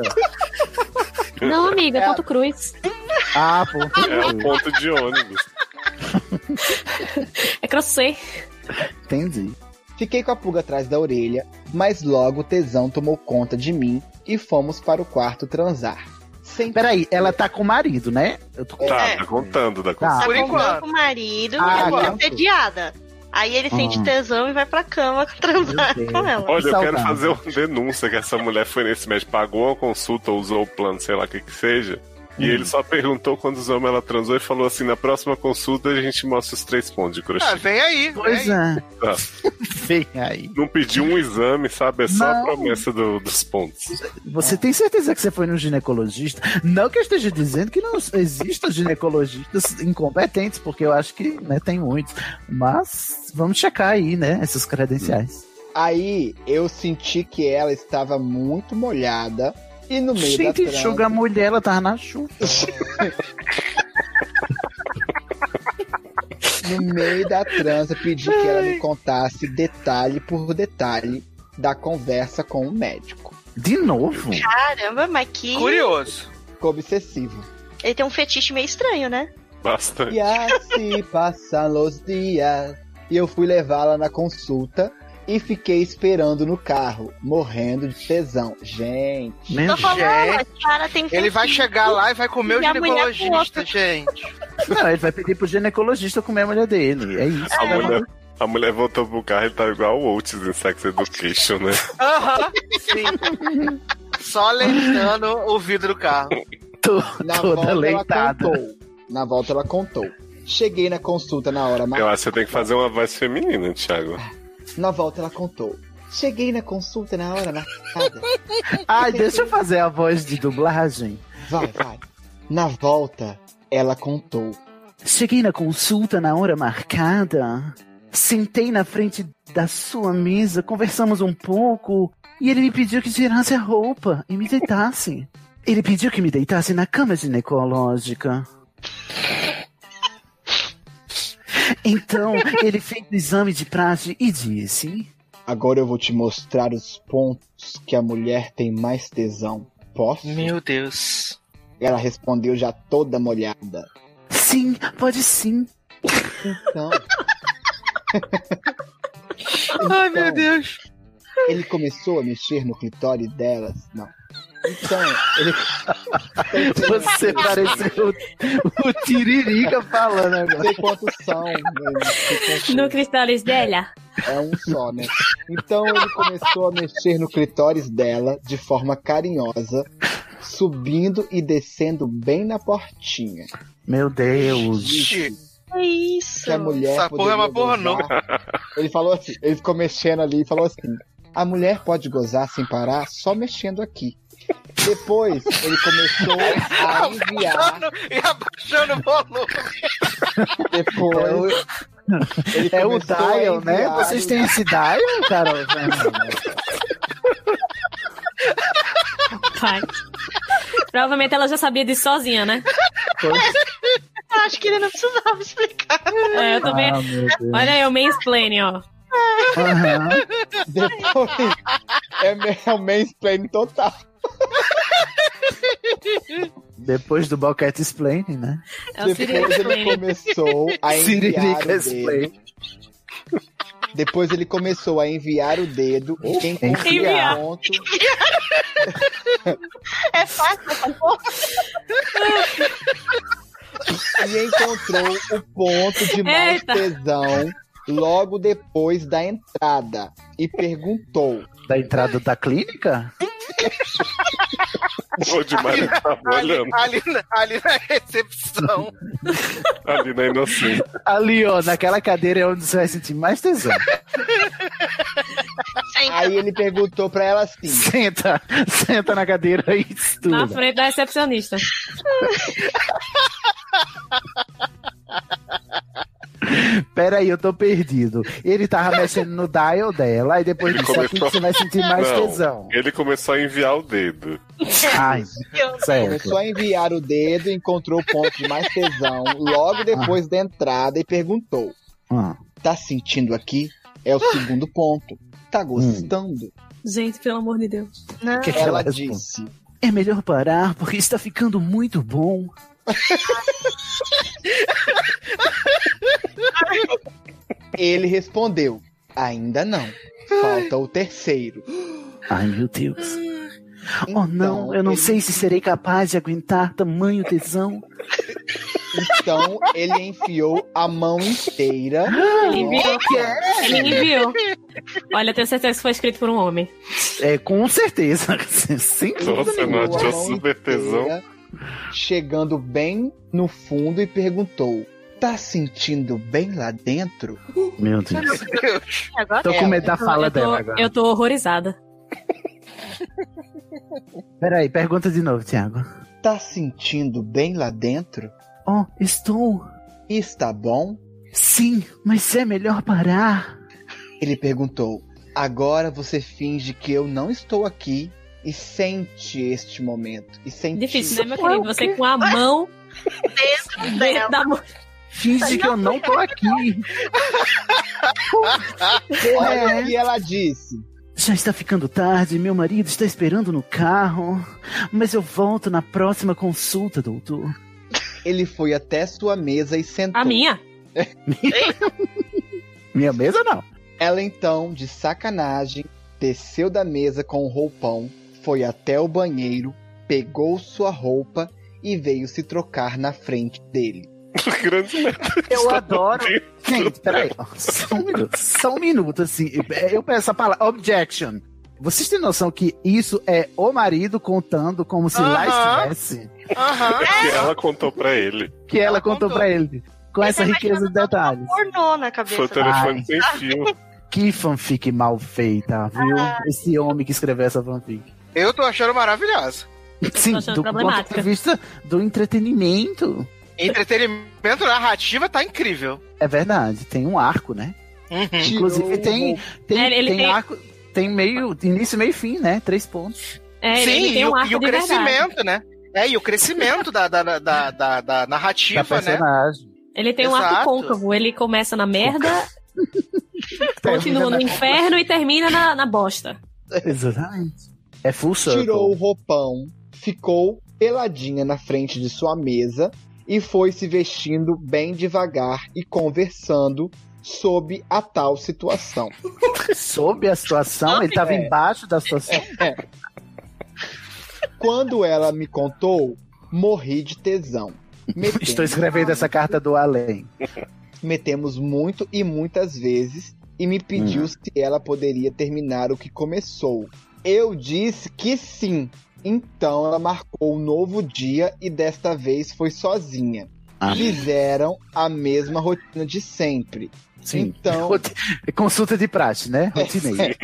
Speaker 3: Não, amiga, é ponto cruz.
Speaker 9: ah, ponto.
Speaker 1: É o ponto de ônibus.
Speaker 3: É crochê.
Speaker 9: Entendi.
Speaker 16: Fiquei com a pulga atrás da orelha, mas logo o tesão tomou conta de mim e fomos para o quarto transar.
Speaker 9: Peraí, ela tá com o marido, né? Eu tô com...
Speaker 1: Tá, tá contando da
Speaker 9: Tá.
Speaker 1: consulta.
Speaker 9: Por
Speaker 8: Combinando com o marido,
Speaker 9: Ah,
Speaker 8: ela fica
Speaker 9: pronto.
Speaker 8: tá entediada. Aí ele sente
Speaker 1: Ah.
Speaker 8: tesão e vai pra cama transar com ela.
Speaker 1: Olha, eu quero fazer um uma denúncia que essa mulher foi nesse médico, pagou a consulta, usou o plano, sei lá o que que seja. E
Speaker 9: Hum.
Speaker 1: ele só perguntou quantos homens ela transou e falou assim: na próxima consulta a gente mostra os três pontos de crochê.
Speaker 12: Ah, vem aí.
Speaker 9: Pois
Speaker 12: vem aí.
Speaker 9: é.
Speaker 1: Tá.
Speaker 9: Vem aí.
Speaker 1: Não pediu um exame, sabe? É só
Speaker 9: Não.
Speaker 1: a promessa do- dos pontos.
Speaker 9: Você tem certeza que você foi no ginecologista? Não que eu esteja dizendo que não existam ginecologistas incompetentes, porque eu acho que né, tem muitos. Mas vamos checar aí, né? Essas credenciais.
Speaker 16: Aí eu senti que ela estava muito molhada e no meio
Speaker 9: Gente,
Speaker 16: da
Speaker 9: enxuga a mulher, ela tava na chuva.
Speaker 16: No meio da transa, pedi que ela me contasse detalhe por detalhe da conversa com o médico.
Speaker 9: De novo?
Speaker 8: Caramba, mas que.
Speaker 12: Curioso.
Speaker 16: Ficou obsessivo.
Speaker 8: Ele tem um fetiche meio estranho, né?
Speaker 1: Bastante.
Speaker 16: E assim passam os dias. E eu fui levá-la na consulta e fiquei esperando no carro, morrendo de tesão. Gente.
Speaker 12: Meu Tô falando, Gente.
Speaker 8: cara tem
Speaker 12: Ele vai chegar lá e vai comer o
Speaker 16: E a mulher com
Speaker 12: ginecologista, gente.
Speaker 9: Não, ele vai pedir pro ginecologista comer a mulher dele. É isso.
Speaker 1: A mulher, a mulher voltou pro carro e tá igual o Oates em Sex Education, né?
Speaker 12: Aham, sim. Só lentando o vidro do carro.
Speaker 9: voltou toda leitada.
Speaker 16: ela contou. Na volta ela contou. Cheguei na consulta na hora
Speaker 1: Eu acho que você tem que fazer uma voz feminina, Thiago.
Speaker 16: Na volta ela contou. Cheguei na consulta na hora marcada.
Speaker 9: Ai, deixa eu fazer a voz de dublagem.
Speaker 16: Vai, vai. Na volta, ela contou.
Speaker 9: Cheguei na consulta na hora marcada, sentei na frente da sua mesa, conversamos um pouco e ele me pediu que tirasse a roupa e me deitasse. Ele pediu que me deitasse na cama ginecológica. Então, ele fez o exame de praxe e disse:
Speaker 16: Agora eu vou te mostrar os pontos que a mulher tem mais tesão. Posso?
Speaker 9: Meu
Speaker 16: Deus. Ela respondeu já toda molhada.
Speaker 9: Sim, pode sim.
Speaker 16: Então.
Speaker 12: Ai, meu
Speaker 16: Então,
Speaker 12: Deus.
Speaker 16: Ele começou a mexer no clitóris delas. Não. Então, ele.
Speaker 9: Você pareceu o Tiririca falando agora.
Speaker 16: Sei quantos são. né?
Speaker 3: No cristais dela.
Speaker 16: É um só, né? Então ele começou a mexer no clitóris dela de forma carinhosa, subindo e descendo bem na portinha.
Speaker 9: Meu Deus.
Speaker 8: É isso.
Speaker 16: Que a mulher
Speaker 12: Essa porra é uma porra
Speaker 16: poderia
Speaker 12: não.
Speaker 9: É.
Speaker 16: Ele falou assim, ele ficou mexendo ali e falou assim: a mulher pode gozar sem parar só mexendo aqui. Depois ele começou a enviar.
Speaker 12: E abaixando o volume.
Speaker 16: Depois. Ele
Speaker 9: É o
Speaker 16: começou a
Speaker 9: Dial, né?
Speaker 16: enviar-
Speaker 9: Vocês têm esse Dial, Carol? É, né?
Speaker 3: Vai. Provavelmente ela já sabia disso sozinha, né?
Speaker 8: Eu acho que ele não precisava explicar.
Speaker 3: É, eu também.
Speaker 13: Ah, meu Deus.
Speaker 3: Olha, eu mansplaining, ó.
Speaker 16: Depois. É, me- é o mansplaining total.
Speaker 9: Depois do Boquete Explaining, né?
Speaker 16: Depois ele começou a enviar
Speaker 9: Siririca
Speaker 16: o dedo.
Speaker 9: Explaining.
Speaker 16: Depois ele começou a enviar o dedo e quem confia
Speaker 9: Enviar.
Speaker 16: ponto.
Speaker 8: É fácil essa porra.
Speaker 16: e encontrou o ponto de mais
Speaker 8: Eita.
Speaker 16: tesão logo depois da entrada e perguntou.
Speaker 9: Da entrada da clínica?
Speaker 1: Vou demais ele tá olhando.
Speaker 12: Ali, na- ali na recepção.
Speaker 1: Ali na inocência.
Speaker 9: Ali, ó, naquela cadeira é onde você vai sentir mais tesão.
Speaker 16: Aí ele perguntou pra ela assim:
Speaker 9: Senta, senta na cadeira e estuda.
Speaker 3: Na frente da recepcionista.
Speaker 9: Peraí, eu tô perdido. Ele tava mexendo no dial dela e depois
Speaker 1: Ele
Speaker 9: disse aqui que você vai sentir mais
Speaker 1: Não,
Speaker 9: tesão.
Speaker 1: Ele começou a enviar o dedo.
Speaker 9: Ai, certo.
Speaker 16: Começou a enviar o dedo, encontrou o ponto de mais tesão logo depois da entrada e perguntou:
Speaker 9: Ah.
Speaker 16: Tá sentindo aqui? É o segundo ponto. Tá gostando?
Speaker 3: Gente, pelo amor de Deus.
Speaker 8: Não.
Speaker 9: Hum. Que que
Speaker 16: ela
Speaker 9: ela responde?
Speaker 16: disse:
Speaker 9: É melhor parar porque está ficando muito bom.
Speaker 16: Ele respondeu: Ainda não. Falta o terceiro.
Speaker 9: Ai, meu Deus. oh,
Speaker 16: Então,
Speaker 9: não, eu não sei se serei capaz de aguentar tamanho tesão.
Speaker 16: Então ele enfiou a mão inteira.
Speaker 3: Ele enviou. Ele enviou. Olha, eu tenho certeza que foi escrito por um homem.
Speaker 9: É, com certeza. Sem
Speaker 1: Nossa,
Speaker 9: dúvida
Speaker 1: não
Speaker 9: nenhuma. É
Speaker 1: achou super tesão.
Speaker 16: chegando bem no fundo e perguntou: Tá sentindo bem lá dentro?
Speaker 9: Meu Deus.
Speaker 3: É, Agora
Speaker 16: Tô com medo da
Speaker 3: Eu tô-
Speaker 16: fala
Speaker 3: eu tô-
Speaker 16: dela agora.
Speaker 3: Eu tô horrorizada.
Speaker 9: Peraí, pergunta de novo, Thiago.
Speaker 16: Tá sentindo bem lá dentro?
Speaker 9: Oh, estou.
Speaker 16: Está bom?
Speaker 9: Sim, mas é melhor parar.
Speaker 16: Ele perguntou: Agora você finge que eu não estou aqui e sente este momento. E sente
Speaker 3: Difícil, né, meu querido? Você com a mão dentro da mão.
Speaker 9: Finge que eu não tô aqui.
Speaker 16: Olha o que ela disse.
Speaker 9: É, né? Já está ficando tarde, meu marido está esperando no carro. Mas eu volto na próxima consulta, doutor.
Speaker 16: Ele foi até sua mesa e sentou.
Speaker 3: A minha?
Speaker 9: Minha mesa não.
Speaker 16: Ela então, de sacanagem, desceu da mesa com o roupão, foi até o banheiro, pegou sua roupa e veio se trocar na frente dele.
Speaker 1: Grande
Speaker 9: Eu adoro. Gente, peraí. ó, Só um minuto, só um minuto, assim. Eu peço a palavra. Objection. Vocês têm noção que isso é o marido contando como se lá
Speaker 1: Aham.
Speaker 9: estivesse?
Speaker 1: Que ela contou pra ele.
Speaker 9: Que ela, contou, pra ele. Com
Speaker 8: Ele
Speaker 9: essa
Speaker 8: tá
Speaker 9: riqueza de detalhes.
Speaker 8: Pornô na cabeça.
Speaker 9: Foi o
Speaker 8: dela.
Speaker 9: telefone sem
Speaker 1: fio.
Speaker 9: Que fanfic mal feita, viu?
Speaker 8: Ah.
Speaker 9: Esse homem que escreveu essa fanfic.
Speaker 12: Eu tô achando maravilhosa.
Speaker 9: Sim,
Speaker 12: achando
Speaker 9: do ponto
Speaker 12: problemática.
Speaker 9: de vista do entretenimento.
Speaker 12: Entretenimento narrativa tá incrível.
Speaker 9: É verdade, tem um arco, né?
Speaker 3: Uhum.
Speaker 5: É.
Speaker 9: Inclusive tem, tem,
Speaker 12: É, ele
Speaker 9: tem
Speaker 12: tem-
Speaker 9: arco, tem meio, início, meio e fim, né? Três pontos.
Speaker 3: é,
Speaker 5: É,
Speaker 12: Sim, e,
Speaker 3: um
Speaker 5: um
Speaker 12: o- e o crescimento, né? É, e o crescimento da, da, da- da, da, da narrativa, né?
Speaker 9: Da personagem.
Speaker 3: Ele tem um
Speaker 12: Exato.
Speaker 3: arco côncavo. Ele começa na merda, continua no inferno e termina na, na bosta.
Speaker 9: Exatamente. É full circle.
Speaker 16: Tirou o roupão, ficou peladinha na frente de sua mesa e foi se vestindo bem devagar e conversando sobre a tal situação.
Speaker 9: Sob a situação, ele tava embaixo da situação.
Speaker 16: É, Quando ela me contou, morri de tesão. Metemos-
Speaker 9: Estou escrevendo essa carta do além.
Speaker 16: Metemos muito e muitas vezes e me pediu
Speaker 9: Hum.
Speaker 16: se ela poderia terminar o que começou. Eu disse que sim. Então ela marcou um novo dia e desta vez foi sozinha.
Speaker 9: Amém.
Speaker 16: Fizeram a mesma rotina de sempre.
Speaker 9: Sim.
Speaker 16: Então, É.
Speaker 9: Consulta de praxe, né? Rotineiro.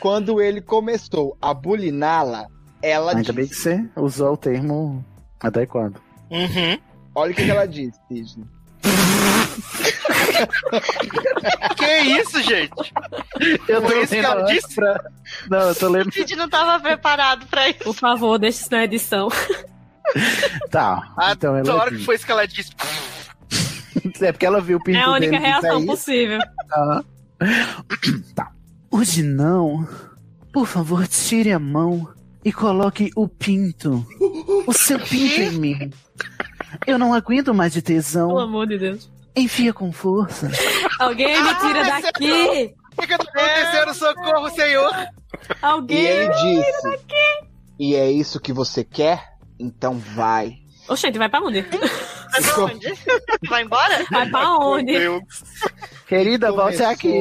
Speaker 16: quando ele começou a buliná-la, ela
Speaker 9: Ainda bem que você usou o termo adequado.
Speaker 16: Olha o que que ela disse, Sidney.
Speaker 12: Que isso, gente?
Speaker 9: Eu
Speaker 8: Foi isso que ela
Speaker 9: lendo
Speaker 8: disse?
Speaker 9: pra- Não, eu tô lendo.
Speaker 8: O Cid não tava preparado pra isso.
Speaker 3: Por favor, deixa isso na edição.
Speaker 9: Tá.
Speaker 12: Ah,
Speaker 9: Então ela
Speaker 12: Adoro
Speaker 9: viu.
Speaker 12: que foi isso que ela disse.
Speaker 9: É porque ela viu o pinto
Speaker 3: É a única
Speaker 9: dele que tá
Speaker 3: reação
Speaker 9: saía.
Speaker 3: possível.
Speaker 9: Ah. Tá. Hoje não. Por favor, tire a mão e coloque o pinto. O seu pinto em mim. Eu não aguento mais de tesão. Pelo
Speaker 3: amor de Deus.
Speaker 9: Enfia com força.
Speaker 3: Alguém me tira
Speaker 12: Ah,
Speaker 3: daqui!
Speaker 12: O que que tá acontecendo? Socorro, senhor!
Speaker 9: Tá
Speaker 3: Alguém
Speaker 16: E ele
Speaker 3: me tira
Speaker 16: disse.
Speaker 3: daqui!
Speaker 16: E é isso que você quer? Então vai.
Speaker 3: Ô, gente, vai pra onde?
Speaker 8: Vai pra onde? Vai embora?
Speaker 3: Vai pra onde?
Speaker 9: Querida, volte
Speaker 16: Começou
Speaker 9: aqui.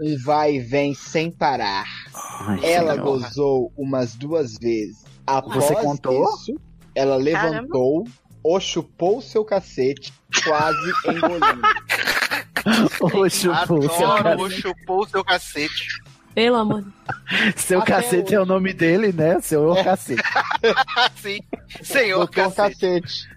Speaker 16: Um vai e vem sem parar. ela
Speaker 9: senhora.
Speaker 16: gozou umas duas vezes. Após
Speaker 9: Você contou?
Speaker 16: isso, ela levantou, ou chupou seu cacete, quase engolindo.
Speaker 9: Ô, chupou seu
Speaker 12: Adoro,
Speaker 9: cacete.
Speaker 12: chupou o seu cacete.
Speaker 3: Pelo amor de
Speaker 9: Seu
Speaker 12: Até
Speaker 9: cacete é o nome dele, né? Seu
Speaker 12: É.
Speaker 9: cacete.
Speaker 12: Sim. Senhor
Speaker 16: Doutor um cacete.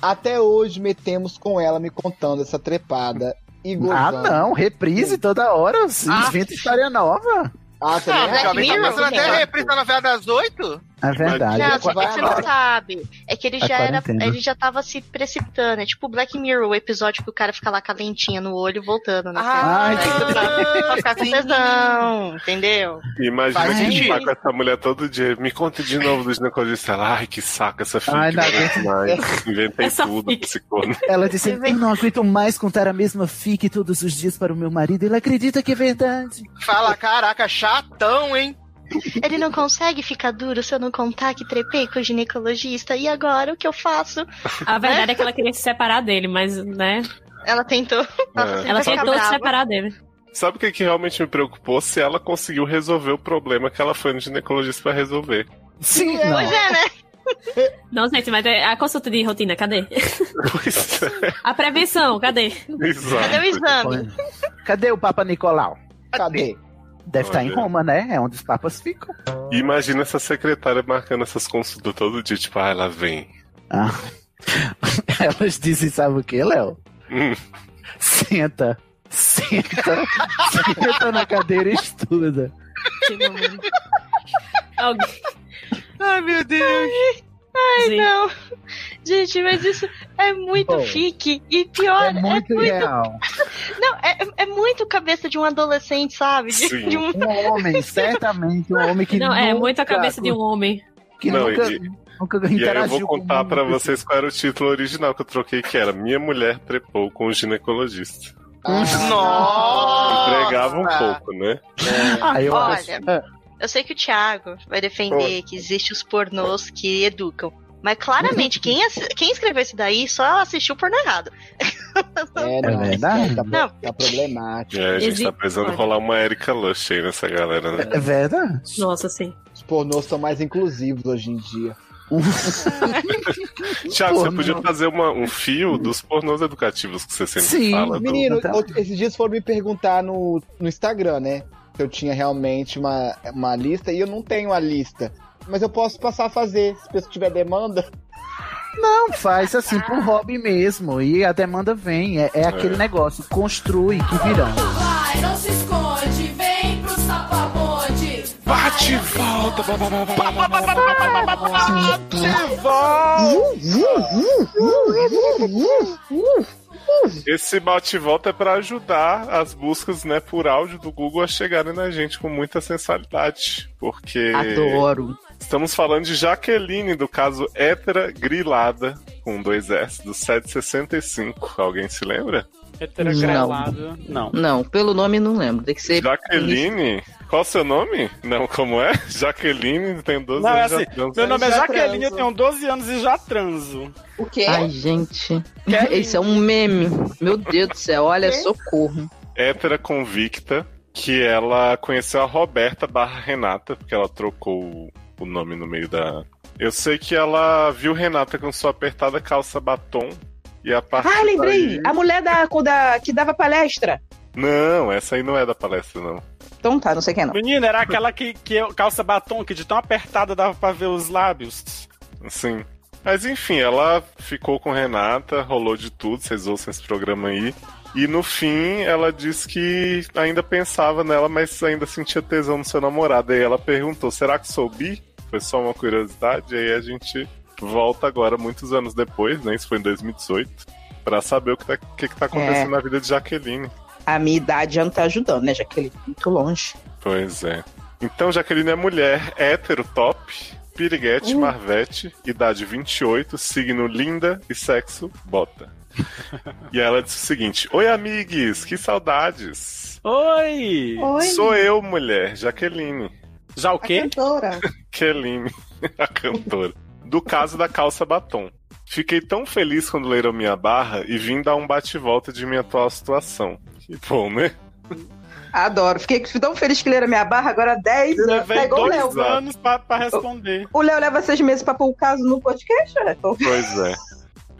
Speaker 16: Até hoje metemos com ela me contando essa trepada e
Speaker 9: Ah,
Speaker 16: gozando.
Speaker 9: não. Reprise toda hora. se
Speaker 16: Ah.
Speaker 9: Inventa história nova.
Speaker 16: Ah,
Speaker 12: Ah,
Speaker 16: também
Speaker 12: mas
Speaker 16: é?
Speaker 12: jovem tá passando até a reprise da novela das oito?
Speaker 9: É
Speaker 8: Não,
Speaker 9: verdade.
Speaker 8: gente,
Speaker 9: É
Speaker 8: é que
Speaker 9: qua-
Speaker 8: você não sabe. É que ele
Speaker 9: É
Speaker 8: já era,
Speaker 9: quarentena.
Speaker 8: ele já tava se precipitando. É tipo Black Mirror, o episódio que o cara fica lá com a lentinha no olho voltando, né?
Speaker 12: Ah,
Speaker 13: Ai,
Speaker 8: Aí tu tá- pra ficar com tesão, entendeu?
Speaker 1: Imagina
Speaker 8: Faz
Speaker 1: que
Speaker 8: sentido.
Speaker 1: tá com essa mulher todo dia. Me conta de novo do ginecologista. Ela, ai, que saca essa fica.
Speaker 9: Ai,
Speaker 1: Ai,
Speaker 9: não
Speaker 1: mais. Inventei tudo esse corno.
Speaker 9: Ela disse: Eu não aguento mais contar a mesma fique todos os dias para o meu marido. Ele acredita que é verdade.
Speaker 12: Fala, caraca, chatão, hein?
Speaker 8: Ele não consegue ficar duro se eu não contar que trepei com o ginecologista. E agora o que eu faço? Né?
Speaker 3: A verdade é que ela queria se separar dele, mas, né?
Speaker 8: Ela tentou.
Speaker 1: É.
Speaker 3: Ela tentou se separar dele.
Speaker 1: Sabe o que, que realmente me preocupou? Se ela conseguiu resolver o problema que ela foi no ginecologista pra resolver.
Speaker 9: Sim,
Speaker 1: não.
Speaker 3: Pois é, né? Não, gente, mas é a consulta de rotina, cadê? A prevenção, cadê?
Speaker 1: Exato.
Speaker 3: Cadê o exame?
Speaker 9: Cadê o Papa Nicolau?
Speaker 16: Cadê?
Speaker 9: Deve estar em
Speaker 1: Olha.
Speaker 9: Roma, né? É onde os papas ficam.
Speaker 1: E imagina essa secretária marcando essas consultas todo dia. Tipo, ah, ela vem.
Speaker 9: Ah. Elas dizem: Sabe o que, Léo?
Speaker 1: Hum.
Speaker 9: Senta. Senta. senta na cadeira e estuda.
Speaker 3: Alguém...
Speaker 12: Ai, meu Deus.
Speaker 8: Ai, não. Gente, mas isso é muito
Speaker 9: Bom,
Speaker 8: fique. E pior, é muito.
Speaker 9: real.
Speaker 8: Não, é, é muito cabeça de um adolescente, sabe? De,
Speaker 9: Sim.
Speaker 8: de um.
Speaker 9: Um homem, certamente. Um homem que
Speaker 3: Não, é
Speaker 9: nunca-
Speaker 3: muito a cabeça de um homem.
Speaker 9: Que
Speaker 1: Não,
Speaker 9: nunca,
Speaker 1: e-
Speaker 9: nunca
Speaker 1: E aí eu
Speaker 9: interagiu
Speaker 1: vou contar pra vocês qual era o título original que eu troquei, que era Minha Mulher Trepou com o Ginecologista.
Speaker 12: Nossa!
Speaker 1: Entregava um pouco, né?
Speaker 9: Ah, eu
Speaker 8: Olha,
Speaker 9: acho-
Speaker 8: eu sei que o Thiago vai defender que existe os pornôs que educam. Mas claramente, quem, assi- quem escreveu isso daí só assistiu o porno errado.
Speaker 16: É, não,
Speaker 1: É verdade?
Speaker 16: Tá, tá- tá problemático.
Speaker 1: É, a gente tá precisando rolar uma Erika Lush aí nessa galera, né?
Speaker 9: É verdade?
Speaker 3: Nossa, sim.
Speaker 16: Os pornôs são mais inclusivos hoje em dia.
Speaker 1: Thiago, você
Speaker 16: Pornô.
Speaker 1: podia fazer uma- um fio dos pornôs educativos que você sempre fala. do-
Speaker 16: Menino,
Speaker 9: Então.
Speaker 16: outro- esses dias foram me perguntar no, no Instagram, né? Se eu tinha realmente uma, uma lista e eu não tenho a lista. Mas eu posso passar a fazer, se a pessoa tiver demanda.
Speaker 9: Não, faz assim por hobby mesmo. E a demanda vem. É, é aquele
Speaker 16: É.
Speaker 9: negócio, construi que virão.
Speaker 13: Vai, não se esconde, vem pro sapabonde.
Speaker 1: Bate e volta.
Speaker 13: Bate
Speaker 1: e Esse bate-volta é pra ajudar as buscas né, por áudio do Google a chegarem na gente com muita sensualidade. Porque.
Speaker 9: Adoro.
Speaker 1: Estamos falando de Jaqueline, do caso Hétera Grilada, com dois S, do 765. Alguém se lembra?
Speaker 11: Hétera grilada. Não.
Speaker 6: Não, pelo nome não lembro. Tem que ser.
Speaker 1: Jaqueline? Qual o seu nome? Não, como é? Jaqueline, tem 12
Speaker 11: Não, é
Speaker 1: anos.
Speaker 11: assim.
Speaker 1: já transa.
Speaker 11: Meu nome é
Speaker 1: Já
Speaker 11: Jaqueline, eu
Speaker 1: transa.
Speaker 11: tenho 12 anos e já transo.
Speaker 6: O quê? Ai, gente. Esse é um meme. Meu Deus do céu, olha, socorro.
Speaker 1: hétera convicta que ela conheceu a Roberta barra Renata, porque ela trocou o- o nome no meio da. Eu sei que ela viu Renata com sua apertada calça batom e a partir
Speaker 6: Ah,
Speaker 1: daí-
Speaker 6: lembrei! A mulher da, da- que dava palestra.
Speaker 1: Não, essa aí não é da palestra, não.
Speaker 6: Então tá, não sei quem é não.
Speaker 11: Menina, era aquela que, que eu- calça batom que de tão apertada dava pra ver os lábios.
Speaker 1: Sim. Mas enfim, ela ficou com Renata, rolou de tudo, vocês ouçam esse programa aí. E no fim, ela disse que ainda pensava nela, mas ainda sentia tesão no seu namorado. Aí ela perguntou: será que sou bi? Foi só uma curiosidade. Aí a gente volta agora, muitos anos depois, né? Isso foi em 2018, pra saber o que tá, o que que tá acontecendo
Speaker 6: É.
Speaker 1: na vida de Jaqueline.
Speaker 6: A minha idade já não tá ajudando, né, Jaqueline? Muito longe.
Speaker 1: Pois é. Então, Jaqueline é mulher, hétero, top, piriguete,
Speaker 6: Hum.
Speaker 1: marvete, idade 28, signo linda e sexo bota. e ela disse o seguinte: Oi, amigues, que saudades.
Speaker 11: Oi!
Speaker 13: Oi.
Speaker 1: Sou eu, mulher, Jaqueline.
Speaker 11: Já o
Speaker 1: quê?
Speaker 13: Cantora.
Speaker 1: Jaqueline, a cantora. Do caso da calça batom. Fiquei tão feliz quando leram minha barra e vim dar um bate-volta de minha atual situação. Que bom, né?
Speaker 6: Adoro. Fiquei tão feliz que leram minha barra agora há 10 anos.
Speaker 1: Levei
Speaker 6: É igual o
Speaker 1: dois
Speaker 6: Léo.
Speaker 1: anos
Speaker 11: pra, pra responder.
Speaker 6: O Léo leva seis meses pra pôr o caso no podcast, né? Então,
Speaker 1: Pois é.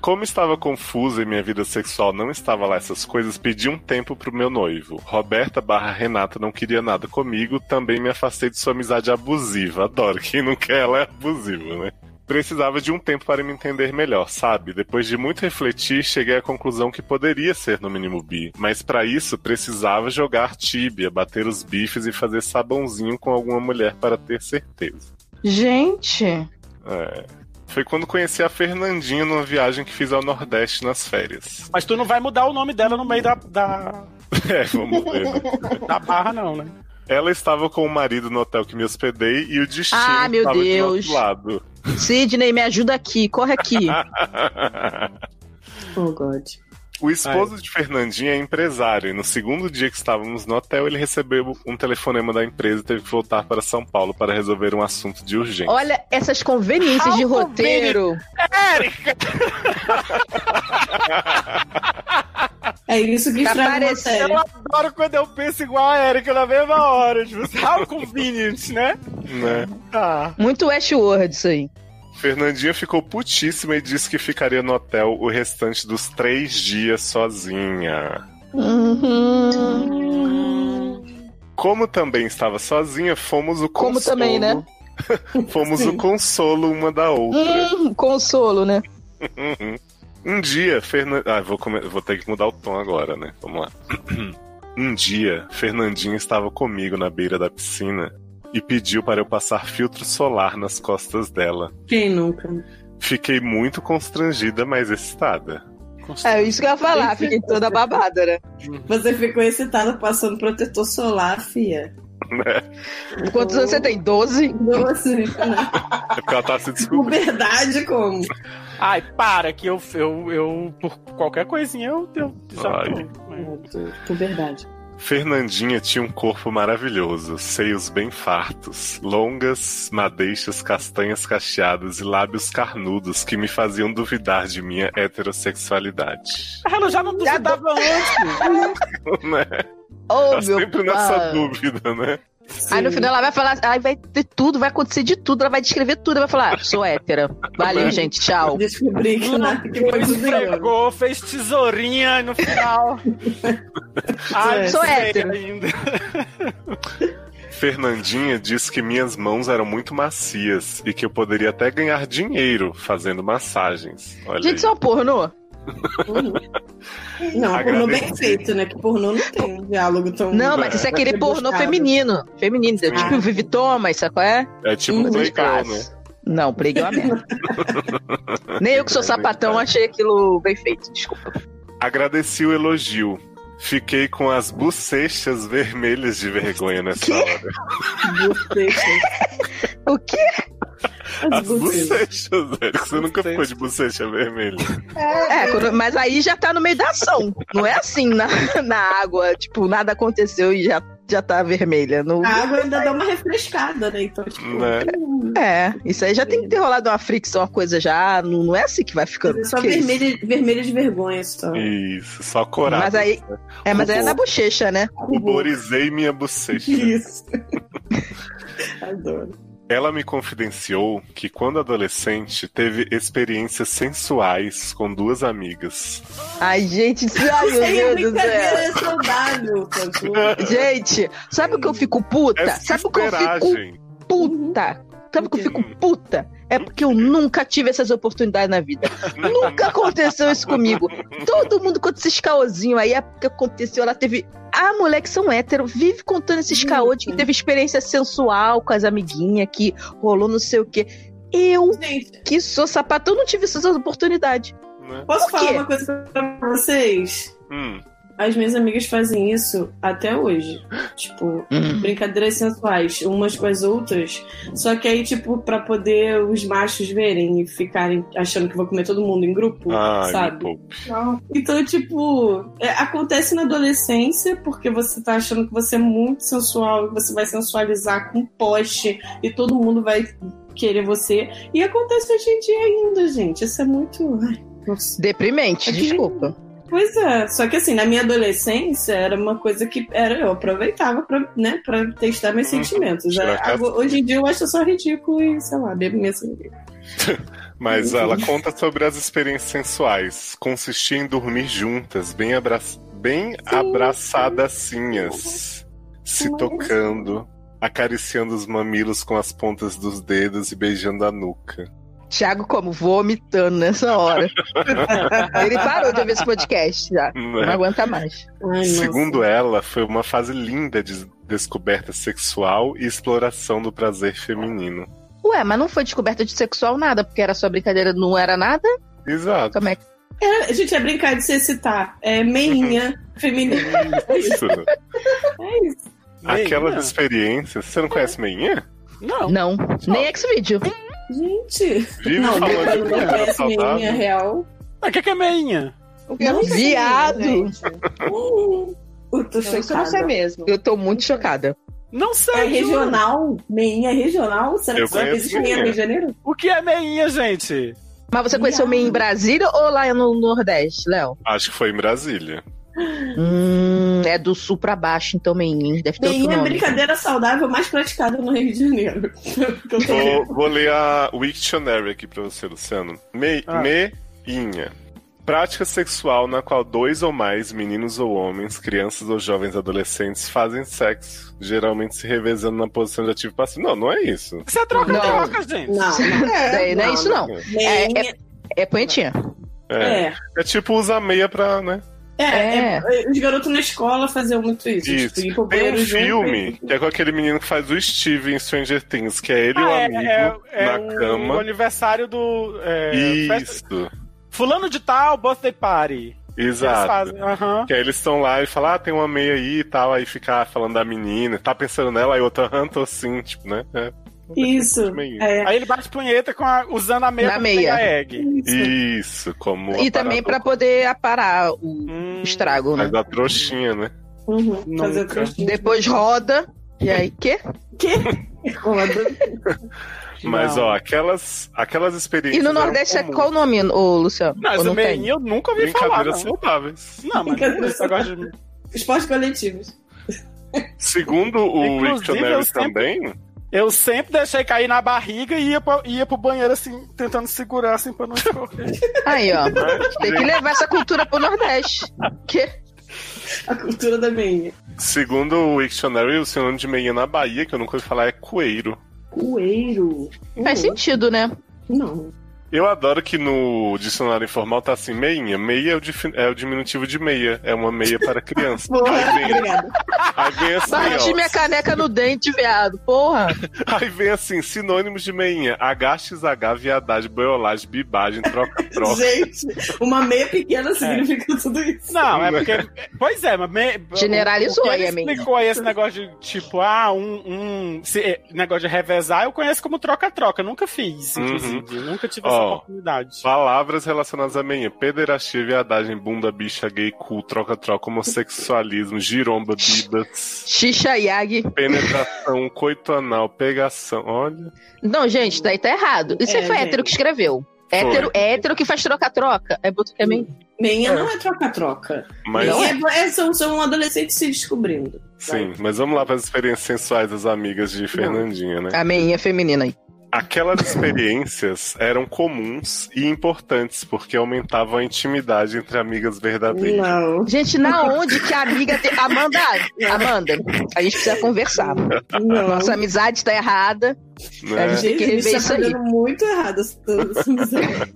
Speaker 1: Como estava confusa e minha vida sexual não estava lá essas coisas, pedi um tempo pro meu noivo. Roberta barra Renata não queria nada comigo, também me afastei de sua amizade abusiva. Adoro, quem não quer ela é abusiva, né? Precisava de um tempo para me entender melhor, sabe? Depois de muito refletir, cheguei à conclusão que poderia ser no mínimo bi, mas para isso precisava jogar tíbia, bater os bifes e fazer sabãozinho com alguma mulher para ter certeza.
Speaker 6: Gente.
Speaker 1: É. Foi quando conheci a Fernandinha numa viagem que fiz ao Nordeste nas férias.
Speaker 11: Mas tu não vai mudar o nome dela no meio da, da,
Speaker 1: É, vamos ver. né?
Speaker 11: da barra, não, né?
Speaker 1: Ela estava com o marido no hotel que me hospedei e o destino
Speaker 6: Ah, meu
Speaker 1: estava
Speaker 6: Deus.
Speaker 1: do outro lado.
Speaker 6: Sidney, me ajuda aqui. Corre aqui.
Speaker 2: Oh, God.
Speaker 1: O esposo de Fernandinha é empresário e no segundo dia que estávamos no hotel ele recebeu um telefonema da empresa e teve que voltar para São Paulo para resolver um assunto de urgência.
Speaker 6: Olha essas conveniências de roteiro.
Speaker 11: Érica!
Speaker 2: É isso que estraga uma série.
Speaker 11: Eu adoro quando eu penso igual a Erika na mesma hora. Tipo, how convenient, né?
Speaker 1: Né?
Speaker 11: Tá.
Speaker 6: Muito Westworld isso aí.
Speaker 1: Fernandinha ficou putíssima e disse que ficaria no hotel o restante dos três dias sozinha.
Speaker 2: Uhum.
Speaker 1: Como também estava sozinha, fomos o consolo.
Speaker 6: Como também, né?
Speaker 1: Fomos o consolo uma da outra.
Speaker 6: Hum, consolo, né?
Speaker 1: um dia, Fernand... Ah, vou, come- vou ter que mudar o tom agora, né? Vamos lá. um dia, Fernandinha estava comigo na beira da piscina e pediu para eu passar filtro solar nas costas dela.
Speaker 2: Quem nunca?
Speaker 1: Fiquei muito constrangida, mas excitada.
Speaker 6: É isso que eu ia falar. Fiquei toda babada, né?
Speaker 1: Uhum.
Speaker 2: Você ficou excitada passando protetor solar, fia.
Speaker 1: Né?
Speaker 6: Quantos anos você tem? 12?
Speaker 2: 12.
Speaker 1: É porque ela tá se descobrindo.
Speaker 2: Verdade, como?
Speaker 11: Ai, para, que eu, eu, eu por qualquer coisinha eu, eu já
Speaker 1: Ai.
Speaker 11: tô.
Speaker 2: Puberdade.
Speaker 1: Fernandinha tinha um corpo maravilhoso, seios bem fartos, longas madeixas castanhas cacheadas e lábios carnudos que me faziam duvidar de minha heterossexualidade.
Speaker 11: Ah, Ela já não duvidava antes.
Speaker 1: né?
Speaker 6: Oh,
Speaker 1: Tá
Speaker 6: meu
Speaker 1: sempre nessa
Speaker 6: pai.
Speaker 1: dúvida, né?
Speaker 6: Aí no final ela vai falar, aí vai ter tudo, vai acontecer de tudo, ela vai descrever tudo, ela vai falar, "Ah, sou hétera. Valeu, gente, tchau.
Speaker 2: Descobri que não, né? que foi do Deus.
Speaker 11: Esfregou, fez tesourinha e no final. Ai,
Speaker 6: Sou
Speaker 11: sei
Speaker 6: hétero.
Speaker 11: ainda.
Speaker 1: Fernandinha disse que minhas mãos eram muito macias e que eu poderia até ganhar dinheiro fazendo massagens. Olha
Speaker 6: Gente,
Speaker 1: aí.
Speaker 6: isso é um pornô.
Speaker 2: Não, pornô bem
Speaker 1: Agradeci.
Speaker 2: feito, né? Que pornô não tem um diálogo tão.
Speaker 6: Não, mas isso é querer pornô
Speaker 2: rebuscado.
Speaker 6: feminino. Feminino, tipo Vivi Thomas, sabe qual é?
Speaker 1: É tipo um
Speaker 6: Hum,
Speaker 1: Playboy,
Speaker 6: classe.
Speaker 1: né?
Speaker 6: Não, Plague é uma merda. Nem eu que sou sapatão achei aquilo bem feito, desculpa.
Speaker 1: Agradeci o elogio. Fiquei com as bochechas vermelhas de vergonha nessa hora.
Speaker 6: O quê?
Speaker 1: As bochechas, velho. Você nunca ficou de bochecha vermelha.
Speaker 6: É, quando- mas aí já tá no meio da ação. Não é assim na, na água, tipo, nada aconteceu e já, já tá vermelha. No...
Speaker 2: A água é ainda dá uma refrescada, né? Então, tipo.
Speaker 6: É, isso aí já tem que ter rolado uma fricção, uma coisa já. Não, não é assim que vai ficando.
Speaker 2: Só
Speaker 6: Que isso?
Speaker 2: vermelha, vermelha de vergonha, só.
Speaker 1: Isso, só coragem.
Speaker 6: Tá. Mas aí. É, mas aí é na bochecha, né?
Speaker 1: Ruborizei minha bochecha.
Speaker 2: Isso. Adoro.
Speaker 1: Ela me confidenciou que quando adolescente teve experiências sensuais com duas amigas.
Speaker 6: Ai, gente, ai, meu
Speaker 2: Sem
Speaker 6: Deus do céu.
Speaker 2: brincadeira, saudável, Facu.
Speaker 6: Gente, sabe o que eu fico puta?
Speaker 2: Essa
Speaker 6: sabe o que eu
Speaker 2: esperagem.
Speaker 6: fico puta? Sabe o que eu fico puta? É porque eu nunca tive essas oportunidades na vida. nunca aconteceu isso comigo. Todo mundo conta esses caôzinhos aí, é porque aconteceu, ela teve. Ah, mulher que são hétero, vive contando
Speaker 2: Uhum.
Speaker 6: esses caô de que teve experiência sensual com as amiguinhas, que rolou não sei o quê. Eu, que sou sapatão, não tive essas oportunidades.
Speaker 1: né?
Speaker 2: Posso
Speaker 6: Por quê?
Speaker 2: falar uma coisa pra vocês?
Speaker 1: Hum.
Speaker 2: As minhas amigas fazem isso até hoje. Tipo, brincadeiras sensuais umas com as outras. Só que aí, tipo, pra poder os machos verem e ficarem achando que vou comer todo mundo em grupo,
Speaker 1: Ai, me
Speaker 2: sabe?
Speaker 1: poupe.
Speaker 2: Então, tipo, é, acontece na adolescência porque você tá achando que você é muito sensual, que você vai sensualizar com poste e todo mundo vai querer você. E acontece hoje em dia ainda, gente. Isso é muito. ai, nossa.
Speaker 6: Deprimente,
Speaker 2: É que-
Speaker 6: desculpa.
Speaker 2: Pois é, só que assim, na minha adolescência era uma coisa que era, eu aproveitava pra, né, pra testar meus sentimentos.
Speaker 1: Uhum. tirar
Speaker 2: Agora-
Speaker 1: casca.
Speaker 2: hoje em dia eu acho só ridículo e, sei lá, bebo minha cerveja.
Speaker 1: Mas ela conta sobre as experiências sensuais. Consistia em dormir juntas, bem, abra... bem abraçadacinhas, se tocando, acariciando os mamilos com as pontas dos dedos e beijando a nuca.
Speaker 6: Thiago, como? Vomitando nessa hora. Ele parou de ouvir esse podcast já. Não,
Speaker 1: Né?
Speaker 6: aguenta mais.
Speaker 1: Segundo ela, foi uma fase linda de descoberta sexual e exploração do prazer feminino.
Speaker 6: Ué, mas não foi descoberta de sexual nada, porque era só brincadeira, não era nada?
Speaker 1: Exato.
Speaker 6: Como é que.
Speaker 2: É, gente, é brincar de se excitar. É meinha feminina.
Speaker 1: Uhum. Isso.
Speaker 2: É isso.
Speaker 1: Aquelas
Speaker 2: Meinha?
Speaker 1: experiências. Você não conhece Meinha?
Speaker 2: Não.
Speaker 6: Não. Nem X-Video.
Speaker 2: Gente.
Speaker 1: Vive
Speaker 2: não,
Speaker 1: falando de
Speaker 2: eu não
Speaker 1: comida
Speaker 2: conheço
Speaker 1: saudável.
Speaker 2: meinha é real. é
Speaker 11: O que, que é meinha?
Speaker 6: Viado!
Speaker 2: Hum, eu tô
Speaker 6: Não,
Speaker 2: chocada.
Speaker 6: isso eu não sei mesmo. Eu tô muito chocada.
Speaker 11: Não sei.
Speaker 2: É
Speaker 11: juro.
Speaker 2: regional? Meinha é regional? Será
Speaker 11: Eu
Speaker 2: que só
Speaker 11: conheço
Speaker 2: existe meinha no
Speaker 11: meinha.
Speaker 2: Rio de Janeiro?
Speaker 11: O que é meinha, gente?
Speaker 6: Mas você conheceu meio em Brasília ou lá no Nordeste, Léo?
Speaker 1: Acho que foi em Brasília.
Speaker 6: Hum, é do sul pra baixo, então, meinho. Deve ter outro
Speaker 2: Meinha é a
Speaker 6: nome.
Speaker 2: brincadeira saudável mais praticada no Rio de Janeiro. Que eu tô
Speaker 1: Vou,
Speaker 2: vendo.
Speaker 1: vou ler a Wiktionary aqui pra você, Luciano. Me,
Speaker 2: Ah.
Speaker 1: Meinha. Prática sexual na qual dois ou mais meninos ou homens, crianças ou jovens adolescentes fazem sexo, geralmente se revezando na posição de ativo passivo. Não, não é isso.
Speaker 11: Você troca
Speaker 6: Não.
Speaker 11: trocas, gente.
Speaker 2: Não, não
Speaker 6: é, não é isso, não. É, é, é punhetinha.
Speaker 1: É.
Speaker 2: É.
Speaker 1: é. tipo usar meia pra, né?
Speaker 2: É, é, os garotos na escola faziam muito isso.
Speaker 1: Isso.
Speaker 2: Tipo, ir pro
Speaker 1: Tem um
Speaker 2: banheiro junto
Speaker 1: filme
Speaker 2: e-
Speaker 1: que é com aquele menino que faz o Steve em Stranger Things, que é ele e o
Speaker 11: Ah, é-
Speaker 1: amigo
Speaker 11: é- é
Speaker 1: na
Speaker 11: o
Speaker 1: cama.
Speaker 11: aniversário do. é, festa-
Speaker 1: Isso.
Speaker 11: Fulano de tal, birthday party. Eles
Speaker 1: Exato.
Speaker 11: fazem, aham.
Speaker 1: Que é aí eles estão lá e falam, ah, tem uma meia aí e tal, aí fica falando da menina, tá pensando nela, aí outra, aham, tô sim, tipo, né? É.
Speaker 2: Isso. É.
Speaker 11: Aí ele bate punheta com a- usando a meia
Speaker 6: Na
Speaker 11: pra
Speaker 6: meia.
Speaker 11: pegar egg.
Speaker 1: Isso, como.
Speaker 6: E também pra
Speaker 1: aparador.
Speaker 6: poder aparar o o é estrago, né?
Speaker 1: Mas a trouxinha, né?
Speaker 2: Uhum, fazer
Speaker 6: Nunca.
Speaker 2: outras-
Speaker 6: Depois roda. E aí, quê?
Speaker 2: Quê? Roda.
Speaker 1: Mas, ó, aquelas, aquelas
Speaker 6: E
Speaker 1: experiências.
Speaker 6: no
Speaker 1: eram
Speaker 6: Nordeste é
Speaker 1: comuns.
Speaker 6: qual o nome, ô, Luciano?
Speaker 1: Não, é
Speaker 6: Ou
Speaker 1: esse
Speaker 6: tem?
Speaker 1: meinho eu nunca ouvi falar.
Speaker 6: Brincadeiras
Speaker 1: Não. saudáveis. Não, mas esse negócio de...
Speaker 2: Esportes coletivos.
Speaker 1: Segundo o
Speaker 11: Inclusive, eu
Speaker 1: Wiktionary
Speaker 11: sempre-
Speaker 1: também,
Speaker 11: Eu sempre deixei cair na barriga e ia, pra, ia pro banheiro assim, tentando segurar assim pra não escorrer.
Speaker 6: Aí, ó. Tem que levar essa cultura pro Nordeste. Quê?
Speaker 2: A cultura da meinha.
Speaker 1: segundo o Wiktionary, o sinônimo de meinha na Bahia, que eu nunca ouvi falar, é coeiro.
Speaker 2: Coeiro.
Speaker 6: Faz sentido, né?
Speaker 2: Não.
Speaker 1: Eu adoro que no dicionário informal tá assim, meinha. Meia é o, difi- é o diminutivo de meia. É uma meia para criança. aí, vem, aí vem
Speaker 6: Bati
Speaker 1: assim,
Speaker 6: minha caneca no dente, viado. Porra.
Speaker 1: ó. Aí vem assim, sinônimos de meinha. HXH, viadagem, boiolagem, bibagem, troca-troca.
Speaker 2: Gente, uma meia pequena significa tudo isso.
Speaker 11: Não, é porque. Pois é, mas. Me,
Speaker 6: Generalizou
Speaker 11: o que
Speaker 6: aí,
Speaker 11: ele
Speaker 6: amigo.
Speaker 11: explicou aí esse negócio de tipo, ah, um. um se- é, negócio de revezar, eu conheço como troca-troca. Eu Nunca fiz,
Speaker 1: Uhum.
Speaker 11: inclusive. Eu Nunca tive essa
Speaker 1: Ó,
Speaker 11: oportunidade.
Speaker 1: Palavras relacionadas à meinha. Pederastia, viadagem, bunda, bicha, gay, cu, troca-troca, homossexualismo, giromba, bibas,
Speaker 6: Xixa Yagi.
Speaker 1: penetração, coito anal, pegação. Olha.
Speaker 6: Não, gente, daí tá errado. Isso
Speaker 1: É,
Speaker 6: aí foi
Speaker 1: gente.
Speaker 6: hétero que escreveu. Hétero, é hétero que faz troca-troca. É boto que é meio.
Speaker 2: Meinha não é troca-troca.
Speaker 1: Mas-
Speaker 2: Não é, é- são, são adolescentes se descobrindo.
Speaker 1: Sim, mas vamos lá para as experiências sensuais das amigas de Fernandinha, né?
Speaker 6: A meinha é feminina aí.
Speaker 1: Aquelas experiências eram comuns e importantes porque aumentavam a intimidade entre amigas verdadeiras.
Speaker 6: Gente, na onde que a amiga tem. Amanda, Amanda, a gente precisa conversar. Nossa amizade tá errada.
Speaker 1: Né?
Speaker 6: A gente tem que
Speaker 2: Gente,
Speaker 6: rever
Speaker 2: tá
Speaker 6: isso aí.
Speaker 2: fazendo muito errado essa- essa amizade.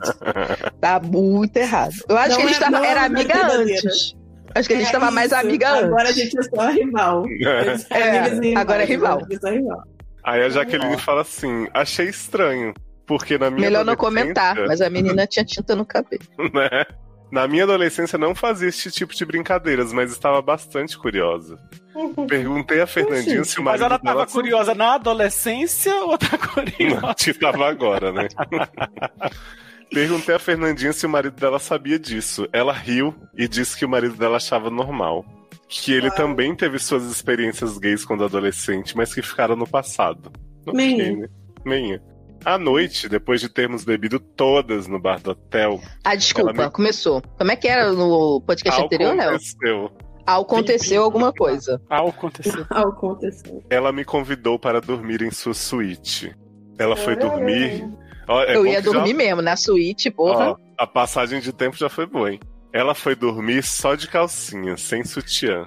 Speaker 6: Tá muito errado. Eu acho
Speaker 2: Não
Speaker 6: que a gente
Speaker 2: é-
Speaker 6: tava-
Speaker 2: não é
Speaker 6: era
Speaker 2: uma
Speaker 6: amiga
Speaker 2: verdadeira.
Speaker 6: antes. Acho que a gente tava mais
Speaker 2: isso.
Speaker 6: amiga antes.
Speaker 2: Agora a gente é só rival.
Speaker 6: É, agora é rival.
Speaker 2: Agora a gente é só rival.
Speaker 1: Aí a Jaqueline fala assim: achei estranho, porque na minha.
Speaker 6: Melhor não
Speaker 1: adolescência-
Speaker 6: comentar, mas a menina tinha tinta no cabelo.
Speaker 1: Né? Na minha adolescência não fazia esse tipo de brincadeiras, mas estava bastante curiosa.
Speaker 6: Uhum.
Speaker 1: Perguntei a Fernandinha se o
Speaker 11: Mas
Speaker 1: marido
Speaker 11: ela tava
Speaker 1: dela-
Speaker 11: curiosa na adolescência ou tá curiosa?
Speaker 1: Não, te tava agora, né? Perguntei a Fernandinha se o marido dela sabia disso. Ela riu e disse que o marido dela achava normal. Que
Speaker 6: Ah.
Speaker 1: ele também teve suas experiências gays quando adolescente, mas que ficaram no passado. Ok,
Speaker 6: Menino.
Speaker 1: né? Menino. À noite, depois de termos bebido todas no bar do hotel.
Speaker 6: Ah, desculpa,
Speaker 1: ela me-
Speaker 6: começou. Como é que era no podcast anterior, Léo?
Speaker 1: Aconteceu.
Speaker 6: Ao aconteceu alguma coisa.
Speaker 11: Ao aconteceu.
Speaker 2: Ao aconteceu.
Speaker 1: Ela me convidou para dormir em sua suíte. Ela foi dormir. Ó, é
Speaker 6: Ah. eu
Speaker 1: bom
Speaker 6: ia
Speaker 1: que já- Ah,
Speaker 6: dormir mesmo, na suíte, porra.
Speaker 1: Ó, a passagem de tempo já foi boa, hein? Ela foi dormir só de calcinha, sem sutiã.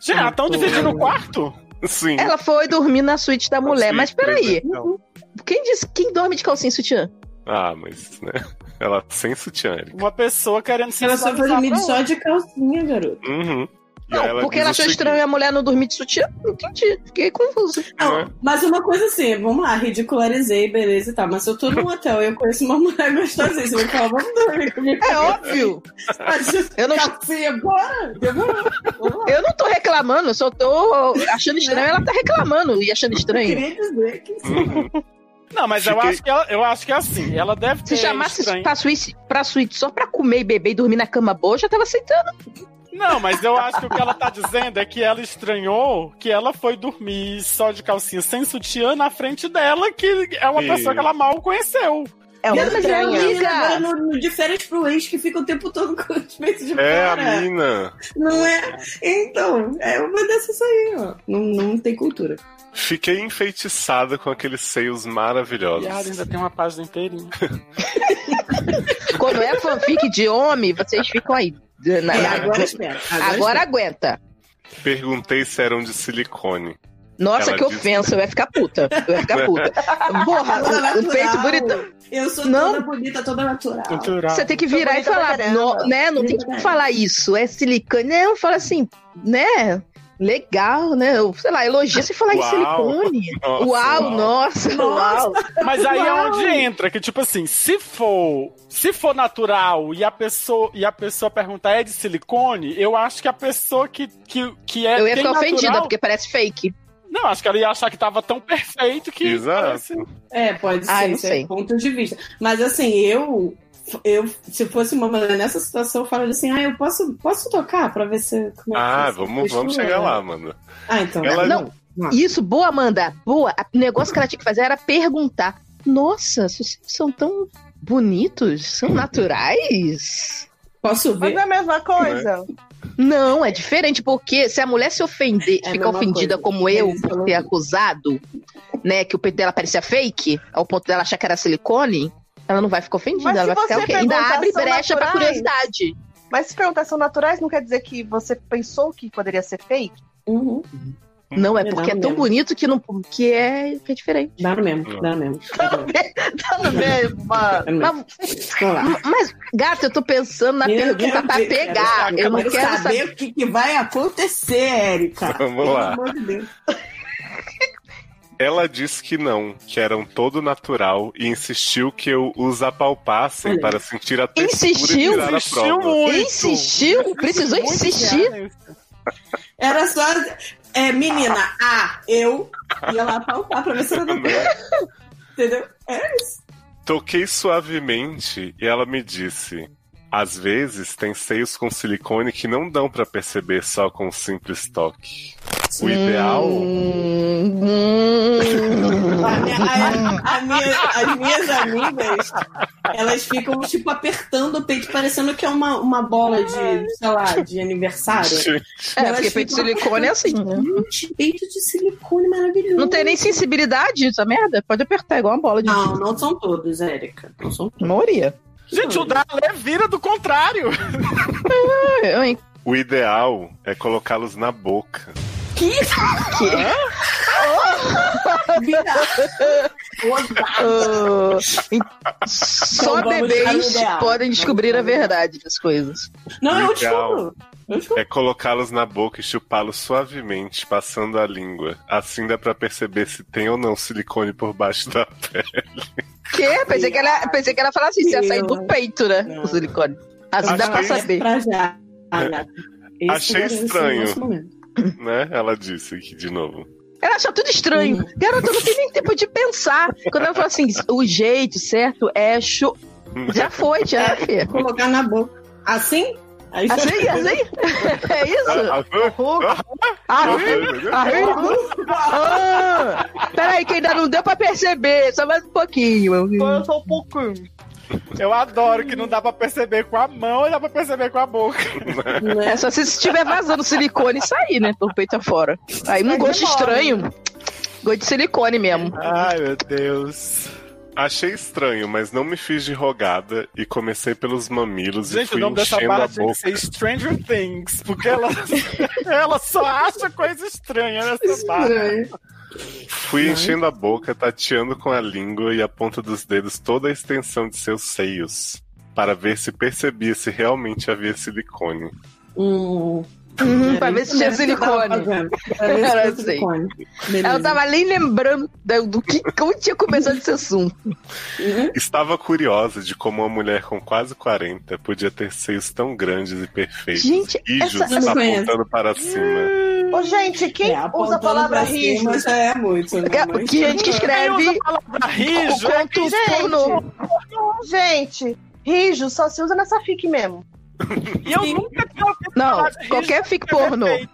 Speaker 11: Já estão dividindo o quarto?
Speaker 1: Sim.
Speaker 6: Ela foi dormir na suíte da mulher, mas peraí.
Speaker 1: presencial.
Speaker 6: Quem disse quem dorme de calcinha e sutiã?
Speaker 1: Ah, mas, né? Ela sem sutiã, Erika.
Speaker 11: Uma pessoa querendo se
Speaker 2: Ela só foi
Speaker 11: sensualizar
Speaker 2: dormir
Speaker 11: pra
Speaker 2: só
Speaker 11: onde?
Speaker 2: de calcinha, garoto.
Speaker 1: Uhum. E
Speaker 6: Não,
Speaker 1: aí ela
Speaker 6: porque
Speaker 1: diz
Speaker 6: ela
Speaker 1: o
Speaker 6: achou
Speaker 1: seguinte,
Speaker 6: estranho a mulher não dormir de sutiã? Não entendi. Fiquei confuso.
Speaker 1: né?
Speaker 2: Mas uma coisa assim, vamos lá, ridicularizei, beleza e tal. Mas se eu tô num hotel e eu conheço uma mulher gostosinha, você vai falar, vamos dormir comigo.
Speaker 6: É óbvio.
Speaker 2: Eu
Speaker 6: Eu
Speaker 2: não
Speaker 6: não-
Speaker 2: calcinha, bora! Demorou.
Speaker 6: Eu não tô reclamando, eu só tô achando estranho. Ela tá reclamando e achando
Speaker 2: Eu
Speaker 6: estranho.
Speaker 2: queria dizer que
Speaker 11: Não, mas eu
Speaker 6: Fiquei-
Speaker 11: acho, que ela- eu acho que é assim. Ela deve ter.
Speaker 6: Se chamasse
Speaker 11: estranho.
Speaker 6: pra suíte, pra suíte só pra comer e beber e dormir na cama boa, eu já tava aceitando.
Speaker 11: Não, mas eu acho que o que ela tá dizendo é que ela estranhou que ela foi dormir só de calcinha sem sutiã na frente dela, que é uma
Speaker 2: E-
Speaker 11: pessoa que ela mal conheceu.
Speaker 6: É
Speaker 2: Meu Deus, é horrível, agora no, no de férias pro ex tipo, que fica o tempo todo com os peitos de
Speaker 1: É a
Speaker 2: fora.
Speaker 1: mina.
Speaker 2: Não é? Então, é uma dessas aí, ó. Não, não tem cultura.
Speaker 1: Fiquei enfeitiçada com aqueles seios maravilhosos.
Speaker 11: Viado, ainda tem uma página inteirinha.
Speaker 6: Quando é fanfic de homem, vocês ficam aí. Na- na-
Speaker 1: Agora
Speaker 2: espera.
Speaker 6: Agora, aguenta.
Speaker 1: Perguntei se eram de silicone.
Speaker 6: Nossa,
Speaker 1: Ela
Speaker 6: que
Speaker 1: disse-
Speaker 6: ofensa. Eu ia ficar puta. Eu ia ficar puta. Porra,
Speaker 2: Toda
Speaker 6: o, o
Speaker 2: natural.
Speaker 6: peito bonitão.
Speaker 2: Eu sou toda bonita, toda natural.
Speaker 6: Você tem que virar e falar, "No- né? Não tem como falar isso. É silicone. Não, fala assim, né? Legal, né? Eu, sei lá, elogia se falar em
Speaker 11: Uau.
Speaker 6: silicone.
Speaker 11: Nossa,
Speaker 6: uau,
Speaker 11: uau.
Speaker 6: nossa, uau.
Speaker 11: Mas aí é
Speaker 6: Uau.
Speaker 11: onde entra, que tipo assim, se for, se for natural e a pessoa e a pessoa perguntar é de silicone, eu acho que a pessoa que que, que é
Speaker 6: Eu ia
Speaker 11: tem
Speaker 6: ficar ofendida,
Speaker 11: natural-
Speaker 6: porque parece fake.
Speaker 11: Não, acho que ela ia achar que tava tão perfeito que
Speaker 1: Exato.
Speaker 11: parece-
Speaker 2: É, pode
Speaker 6: Ah,
Speaker 2: ser,
Speaker 6: não
Speaker 2: isso é
Speaker 6: sei.
Speaker 2: ponto de vista. Mas assim, eu eu, se fosse uma mulher nessa situação, eu falaria assim: ah, eu posso, posso tocar pra ver se. Como é que
Speaker 1: Ah,
Speaker 2: é?"
Speaker 1: vamos, vamos chegar lá, mano.
Speaker 2: Ah, então.
Speaker 1: Ela-
Speaker 6: Não, isso, boa, Amanda. Boa. O negócio que ela tinha que fazer era perguntar: Nossa, vocês são tão bonitos, são naturais.
Speaker 2: Posso
Speaker 14: Mas é a mesma coisa.
Speaker 6: Não, é diferente, porque se a mulher se ofender,
Speaker 14: É a
Speaker 6: ficar
Speaker 14: mesma
Speaker 6: ofendida
Speaker 14: coisa.
Speaker 6: como eu por ter acusado, né, que o peito dela parecia fake, ao ponto dela achar que era silicone, ela não vai ficar ofendida,
Speaker 14: Mas
Speaker 6: ela
Speaker 14: se
Speaker 6: vai
Speaker 14: você
Speaker 6: ficar o quê? Ainda
Speaker 14: perguntar,
Speaker 6: abre
Speaker 14: "São
Speaker 6: brecha pra
Speaker 14: naturais?"
Speaker 6: curiosidade.
Speaker 14: Mas se perguntar são naturais, não quer dizer que você pensou que poderia ser fake?
Speaker 6: Não, é
Speaker 14: Não,
Speaker 6: porque é
Speaker 14: não
Speaker 6: tão
Speaker 14: mesmo.
Speaker 6: bonito que, não, que, é, que é diferente.
Speaker 2: Dá no mesmo, dá no mesmo.
Speaker 6: Tá no mesmo, mano. Mas, mas, gata, eu tô pensando na pergunta pra pegar. Eu não quero
Speaker 2: saber
Speaker 6: saber.
Speaker 2: o que, que vai acontecer, Érica.
Speaker 1: Vamos
Speaker 2: Pelo
Speaker 1: lá.
Speaker 2: amor de Deus.
Speaker 1: Ela disse que não, que eram todo natural e insistiu que eu os apalpassem
Speaker 6: Olha.
Speaker 1: para sentir a textura
Speaker 6: Insistiu?
Speaker 1: e tirar
Speaker 6: Insistiu
Speaker 1: a prova.
Speaker 6: muito. Insistiu? Precisou
Speaker 2: Muito
Speaker 6: insistir?
Speaker 2: Era só. É, menina, ah, eu tá, ia lá pautar pra ver se ela não.
Speaker 1: é.
Speaker 2: Entendeu? É isso.
Speaker 1: Toquei suavemente e ela me disse: às vezes tem seios com silicone que não dão pra perceber só com um simples toque. O ideal.
Speaker 2: A minha- a- a minha- as minhas amigas, elas ficam, tipo, apertando o peito, parecendo que é uma, uma bola de, sei lá, de aniversário.
Speaker 6: É, porque peito de silicone é assim.
Speaker 2: Gente, peito de silicone maravilhoso.
Speaker 6: Não tem nem sensibilidade, essa merda? Pode apertar igual uma bola de.
Speaker 2: Não, não são todos, Érica. Não são
Speaker 6: todos. Maioria.
Speaker 11: Gente, o Dalé vira do contrário.
Speaker 1: O ideal é colocá-los na boca.
Speaker 2: Que?
Speaker 6: Ah, em- Só
Speaker 2: Então vamos para o
Speaker 6: bebês
Speaker 2: ideal.
Speaker 6: podem
Speaker 2: Vamos
Speaker 6: descobrir
Speaker 2: para
Speaker 6: a
Speaker 2: o ideal.
Speaker 6: verdade das coisas.
Speaker 2: Não,
Speaker 1: eu descubro. É colocá-los na boca e chupá-los suavemente, passando a língua. Assim dá pra perceber se tem ou não silicone por baixo da pele.
Speaker 6: Que? Pensei que ela, pensei que ela falasse assim, se ia sair do peito, né? O silicone. Assim dá pra
Speaker 1: Achei-
Speaker 6: saber.
Speaker 2: Pra já.
Speaker 1: Achei
Speaker 6: Ah, esse é o
Speaker 1: estranho.
Speaker 6: nosso
Speaker 1: Né? Ela disse aqui de novo.
Speaker 6: Ela achou tudo estranho. Garota, eu não tem nem tempo de pensar. Quando ela falou assim, o jeito certo é chu... Já foi, já, filha.
Speaker 2: É, Colocar na boca. Assim? Aí já-
Speaker 6: assim, assim? É isso?
Speaker 11: Ah,
Speaker 6: Ah, Arru- arru- Ah, Peraí, que ainda não deu pra perceber. Só mais um pouquinho.
Speaker 11: Só um pouquinho. Eu adoro que não dá pra perceber com a mão e dá pra perceber com a boca.
Speaker 6: É só se estiver vazando silicone e sair, né? Pelo peito afora. Aí um
Speaker 11: Mas
Speaker 6: gosto
Speaker 11: demora.
Speaker 6: estranho. Gosto de silicone mesmo.
Speaker 1: Ai, meu Deus. Achei estranho, mas não me fiz de rogada e comecei pelos mamilos e
Speaker 11: Gente, o
Speaker 1: fui
Speaker 11: nome dessa
Speaker 1: enchendo a
Speaker 11: barra tinha que
Speaker 1: boca.
Speaker 11: ser Stranger Things, porque ela, ela só acha coisa estranha nessa barra.
Speaker 2: Estranho.
Speaker 14: é?
Speaker 1: Fui enchendo a boca, tateando com a língua e a ponta dos dedos toda a extensão de seus seios, para ver se percebia se realmente havia silicone.
Speaker 2: Hum.
Speaker 6: Uhum, pra ver se tinha silicone. Era assim. Ela tava nem lembrando do, do que como tinha começado esse assunto.
Speaker 14: Uhum.
Speaker 1: Estava curiosa de como uma mulher com quase 40 podia ter seios tão grandes e perfeitos.
Speaker 14: Gente,
Speaker 1: rijos
Speaker 14: essa- Eu não conheço.
Speaker 1: tá apontando para cima.
Speaker 14: Ô, gente, quem
Speaker 2: É,
Speaker 14: usa a palavra rijo?
Speaker 2: Mas já é muito, né?
Speaker 6: Mas- gente que escreve
Speaker 14: Quem usa a
Speaker 11: palavra
Speaker 6: rijo é quem escreve
Speaker 14: Gente, gente, rijo só se usa nessa fic mesmo.
Speaker 11: E eu nunca tinha ouvido
Speaker 6: Não,
Speaker 11: falar de
Speaker 6: qualquer
Speaker 11: risco
Speaker 6: fic
Speaker 11: de escrever
Speaker 6: pornô.
Speaker 11: peito.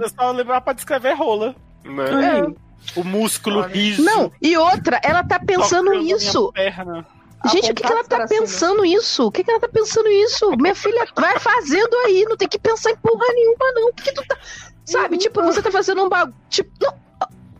Speaker 11: Eu só lembrar pra descrever rola. É.
Speaker 6: Né?
Speaker 11: O músculo rijo.
Speaker 6: Não, e outra, ela tá pensando
Speaker 11: tocando minha
Speaker 6: nisso.
Speaker 11: perna.
Speaker 6: Gente, o que, que ela tá pensando isso? O que, que ela tá pensando isso? Minha filha, vai fazendo aí, não tem que pensar em porra nenhuma, não. Porque tu tá. Sabe, tipo, você tá fazendo um bagulho. Tipo, não.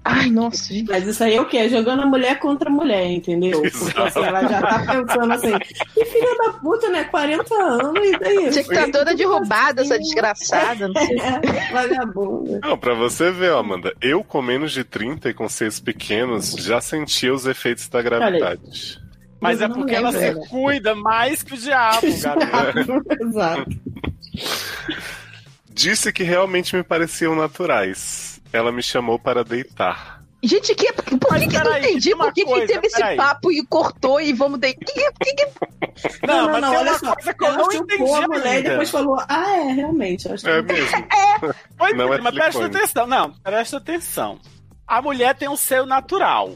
Speaker 6: Ai, nossa, gente.
Speaker 2: Mas isso aí é o quê? É Jogando a mulher contra a mulher, entendeu? Porque assim, ela já tá pensando assim, que filha da puta, né? 40 anos e daí?
Speaker 6: Tinha que tá toda de roubada, essa desgraçada. Não sei.
Speaker 14: Hum.
Speaker 2: Vagabunda.
Speaker 1: Não, pra você ver, ó, Amanda, eu com menos de 30 e com seios pequenos já sentia os efeitos da gravidade.
Speaker 11: Mas é
Speaker 1: não
Speaker 11: porque ela
Speaker 1: lembro,
Speaker 11: se cuida mais que o diabo, garoto.
Speaker 2: Exato.
Speaker 1: Disse que realmente me pareciam naturais. Ela me chamou para deitar.
Speaker 6: Gente, que, é- por que, que eu não entendi? Por que, que
Speaker 1: coisa,
Speaker 6: teve esse
Speaker 1: peraí.
Speaker 6: papo e cortou e vamos deitar?
Speaker 2: Não, não,
Speaker 6: mas
Speaker 2: não,
Speaker 6: tem
Speaker 2: olha
Speaker 6: uma
Speaker 2: só.
Speaker 6: coisa que eu
Speaker 2: ela
Speaker 6: não
Speaker 2: chupou a
Speaker 6: entendi
Speaker 2: mulher e
Speaker 6: ainda.
Speaker 2: depois falou, ah, é, realmente. Eu acho
Speaker 1: É
Speaker 2: que...
Speaker 1: mesmo.
Speaker 11: Pois
Speaker 1: Não
Speaker 11: é,
Speaker 1: é
Speaker 11: mas presta
Speaker 1: silicone.
Speaker 11: atenção. Não,
Speaker 6: Hum.
Speaker 11: presta atenção. A mulher tem um seio natural.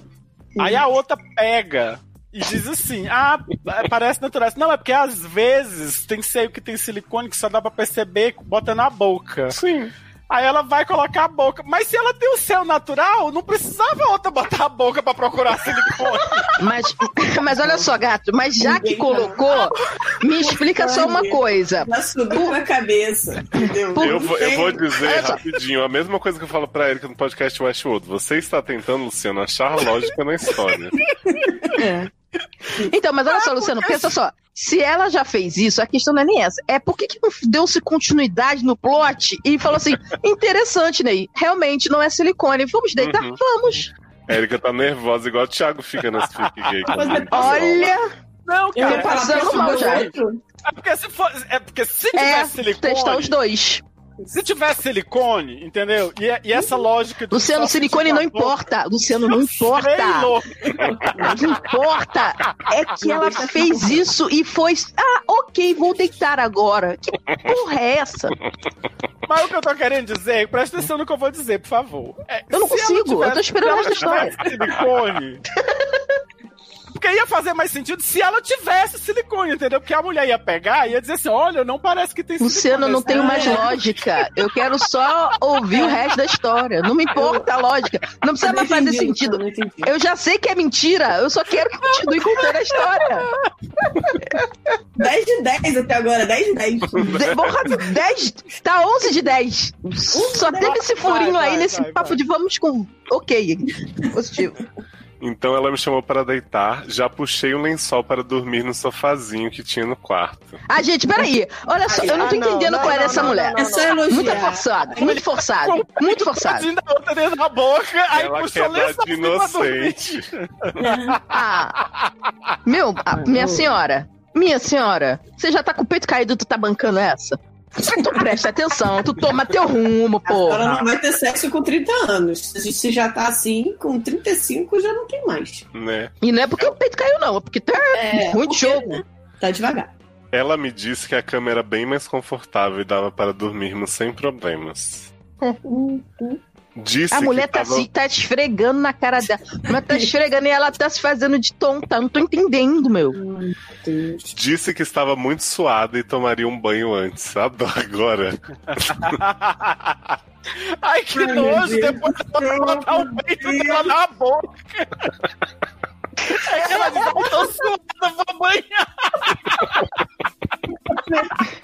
Speaker 11: Aí a outra pega E diz assim: ah, parece natural. Não, é porque às vezes tem seio que tem silicone que só dá pra perceber bota na boca.
Speaker 1: Sim.
Speaker 11: Aí ela vai colocar a boca. Mas se ela tem o céu natural, não precisava outra botar a boca pra procurar silicone.
Speaker 6: Mas, mas olha só, gato, mas já que
Speaker 2: tá-
Speaker 6: colocou, me explica só uma coisa.
Speaker 2: Já subiu na cabeça. entendeu?
Speaker 1: Eu, vou- eu vou dizer rapidinho a mesma coisa que eu falo pra Erika no podcast Westworld. Você está tentando, Luciano, achar É lógica na história.
Speaker 6: É. Então, mas olha só, Luciano, pensa só. Se ela já fez isso, a questão não é nem essa. É por que, que não deu-se continuidade no plot e falou assim: interessante, Ney, realmente não é silicone. Vamos deitar?
Speaker 1: Uhum.
Speaker 6: Vamos.
Speaker 1: Erika tá nervosa, igual o Thiago fica nesse fique gay. comigo.
Speaker 6: Olha.
Speaker 11: Não,
Speaker 6: Eu tô
Speaker 11: cara.
Speaker 6: passando mal já.
Speaker 11: É porque se for. É porque se
Speaker 6: É,
Speaker 11: tivesse silicone.
Speaker 6: testar os dois.
Speaker 11: Se tivesse silicone, entendeu? E, e essa lógica do.
Speaker 6: Luciano,
Speaker 11: só
Speaker 6: silicone não
Speaker 11: sentir com a
Speaker 6: importa. Luciano, não importa.
Speaker 11: Sei, é louco.
Speaker 6: Não importa. É que ela fez isso e foi. Ah, ok, vou deitar agora. Que porra é essa?
Speaker 11: Mas o que eu tô querendo dizer, presta atenção no que eu vou dizer, por favor. É,
Speaker 6: Eu não
Speaker 11: se ela
Speaker 6: consigo, eu tô esperando
Speaker 11: se
Speaker 6: essa
Speaker 11: ela
Speaker 6: história.
Speaker 11: tivesse silicone. Porque ia fazer mais sentido se ela tivesse silicone, entendeu? Porque a mulher ia pegar e ia dizer assim: olha, não parece que tem silicone.
Speaker 6: Luciano, não tenho mais
Speaker 11: É.
Speaker 6: lógica. Eu quero só ouvir o resto da história. Não me importa a lógica. Não precisa mais fazer sentido. Eu já sei que é mentira. Eu só quero que continue contando a história.
Speaker 2: 10 de 10 até agora, 10 de 10.
Speaker 6: De- porra, 10. Tá 11 de 10. Só teve esse furinho
Speaker 11: Vai,
Speaker 6: aí
Speaker 11: vai,
Speaker 6: nesse
Speaker 11: vai,
Speaker 6: papo de vamos com. Ok. Positivo.
Speaker 1: Então ela me chamou para deitar, já puxei um lençol para dormir no sofazinho que tinha no quarto.
Speaker 6: Ah, gente, peraí. Olha só,
Speaker 2: Ah,
Speaker 6: eu não tô
Speaker 2: não,
Speaker 6: entendendo
Speaker 2: não,
Speaker 6: qual era
Speaker 2: não,
Speaker 6: essa
Speaker 2: não,
Speaker 6: mulher.
Speaker 2: não, não, É só não. elogiar.
Speaker 6: Muito forçado, muito forçado, muito forçado.
Speaker 11: da outra dentro da boca, aí
Speaker 1: Ela
Speaker 11: puxou
Speaker 1: quer
Speaker 11: o
Speaker 1: dar
Speaker 11: lençol
Speaker 1: de
Speaker 11: pra dormir.
Speaker 1: inocente.
Speaker 6: Ah, meu, ah, minha senhora, minha senhora, você já tá com o peito caído, tu tá bancando essa? Tu presta atenção, tu toma teu rumo, pô.
Speaker 2: Ela não vai ter sexo com 30 anos. Se a gente já tá assim, com 35 já não tem mais.
Speaker 1: Né?
Speaker 6: E não é porque o peito caiu, não, é porque tá muito jogo.
Speaker 2: Tá devagar.
Speaker 1: Ela me disse que a cama era bem mais confortável e dava para dormirmos sem problemas. Disse
Speaker 6: A mulher
Speaker 1: que
Speaker 6: tá,
Speaker 1: tava-
Speaker 6: se, tá esfregando na cara dela. A mulher tá esfregando e ela tá se fazendo de tonta. Não tô entendendo, meu.
Speaker 1: Disse que estava muito suada e tomaria um banho antes. Adoro agora.
Speaker 11: Ai, que
Speaker 13: Ai, meu
Speaker 11: nojo,
Speaker 13: Deus.
Speaker 11: depois ela botar o peito dela na boca. Aí ela diz, eu tô suada, vou banhar.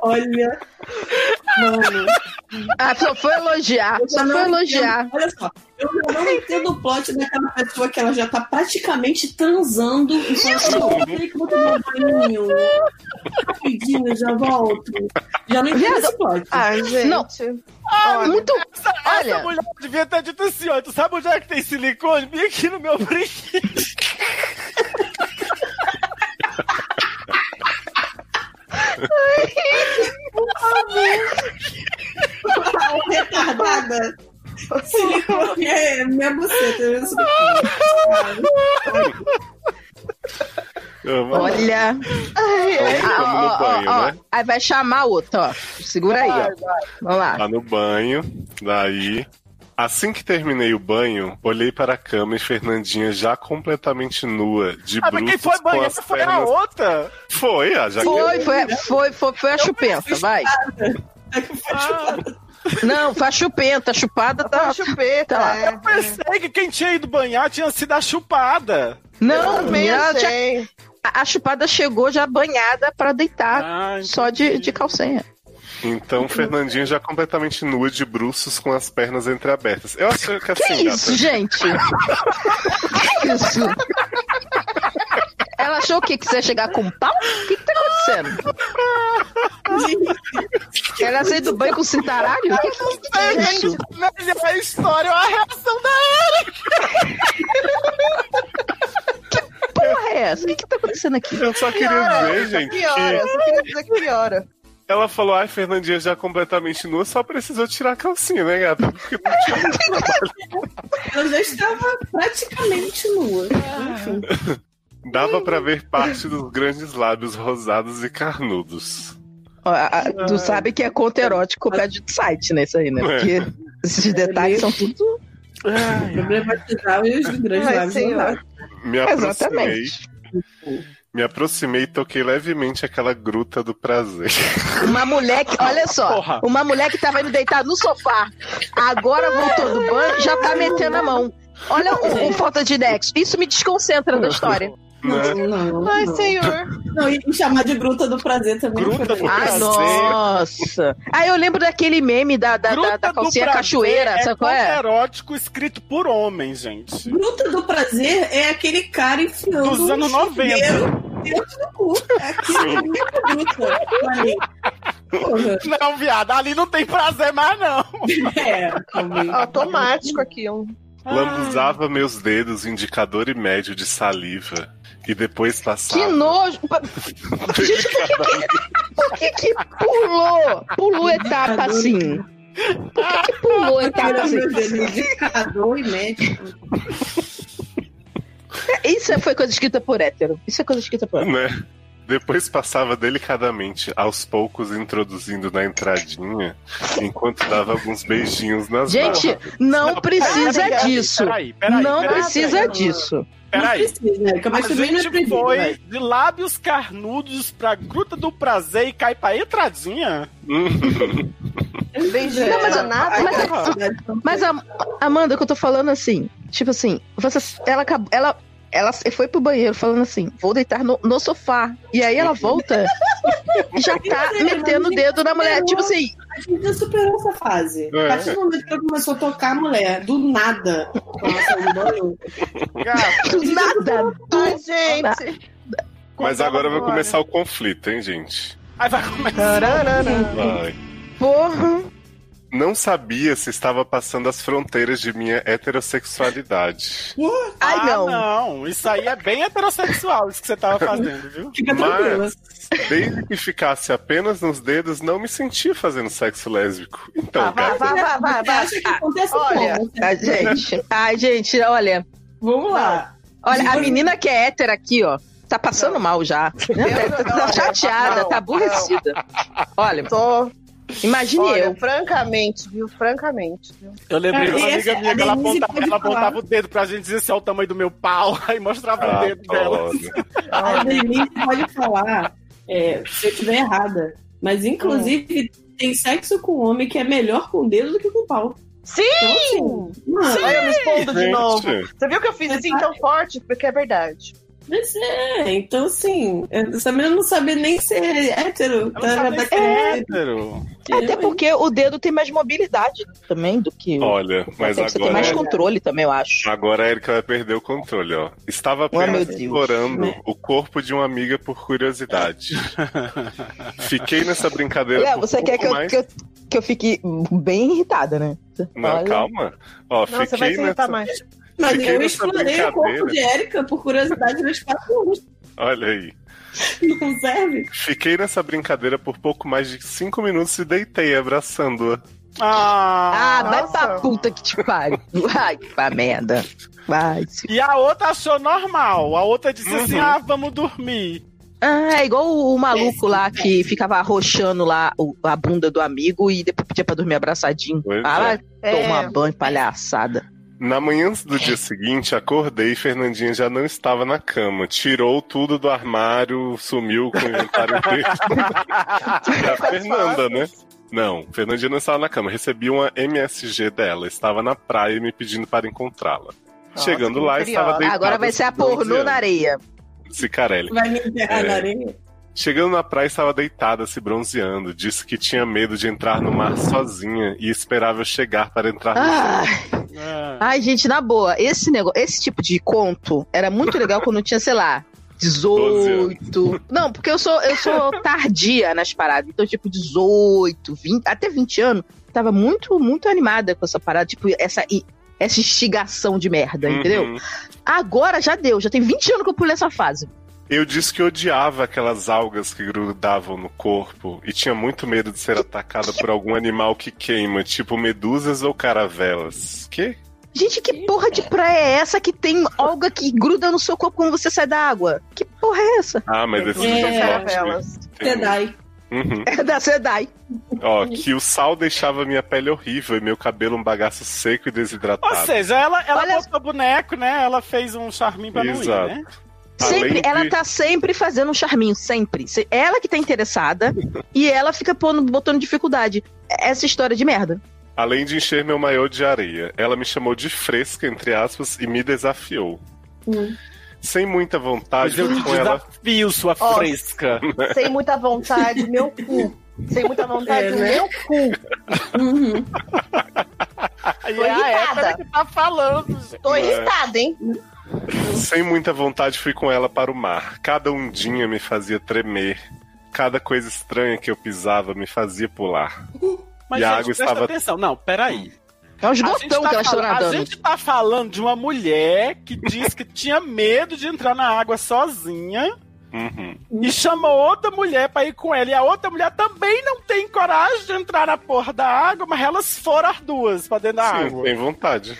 Speaker 2: Olha. Mano.
Speaker 6: Ah, só foi elogiar.
Speaker 2: Eu
Speaker 6: Só
Speaker 2: não
Speaker 6: foi
Speaker 2: entendo.
Speaker 6: elogiar.
Speaker 2: Olha só, eu já não entendo o plot daquela pessoa que ela já tá praticamente transando e fala assim, "Não, eu tenho que botar meu banho. Rapidinho, eu já volto. Já não entendo
Speaker 6: Viado,
Speaker 2: esse plot.
Speaker 6: ah, gente. Não.
Speaker 11: Olha,
Speaker 6: muito-
Speaker 11: Essa,
Speaker 6: olha.
Speaker 11: essa mulher devia ter dito assim, ó, tu sabe onde é que tem silicone? Vem aqui no meu brinquedo.
Speaker 2: Retardada. Silicone é minha buceta. né?
Speaker 1: Amo.
Speaker 6: Olha. Ai,
Speaker 1: ai. Vamos no banho, né?
Speaker 6: Aí vai chamar o outro, ó. Segura aí, ó. Vamos lá.
Speaker 1: Tá no banho, daí. Assim que terminei o banho, olhei para a cama e Fernandinha já completamente nua, de
Speaker 11: Ah, mas quem
Speaker 1: bruços
Speaker 11: foi
Speaker 1: com
Speaker 11: banhar
Speaker 1: as
Speaker 11: foi a
Speaker 1: pernas-
Speaker 11: outra.
Speaker 1: Foi, ah, a
Speaker 6: Foi, foi, foi, foi, foi a chupensa, vai.
Speaker 11: É
Speaker 1: Ah.
Speaker 6: Não, foi a chupenta, a chupada tá. chupeta, tá lá.
Speaker 11: Eu pensei é, que quem tinha ido banhar tinha sido a chupada.
Speaker 6: Não,
Speaker 11: Eu também
Speaker 6: ela tinha- a, a chupada chegou já banhada pra deitar,
Speaker 11: Ah,
Speaker 6: só de, de calcinha.
Speaker 1: Então Fernandinha já completamente nua, de bruços com as pernas entreabertas. Eu acho que
Speaker 6: Que
Speaker 1: assim,
Speaker 6: isso, gente? que isso? Ela achou que quiser chegar com pau? O que, que tá acontecendo? Ela saiu do banho com um cintaralho? O que, que é
Speaker 11: Gente, Mas a história né, é a reação da
Speaker 6: porra é essa? O que, que tá acontecendo aqui?
Speaker 1: Eu só queria dizer, gente,
Speaker 14: Piora, eu
Speaker 1: que
Speaker 14: só queria dizer que piora.
Speaker 1: ela falou, ai, Fernandinha já completamente nua, só precisou tirar a calcinha, né, gata? Porque não tinha-
Speaker 2: Eu já estava praticamente nua. Enfim.
Speaker 1: Dava pra ver parte dos grandes lábios rosados e carnudos.
Speaker 6: Ó, a- a- tu sabe que é conto erótico pede do site, né? Isso aí, né?
Speaker 1: Ah. É.
Speaker 6: Porque esses detalhes são tudo.
Speaker 2: Problematizar os grandes
Speaker 14: Ai,
Speaker 2: lábios
Speaker 14: senhor.
Speaker 2: do lado.
Speaker 1: me aproximei. Me aproximei e toquei levemente aquela gruta do prazer.
Speaker 6: Uma mulher que, olha só,
Speaker 1: Porra.
Speaker 6: uma mulher que tava indo deitar no sofá, agora voltou do banho, já tá metendo a mão. Olha o, o falta de nexo. Isso me desconcentra da história.
Speaker 2: Não, não,
Speaker 6: Ai,
Speaker 2: não.
Speaker 6: senhor.
Speaker 2: Não, e me chamar de Gruta do Prazer também.
Speaker 6: Gruta
Speaker 2: foi-
Speaker 6: Ai, nossa. Aí eu lembro daquele meme da, da, da, da calcinha cachoeira,
Speaker 11: é
Speaker 6: sabe qual é?
Speaker 11: conto erótico escrito por homens, gente.
Speaker 2: Gruta do Prazer é aquele cara enfiando.
Speaker 11: Dos anos
Speaker 2: um chuveiro
Speaker 11: 90.
Speaker 2: Dentro do cu. É aquilo é muito gruta. Olha aí. Porra.
Speaker 11: Não, viado, ali não tem prazer mais, não.
Speaker 2: É,
Speaker 14: Automático aqui, um ó.
Speaker 6: Ah.
Speaker 1: Lambuzava meus dedos, indicador e médio de saliva. E depois
Speaker 6: Que
Speaker 1: passava.
Speaker 6: nojo! Pa- Gente, por que que, por que que pulou? Pulou etapa assim. Por que que pulou etapa assim?
Speaker 2: Indicador e médico.
Speaker 6: Isso foi coisa escrita por hétero. Isso é coisa escrita por hétero.
Speaker 1: Né? Depois passava delicadamente, aos poucos introduzindo na entradinha, enquanto dava alguns beijinhos nas
Speaker 6: Gente,
Speaker 1: barbas.
Speaker 6: não, precisa
Speaker 1: peraí, peraí,
Speaker 6: disso.
Speaker 1: peraí, peraí,
Speaker 6: não
Speaker 1: peraí,
Speaker 6: precisa
Speaker 1: peraí.
Speaker 6: disso.
Speaker 11: Peraí.
Speaker 2: mas
Speaker 11: a
Speaker 2: também não é
Speaker 11: gente
Speaker 2: proibido,
Speaker 11: foi
Speaker 2: vai.
Speaker 11: de lábios carnudos pra Gruta do Prazer e cai pra entradinha.
Speaker 6: Não, mas,
Speaker 2: tá
Speaker 6: é mas- mas a, Amanda, o que eu tô falando assim, tipo assim, você, ela, acab- ela, ela foi pro banheiro falando assim, vou deitar no, no sofá. E aí ela volta e já tá metendo o dedo na mulher. Tipo assim,
Speaker 2: A gente já superou essa fase.
Speaker 6: É.
Speaker 2: A partir do momento que ela começou a tocar a mulher, do nada. Nossa, um banho.
Speaker 6: nada.
Speaker 14: Ai, gente.
Speaker 1: Mas agora vai começar o conflito, hein, gente?
Speaker 11: Aí vai começar.
Speaker 1: Vai.
Speaker 6: Porra.
Speaker 1: Não sabia se estava passando as fronteiras de minha heterossexualidade.
Speaker 11: Ai,
Speaker 6: não.
Speaker 11: Ah, não. Isso aí é bem heterossexual, isso que você tava fazendo, viu?
Speaker 1: Mas, desde que ficasse apenas nos dedos, não me sentia fazendo sexo lésbico. Então,
Speaker 6: Ah, Vai,
Speaker 1: cara,
Speaker 6: vai, vai, vai, vai.
Speaker 2: que acontece
Speaker 6: olha,
Speaker 2: como?
Speaker 6: a gente, a gente, olha.
Speaker 2: Vamos lá.
Speaker 6: Olha, a menina que é hétera aqui, ó, tá passando mal já. Tá, tá chateada, tá aborrecida. Olha, tô. Imagine
Speaker 14: Olha,
Speaker 6: eu.
Speaker 14: Francamente, viu? Francamente. Viu?
Speaker 11: Eu lembrei de uma
Speaker 14: Essa-
Speaker 11: amiga
Speaker 2: é
Speaker 11: minha que
Speaker 14: É, a
Speaker 11: ela
Speaker 14: Denise
Speaker 11: apontava,
Speaker 14: pode
Speaker 11: ela
Speaker 14: falar.
Speaker 11: apontava o dedo pra gente dizer assim, olha o tamanho do meu pau, aí mostrava
Speaker 1: Ah,
Speaker 11: o dedo dela. Ah,
Speaker 2: A Denise pode falar é, se eu estiver errada. Mas, inclusive, tem sexo com homem que é melhor com o dedo do que com o pau.
Speaker 14: Sim!
Speaker 2: Então, assim, mano,
Speaker 14: Sim! Aí eu me expondo de
Speaker 2: Gente.
Speaker 14: novo. Você viu que eu fiz assim tão forte? Porque é verdade.
Speaker 2: Mas é, então assim, essa menina não sabe nem ser hétero. Tá, tá
Speaker 6: É,
Speaker 2: querendo-
Speaker 11: Hétero.
Speaker 6: Até porque o dedo tem mais mobilidade também do que. o-
Speaker 1: Olha, mas
Speaker 6: Você tem
Speaker 1: agora- é-
Speaker 6: mais controle também, eu acho.
Speaker 1: Agora a Erika vai perder o controle, ó. Estava
Speaker 6: meu
Speaker 1: apenas
Speaker 6: Deus. Né?
Speaker 1: explorando o corpo de uma amiga por curiosidade. Fiquei nessa brincadeira
Speaker 6: Léo,
Speaker 1: por
Speaker 6: você
Speaker 1: um pouco
Speaker 6: quer que eu,
Speaker 1: mais...
Speaker 6: que, eu, que eu fique bem irritada, né?
Speaker 1: Não,
Speaker 6: Olha.
Speaker 1: calma. Ó,
Speaker 6: Não, você vai
Speaker 1: fiquei
Speaker 6: se irritar
Speaker 1: nessa...
Speaker 6: mais.
Speaker 2: Mas
Speaker 1: Fiquei
Speaker 2: eu
Speaker 1: nessa
Speaker 2: explorei o corpo
Speaker 1: brincadeira.
Speaker 2: de Érica por curiosidade nos quatro anos.
Speaker 1: Olha aí.
Speaker 2: Não serve?
Speaker 1: Fiquei nessa brincadeira por pouco mais de cinco minutos e deitei abraçando-a.
Speaker 6: Ah,
Speaker 11: Ah,
Speaker 6: vai pra puta que te pariu. Vai pra merda. Vai. se-
Speaker 11: E a outra achou normal. A outra disse assim: ah, vamos dormir.
Speaker 6: Ah, é igual o, o maluco lá que ficava arrochando lá o- a bunda do amigo e depois pedia pra dormir abraçadinho. Ah, vai
Speaker 1: é.
Speaker 6: tomar banho, palhaçada.
Speaker 1: Na manhã do dia seguinte, acordei e Fernandinha já não estava na cama. Tirou tudo do armário, sumiu com o inventário inteiro. da Fernanda, né? Não, Fernandinha não estava na cama. Recebi uma MSG dela. Estava na praia me pedindo para encontrá-la. Chegando lá, estava deitada.
Speaker 6: Agora vai ser a pornô na areia.
Speaker 1: Cicarelli.
Speaker 2: Vai me enterrar
Speaker 1: É.
Speaker 2: na areia?
Speaker 1: Chegando na praia, estava deitada, se bronzeando. Disse que tinha medo de entrar no mar sozinha e esperava eu chegar para entrar no
Speaker 6: Ai. Ai, gente, na boa, esse negócio, esse tipo de conto era muito legal quando eu tinha, sei lá, 18. Não, porque eu sou, eu sou tardia nas paradas. Então, tipo, 18, 20, até 20 anos, tava muito, muito animada com essa parada, tipo, essa, i- essa instigação de merda,
Speaker 1: Uhum.
Speaker 6: entendeu? Agora já deu, já tem 20 anos que eu pulei essa fase.
Speaker 1: Eu disse que odiava aquelas algas que grudavam no corpo e tinha muito medo de ser atacada por algum animal que queima, tipo medusas ou caravelas. Que?
Speaker 6: Gente, que porra de praia é essa que tem alga que gruda no seu corpo quando você sai da água? Que porra é essa?
Speaker 1: Ah, mas esse
Speaker 6: É,
Speaker 1: resort-
Speaker 6: caravelas.
Speaker 1: tem- um
Speaker 2: Sedai.
Speaker 1: Uhum.
Speaker 6: É da Sedai.
Speaker 1: Ó, que o sal deixava minha pele horrível e meu cabelo um bagaço seco e
Speaker 11: Ou
Speaker 1: desidratado.
Speaker 11: seja, ela, ela botou boneco, né? Ela fez um charminho pra não
Speaker 1: Exato.
Speaker 11: ir, né?
Speaker 6: Sempre,
Speaker 1: Além
Speaker 6: ela
Speaker 1: de-
Speaker 6: tá sempre fazendo um charminho, sempre. Se- Ela que tá interessada e ela fica pondo, botando dificuldade. Essa história é de merda.
Speaker 1: Além de encher meu maiô de areia, ela me chamou de fresca, entre aspas, e me desafiou. Sem muita vontade,
Speaker 11: Mas eu te
Speaker 1: com ela...
Speaker 11: desafio, sua
Speaker 1: Ó,
Speaker 11: fresca.
Speaker 14: Sem muita vontade, meu cu. Sem muita vontade,
Speaker 11: É, né?
Speaker 14: meu cu.
Speaker 2: Uhum.
Speaker 11: Aí
Speaker 14: Tô
Speaker 11: é a
Speaker 14: irritada.
Speaker 11: época que tá falando,
Speaker 14: Tô
Speaker 1: É.
Speaker 14: irritada, hein?
Speaker 2: Uhum.
Speaker 1: Sem muita vontade, fui com ela para o mar. Cada ondinha me fazia tremer. Cada coisa estranha que eu pisava me fazia pular.
Speaker 11: Mas,
Speaker 1: e a água
Speaker 11: gente, presta
Speaker 1: estava.
Speaker 11: atenção. Não, peraí.
Speaker 6: É um
Speaker 1: esgotão que elas estão
Speaker 11: A
Speaker 1: nadando.
Speaker 11: gente tá falando de uma mulher que disse que tinha medo de entrar na água sozinha
Speaker 1: Uhum.
Speaker 11: e chamou outra mulher pra ir com ela. E a outra mulher também não tem coragem de entrar na porra da água, mas elas foram as duas pra dentro da
Speaker 1: Sim,
Speaker 11: água.
Speaker 1: tem vontade.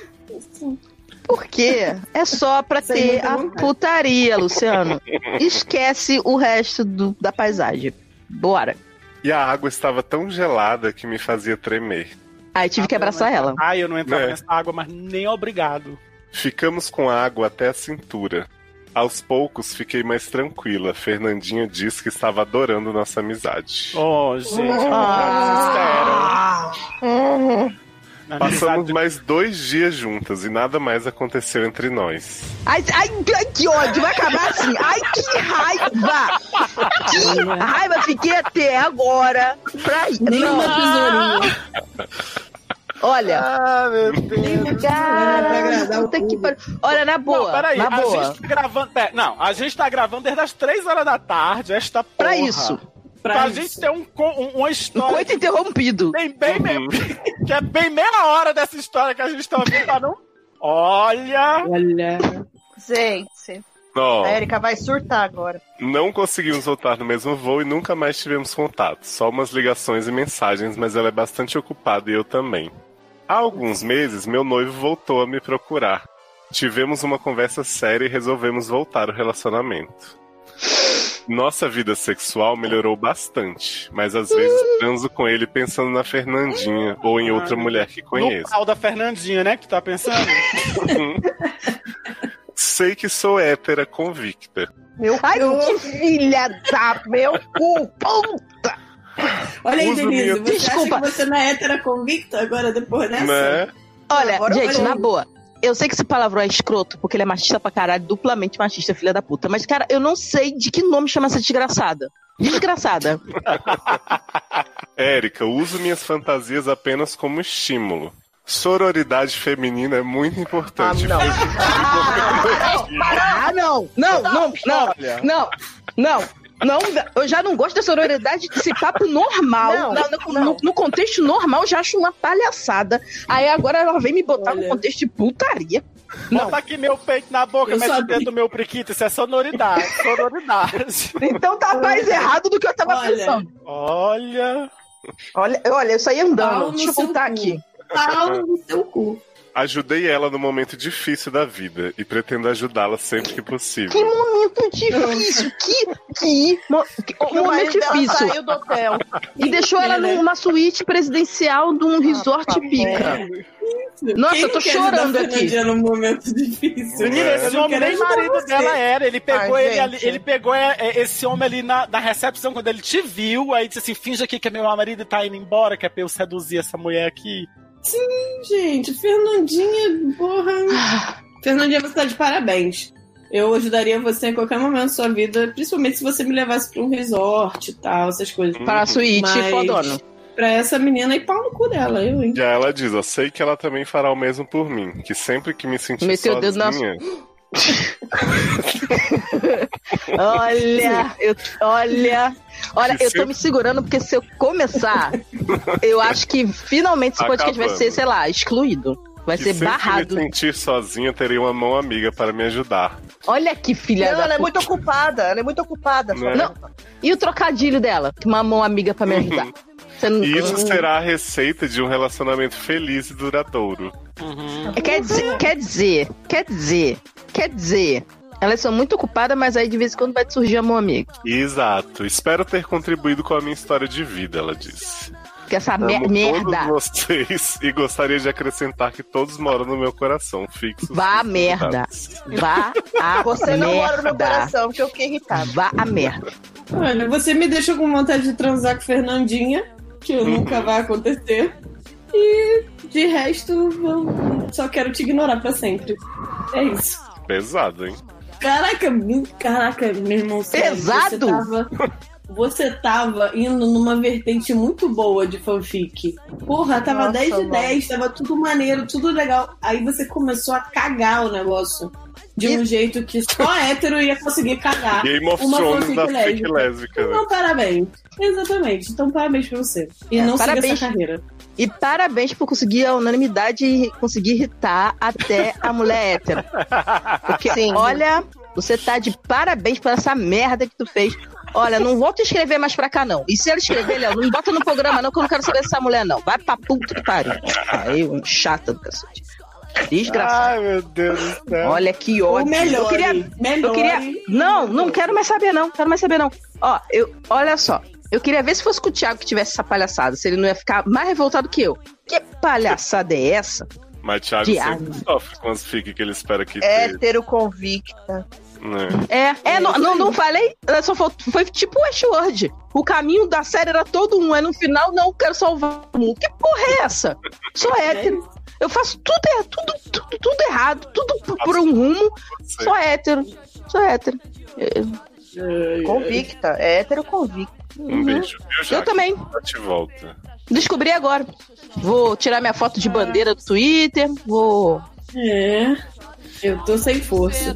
Speaker 6: Porque é só pra
Speaker 11: Sem
Speaker 6: ter
Speaker 11: muita
Speaker 6: a
Speaker 11: vontade.
Speaker 6: putaria, Luciano. Esquece o resto do- da paisagem. Bora.
Speaker 1: E a água estava tão gelada que me fazia tremer.
Speaker 6: Aí Ah, tive
Speaker 11: Ah,
Speaker 6: que abraçar ela.
Speaker 11: Ai, eu não entrava
Speaker 1: É.
Speaker 11: nessa água, mas nem obrigado.
Speaker 1: Ficamos com a água até a cintura. Aos poucos fiquei mais tranquila. Fernandinha disse que estava adorando nossa amizade.
Speaker 11: Oh, gente,
Speaker 6: Ah.
Speaker 1: Passamos mais dois dias juntas e nada mais aconteceu entre nós.
Speaker 6: Ai, ai, que ódio, vai acabar assim. Ai, que raiva! Que raiva fiquei até agora pra
Speaker 13: Nenhuma
Speaker 6: tesourinha. Olha.
Speaker 11: Ah, meu Deus.
Speaker 6: Cara, puta que par... Olha, na boa.
Speaker 11: Não, peraí,
Speaker 6: na
Speaker 11: a
Speaker 6: boa.
Speaker 11: gente tá gravando. pera, não, a gente tá gravando desde as 3 horas da tarde, esta porra.
Speaker 6: Pra isso.
Speaker 11: Pra,
Speaker 6: Pra isso.
Speaker 11: gente ter um, co- um, uma história. Um
Speaker 6: coito interrompido.
Speaker 11: Tem bem
Speaker 1: Uhum.
Speaker 11: meia- que é bem meia hora dessa história que a gente tá ouvindo, tá não? Olha!
Speaker 2: Olha.
Speaker 14: Gente.
Speaker 1: Não.
Speaker 14: A Erika vai surtar agora.
Speaker 1: Não conseguimos voltar no mesmo voo e nunca mais tivemos contato. Só umas ligações e mensagens, mas ela é bastante ocupada e eu também. Há alguns meses, meu noivo voltou a me procurar. Tivemos uma conversa séria e resolvemos voltar o relacionamento. Nossa vida sexual melhorou bastante, mas às vezes transo com ele pensando na Fernandinha ou em outra mulher que
Speaker 11: No
Speaker 1: conheço.
Speaker 11: pau da Fernandinha, né? Que tu tá pensando?
Speaker 1: Sei que sou hétera convicta.
Speaker 14: Meu
Speaker 6: Ai, que filha da meu cu, puta!
Speaker 2: Olha aí,
Speaker 1: Uso
Speaker 2: Denise,
Speaker 1: minha-
Speaker 2: você
Speaker 6: Desculpa.
Speaker 2: acha que você não é hétera convicta agora, depois dessa?
Speaker 1: Né?
Speaker 6: Olha,
Speaker 2: Agora
Speaker 6: gente,
Speaker 2: eu-
Speaker 6: na boa. Eu sei que esse palavrão é escroto, porque ele é machista pra caralho, duplamente machista, filha da puta. Mas, cara, eu não sei de que nome chama essa desgraçada. Desgraçada.
Speaker 1: Érica, uso minhas fantasias apenas como estímulo. Sororidade feminina é muito importante.
Speaker 6: Ah, não! Não, não, não,
Speaker 1: Olha.
Speaker 6: não, não. Não, eu já não gosto da sororidade desse papo normal.
Speaker 14: Não,
Speaker 6: Na- no, no- no contexto normal, eu já acho uma palhaçada. Aí agora ela vem me botar no contexto de putaria.
Speaker 11: Bota aqui meu peito na boca,
Speaker 6: Eu
Speaker 11: mete o
Speaker 6: sabia.
Speaker 11: dedo no meu priquito, isso é sonoridade. Sonoridade.
Speaker 6: Então tá mais errado do que eu tava
Speaker 11: Olha.
Speaker 6: pensando.
Speaker 11: Olha.
Speaker 6: Olha, olha, eu saí
Speaker 1: Pau
Speaker 6: andando.
Speaker 1: no
Speaker 6: Deixa eu voltar aqui.
Speaker 1: Pau
Speaker 2: no seu cu.
Speaker 1: Ajudei ela no momento difícil da vida e pretendo ajudá-la sempre que
Speaker 6: Que
Speaker 1: possível.
Speaker 6: momento difícil! Que, que, mo- que
Speaker 14: O
Speaker 6: momento
Speaker 14: marido dela
Speaker 6: difícil!
Speaker 14: saiu do hotel.
Speaker 6: E deixou ela numa suíte presidencial de um resort pica. Nossa,
Speaker 2: Ah, É. Quem
Speaker 6: eu tô
Speaker 2: quer ajudar
Speaker 6: chorando
Speaker 2: a
Speaker 6: aqui.
Speaker 2: Fernandinha num momento difícil.
Speaker 11: Menina,
Speaker 2: Eu
Speaker 11: esse
Speaker 2: não
Speaker 11: homem
Speaker 2: quero
Speaker 11: nem
Speaker 2: ajudar
Speaker 11: marido
Speaker 2: você.
Speaker 11: dela era. Ele pegou
Speaker 2: Ai,
Speaker 11: ele ali,
Speaker 2: gente.
Speaker 11: ele pegou é, é, esse homem ali na, na recepção quando ele te viu, aí disse assim: finge aqui que é meu marido e tá indo embora, que é pra eu seduzir essa mulher aqui.
Speaker 2: Sim, gente, Fernandinha, porra. Fernandinha, você tá de parabéns. Eu ajudaria você em qualquer momento da sua vida, principalmente se você me levasse pra um resort e tal, essas coisas.
Speaker 1: Uhum.
Speaker 6: Para a suíte, fodona.
Speaker 2: Pra essa menina e pau no cu dela, eu, hein?
Speaker 1: E aí ela diz: ó, sei que ela também fará o mesmo por mim, que sempre que me sentir
Speaker 6: Meteu o dedo na-
Speaker 1: sozinha.
Speaker 6: Olha, eu, olha, olha, eu tô me segurando porque se eu começar, eu acho que finalmente esse podcast vai ser,
Speaker 1: Acabando.
Speaker 6: sei lá, excluído. Vai
Speaker 1: que
Speaker 6: ser
Speaker 1: sempre
Speaker 6: barrado.
Speaker 1: Que me sentir sozinha, terei uma mão amiga para me ajudar.
Speaker 6: Olha que filha
Speaker 14: Não,
Speaker 6: da
Speaker 14: ela é
Speaker 6: puta.
Speaker 14: muito ocupada. Ela é muito ocupada.
Speaker 1: Né?
Speaker 6: Não, E o trocadilho dela? Uma mão amiga pra me ajudar. Você não- Uhum.
Speaker 1: E isso será a receita de um relacionamento feliz e duradouro.
Speaker 6: Quer dizer, quer dizer, quer dizer, quer dizer Elas são muito ocupadas, mas aí de vez em quando vai surgir amor amigo.
Speaker 1: Exato. Espero ter contribuído com a minha história de vida, ela disse.
Speaker 6: Que essa
Speaker 1: Amo
Speaker 6: mer-
Speaker 1: todos
Speaker 6: Tá merda.
Speaker 1: vocês e gostaria de acrescentar que todos moram no meu coração, fixo.
Speaker 6: Vá a merda. Vá a
Speaker 14: Você não mora no meu
Speaker 6: merda.
Speaker 14: coração, porque eu fiquei irritada.
Speaker 6: Vá a merda.
Speaker 2: Olha, você me deixa com vontade de transar com Fernandinha, que nunca vai acontecer. E de resto, eu só quero te ignorar pra sempre. É isso.
Speaker 1: Pesado, hein?
Speaker 2: Caraca, mu- caraca, meu irmão. sério, Você
Speaker 1: Pesado?
Speaker 2: tava, você tava indo numa vertente muito boa de fanfic. Porra, tava
Speaker 14: Nossa,
Speaker 2: 10 de
Speaker 14: mano.
Speaker 2: 10, tava tudo maneiro, tudo legal. Aí você começou a cagar o negócio. De um jeito que só hétero ia conseguir cagar.
Speaker 1: Game of
Speaker 2: Tá. uma
Speaker 1: Thrones
Speaker 2: fanfic
Speaker 1: da fic
Speaker 2: lésbica.
Speaker 1: lésbica. né?
Speaker 2: Então, parabéns. Exatamente. Então, parabéns pra você. E
Speaker 6: É,
Speaker 2: não siga
Speaker 6: parabéns.
Speaker 2: essa carreira.
Speaker 6: E parabéns por conseguir a unanimidade e conseguir irritar até é a mulher hétera. Porque, assim,
Speaker 14: Sim.
Speaker 6: olha, você tá de parabéns por essa merda que tu fez. Olha, não volta a escrever mais pra cá, não. E se ela escrever, Léo, não bota no programa, não, que eu não quero saber dessa mulher, não. Vai pra puta que pariu. Aí, um chata do cacete. Desgraçado.
Speaker 1: Ai, meu Deus do céu.
Speaker 6: Olha que ódio.
Speaker 13: melhore,
Speaker 6: eu queria,
Speaker 13: melhore.
Speaker 6: eu queria. Não, não quero mais saber, não. Quero mais saber, não. Ó, eu, olha só. Eu queria ver se fosse com o Thiago que tivesse essa palhaçada, se ele não ia ficar mais revoltado que eu. Que palhaçada é essa?
Speaker 1: Mas Thiago
Speaker 6: Diabo.
Speaker 1: sempre sofre com as fic que ele espera que dê,
Speaker 14: É Hétero convicta.
Speaker 1: né?
Speaker 6: É, é, não, não, não falei, ela só falou, foi tipo Westworld. O caminho da série era todo um, aí no final, não, quero salvar o mundo. Que porra é essa? Sou hétero. Eu faço tudo, er- tudo, tudo, tudo errado, tudo por- por um rumo. Sou hétero. Sou hétero.
Speaker 14: Convicta. É hétero convicta.
Speaker 1: Um beijo. viu, Jaque?
Speaker 6: Eu também.
Speaker 1: Já te volta.
Speaker 6: Descobri agora. Vou tirar minha foto de bandeira do Twitter, vou.
Speaker 2: É. Eu tô sem força.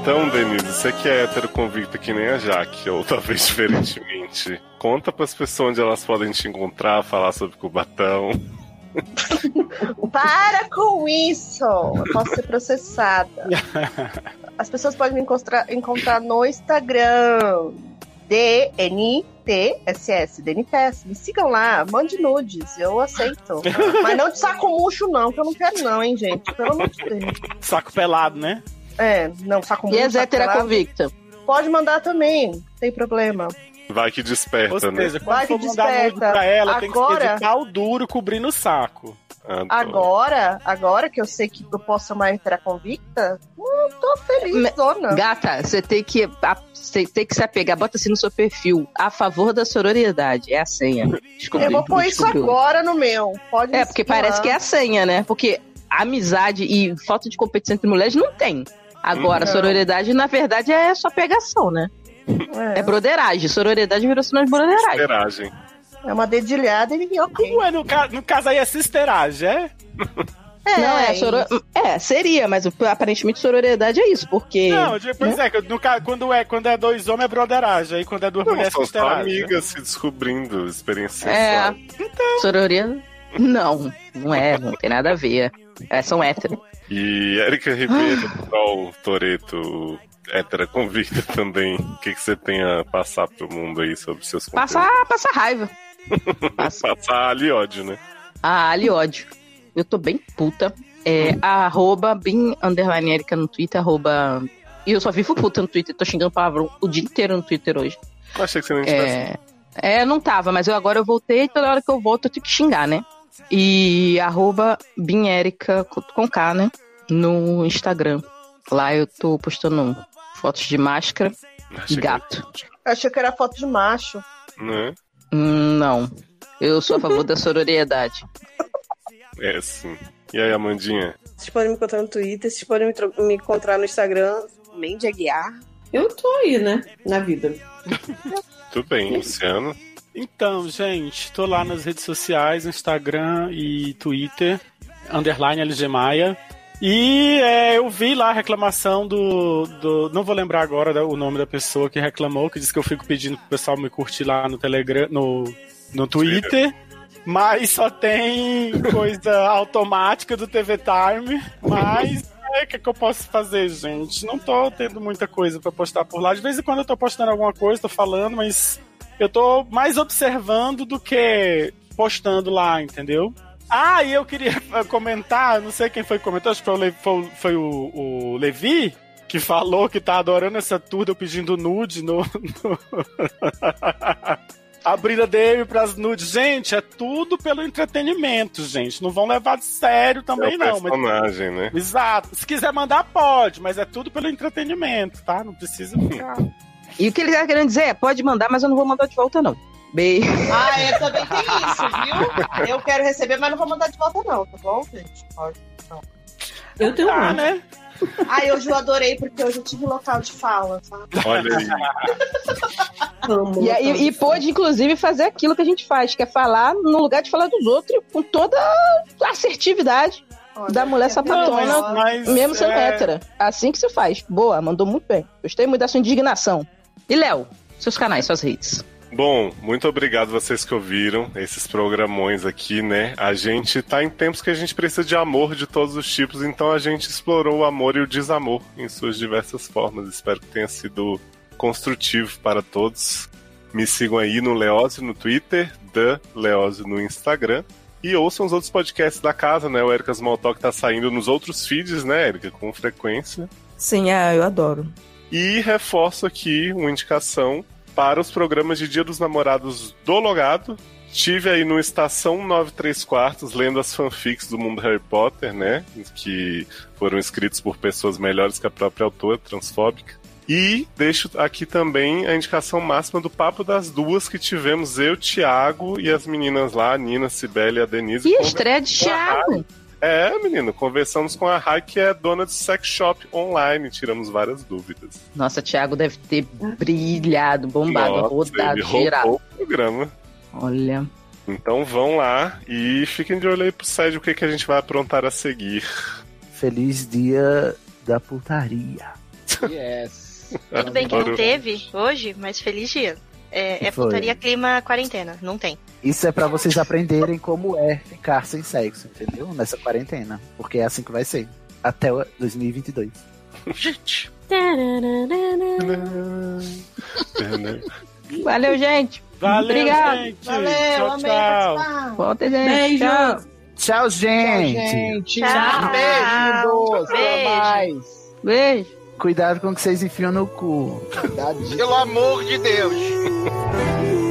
Speaker 1: Então, Denise, você que é hétero convicta que nem a Jaque, ou talvez diferentemente, conta pras pessoas onde elas podem te encontrar, falar sobre Cubatão.
Speaker 14: Para com isso! Eu posso ser processada. As pessoas podem me encontrar, encontrar no Instagram. DNTSS, DNTS. Me sigam lá, mande nudes, eu aceito. Mas não de saco murcho, não, que eu não quero, não, hein, gente. Pelo amor de Deus.
Speaker 11: Saco pelado, né?
Speaker 14: É, não, saco
Speaker 6: E
Speaker 14: murcho.
Speaker 6: as
Speaker 14: saco
Speaker 6: hétera
Speaker 14: pelado.
Speaker 6: convicta.
Speaker 14: Pode mandar também, não tem problema.
Speaker 1: Vai que desperta,
Speaker 11: Ou seja,
Speaker 1: né?
Speaker 11: quando
Speaker 14: Vai que
Speaker 11: for mandar
Speaker 14: desperta.
Speaker 11: nude pra ela, tem que ser
Speaker 14: Agora-
Speaker 11: de pau duro cobrindo o saco.
Speaker 1: Ah,
Speaker 14: Agora, agora que eu sei que eu posso ser uma hétera convicta, hum, tô feliz, dona.
Speaker 6: Gata, você tem que. a- Você tem que se apegar, bota assim no seu perfil. A favor da sororidade. É a senha. Descobri,
Speaker 14: eu vou pôr isso
Speaker 6: descobri hoje.
Speaker 14: agora no meu. Pode
Speaker 6: É, porque parece que é a senha, né? Porque amizade e falta de competição entre mulheres não tem. Agora,
Speaker 14: Não.
Speaker 6: sororidade, na verdade, é só pegação, né? É, broderagem. Sororidade virou sinal de broderagem.
Speaker 1: Esperagem.
Speaker 14: É uma dedilhada e ok.
Speaker 11: Ué, no, ca- no caso aí é sisteragem, é?
Speaker 6: não, é, soro... é, seria, mas aparentemente sororidade é isso, porque.
Speaker 11: Não, eu digo, pois
Speaker 6: né?
Speaker 11: é, que no ca- quando é, quando é dois homens é broderagem, aí quando é duas
Speaker 1: Não,
Speaker 11: mulheres é
Speaker 1: são só
Speaker 11: sisteragem.
Speaker 1: amigas se descobrindo, experiência.
Speaker 6: É.
Speaker 1: É.
Speaker 6: Então... Sororia? Não, não é, não tem nada a ver. É, são héteros.
Speaker 1: E Érica Ribeiro, Troll Toreto, hétera convicta também. O que, que você tem a passar pro mundo aí sobre seus conteúdos?
Speaker 6: Passa, passa raiva.
Speaker 1: Passar ali ódio, né?
Speaker 6: Ah, ali ódio. Eu tô bem puta. É, arroba bem underline Erika no Twitter, arroba. E eu só vivo puta no Twitter, tô xingando palavrão o dia inteiro no Twitter hoje.
Speaker 1: Eu achei que você não tivesse.
Speaker 6: É, é, não tava, mas eu agora eu voltei e toda hora que eu volto eu tenho que xingar, né? E arroba binerica com K, né? No Instagram. Lá eu tô postando fotos de máscara e gato.
Speaker 14: Eu achei que era foto de macho.
Speaker 1: Né?
Speaker 6: Hum, Não. Eu sou a favor da sororiedade.
Speaker 1: É, sim. E aí, Amandinha?
Speaker 2: Vocês podem me encontrar no Twitter, vocês podem me, tro- me encontrar no Instagram. Mandy Aguiar. Eu tô aí, né? Na vida.
Speaker 1: Tudo bem, Luciano?
Speaker 11: Então, gente, tô lá nas redes sociais, Instagram e Twitter, underline LG Maia. E é, eu vi lá a reclamação do, do- Não vou lembrar agora da- o nome da pessoa que reclamou, que disse que eu fico pedindo pro pessoal me curtir lá no Telegram, no, no Twitter. Mas só tem coisa automática do TV Time. Mas É, o que, que eu posso fazer, gente? Não tô tendo muita coisa pra postar por lá. De vez em quando eu tô postando alguma coisa, tô falando, mas eu tô mais observando do que postando lá, entendeu? Ah, e eu queria eh, comentar, não sei quem foi que comentou, acho que foi o, Le- foi o- foi o- o Levi, que falou que tá adorando essa tour de eu pedindo nude no. no... Abrindo a DM pras nudes. Gente, é tudo pelo entretenimento, gente. Não vão levar de sério também,
Speaker 1: é o
Speaker 11: não. mas-
Speaker 1: personagem, né?
Speaker 11: Exato. Se quiser mandar, pode, mas é tudo pelo entretenimento, tá? Não precisa ficar.
Speaker 6: E o que ele tá querendo dizer é, pode mandar, mas eu não vou mandar de volta, não. Beijo.
Speaker 14: Ah, eu também tenho isso, viu? Eu quero receber, mas não vou mandar de volta, não, tá bom, gente? Pode, não.
Speaker 2: Eu tenho um
Speaker 11: tá, né?
Speaker 14: Ai, hoje eu adorei, porque hoje eu tive um local de fala, tá? sabe?
Speaker 1: Olha aí.
Speaker 6: E, aí- e, pôde, inclusive, fazer aquilo que a gente faz, que é falar no lugar de falar dos outros, com toda a assertividade da mulher sapatona,
Speaker 11: é Não, mas- mas,
Speaker 6: mesmo sendo
Speaker 11: é-
Speaker 6: hétera. Assim que se faz. Boa, mandou muito bem. Gostei muito da sua indignação. E, Léo, seus canais, suas redes.
Speaker 1: Bom, muito obrigado vocês que ouviram esses programões aqui, né? A gente tá em tempos que a gente precisa de amor de todos os tipos, então a gente explorou o amor e o desamor em suas diversas formas. Espero que tenha sido construtivo para todos. Me sigam aí no Leose no Twitter, da Leose no Instagram. E ouçam os outros podcasts da casa, né? O Erika Smalltalk tá saindo nos outros feeds, né, Erika? Com frequência.
Speaker 17: Sim, ah, eu adoro.
Speaker 1: E reforço aqui uma indicação para os programas de Dia dos Namorados do Logado. Tive aí no Estação 93 Quartos lendo as fanfics do mundo Harry Potter, né? Que foram escritos por pessoas melhores que a própria autora, transfóbica. E deixo aqui também a indicação máxima do papo das duas que tivemos eu, Thiago e as meninas lá, a Nina, a Cibele e a Denise.
Speaker 6: E a
Speaker 1: Conver-
Speaker 6: estreia de
Speaker 1: com a
Speaker 6: Thiago.
Speaker 1: Rai. É, menino, conversamos com a Rai, que é dona de sex shop online, tiramos várias dúvidas.
Speaker 6: Nossa, Thiago deve ter brilhado, bombado,
Speaker 1: Nossa,
Speaker 6: rodado,
Speaker 1: ele roubou
Speaker 6: girado.
Speaker 1: o programa.
Speaker 6: Olha.
Speaker 1: Então vão lá e fiquem de olho aí pro site o que, que a gente vai aprontar a seguir.
Speaker 9: Feliz dia da putaria.
Speaker 16: Yes.
Speaker 8: Tudo bem que não
Speaker 9: Adoro.
Speaker 8: teve hoje, mas feliz dia. É, é
Speaker 9: Foi.
Speaker 8: putaria clima quarentena, não tem.
Speaker 9: Isso é pra vocês aprenderem como é ficar sem sexo, entendeu? Nessa quarentena. Porque é assim que vai ser. Até o 2022.
Speaker 12: Gente.
Speaker 6: Valeu, gente.
Speaker 9: Valeu,
Speaker 6: Obrigado.
Speaker 9: gente.
Speaker 6: Valeu,
Speaker 9: Tchau,
Speaker 6: amei
Speaker 9: tchau.
Speaker 6: participar. Volta, gente.
Speaker 9: Beijo.
Speaker 6: Tchau.
Speaker 9: Tchau, gente.
Speaker 6: gente.
Speaker 9: Tchau.
Speaker 16: Beijos. Até
Speaker 9: Beijo.
Speaker 16: mais.
Speaker 6: Beijo.
Speaker 9: Cuidado com o que vocês enfiam no cu.
Speaker 12: Pelo amor de Deus.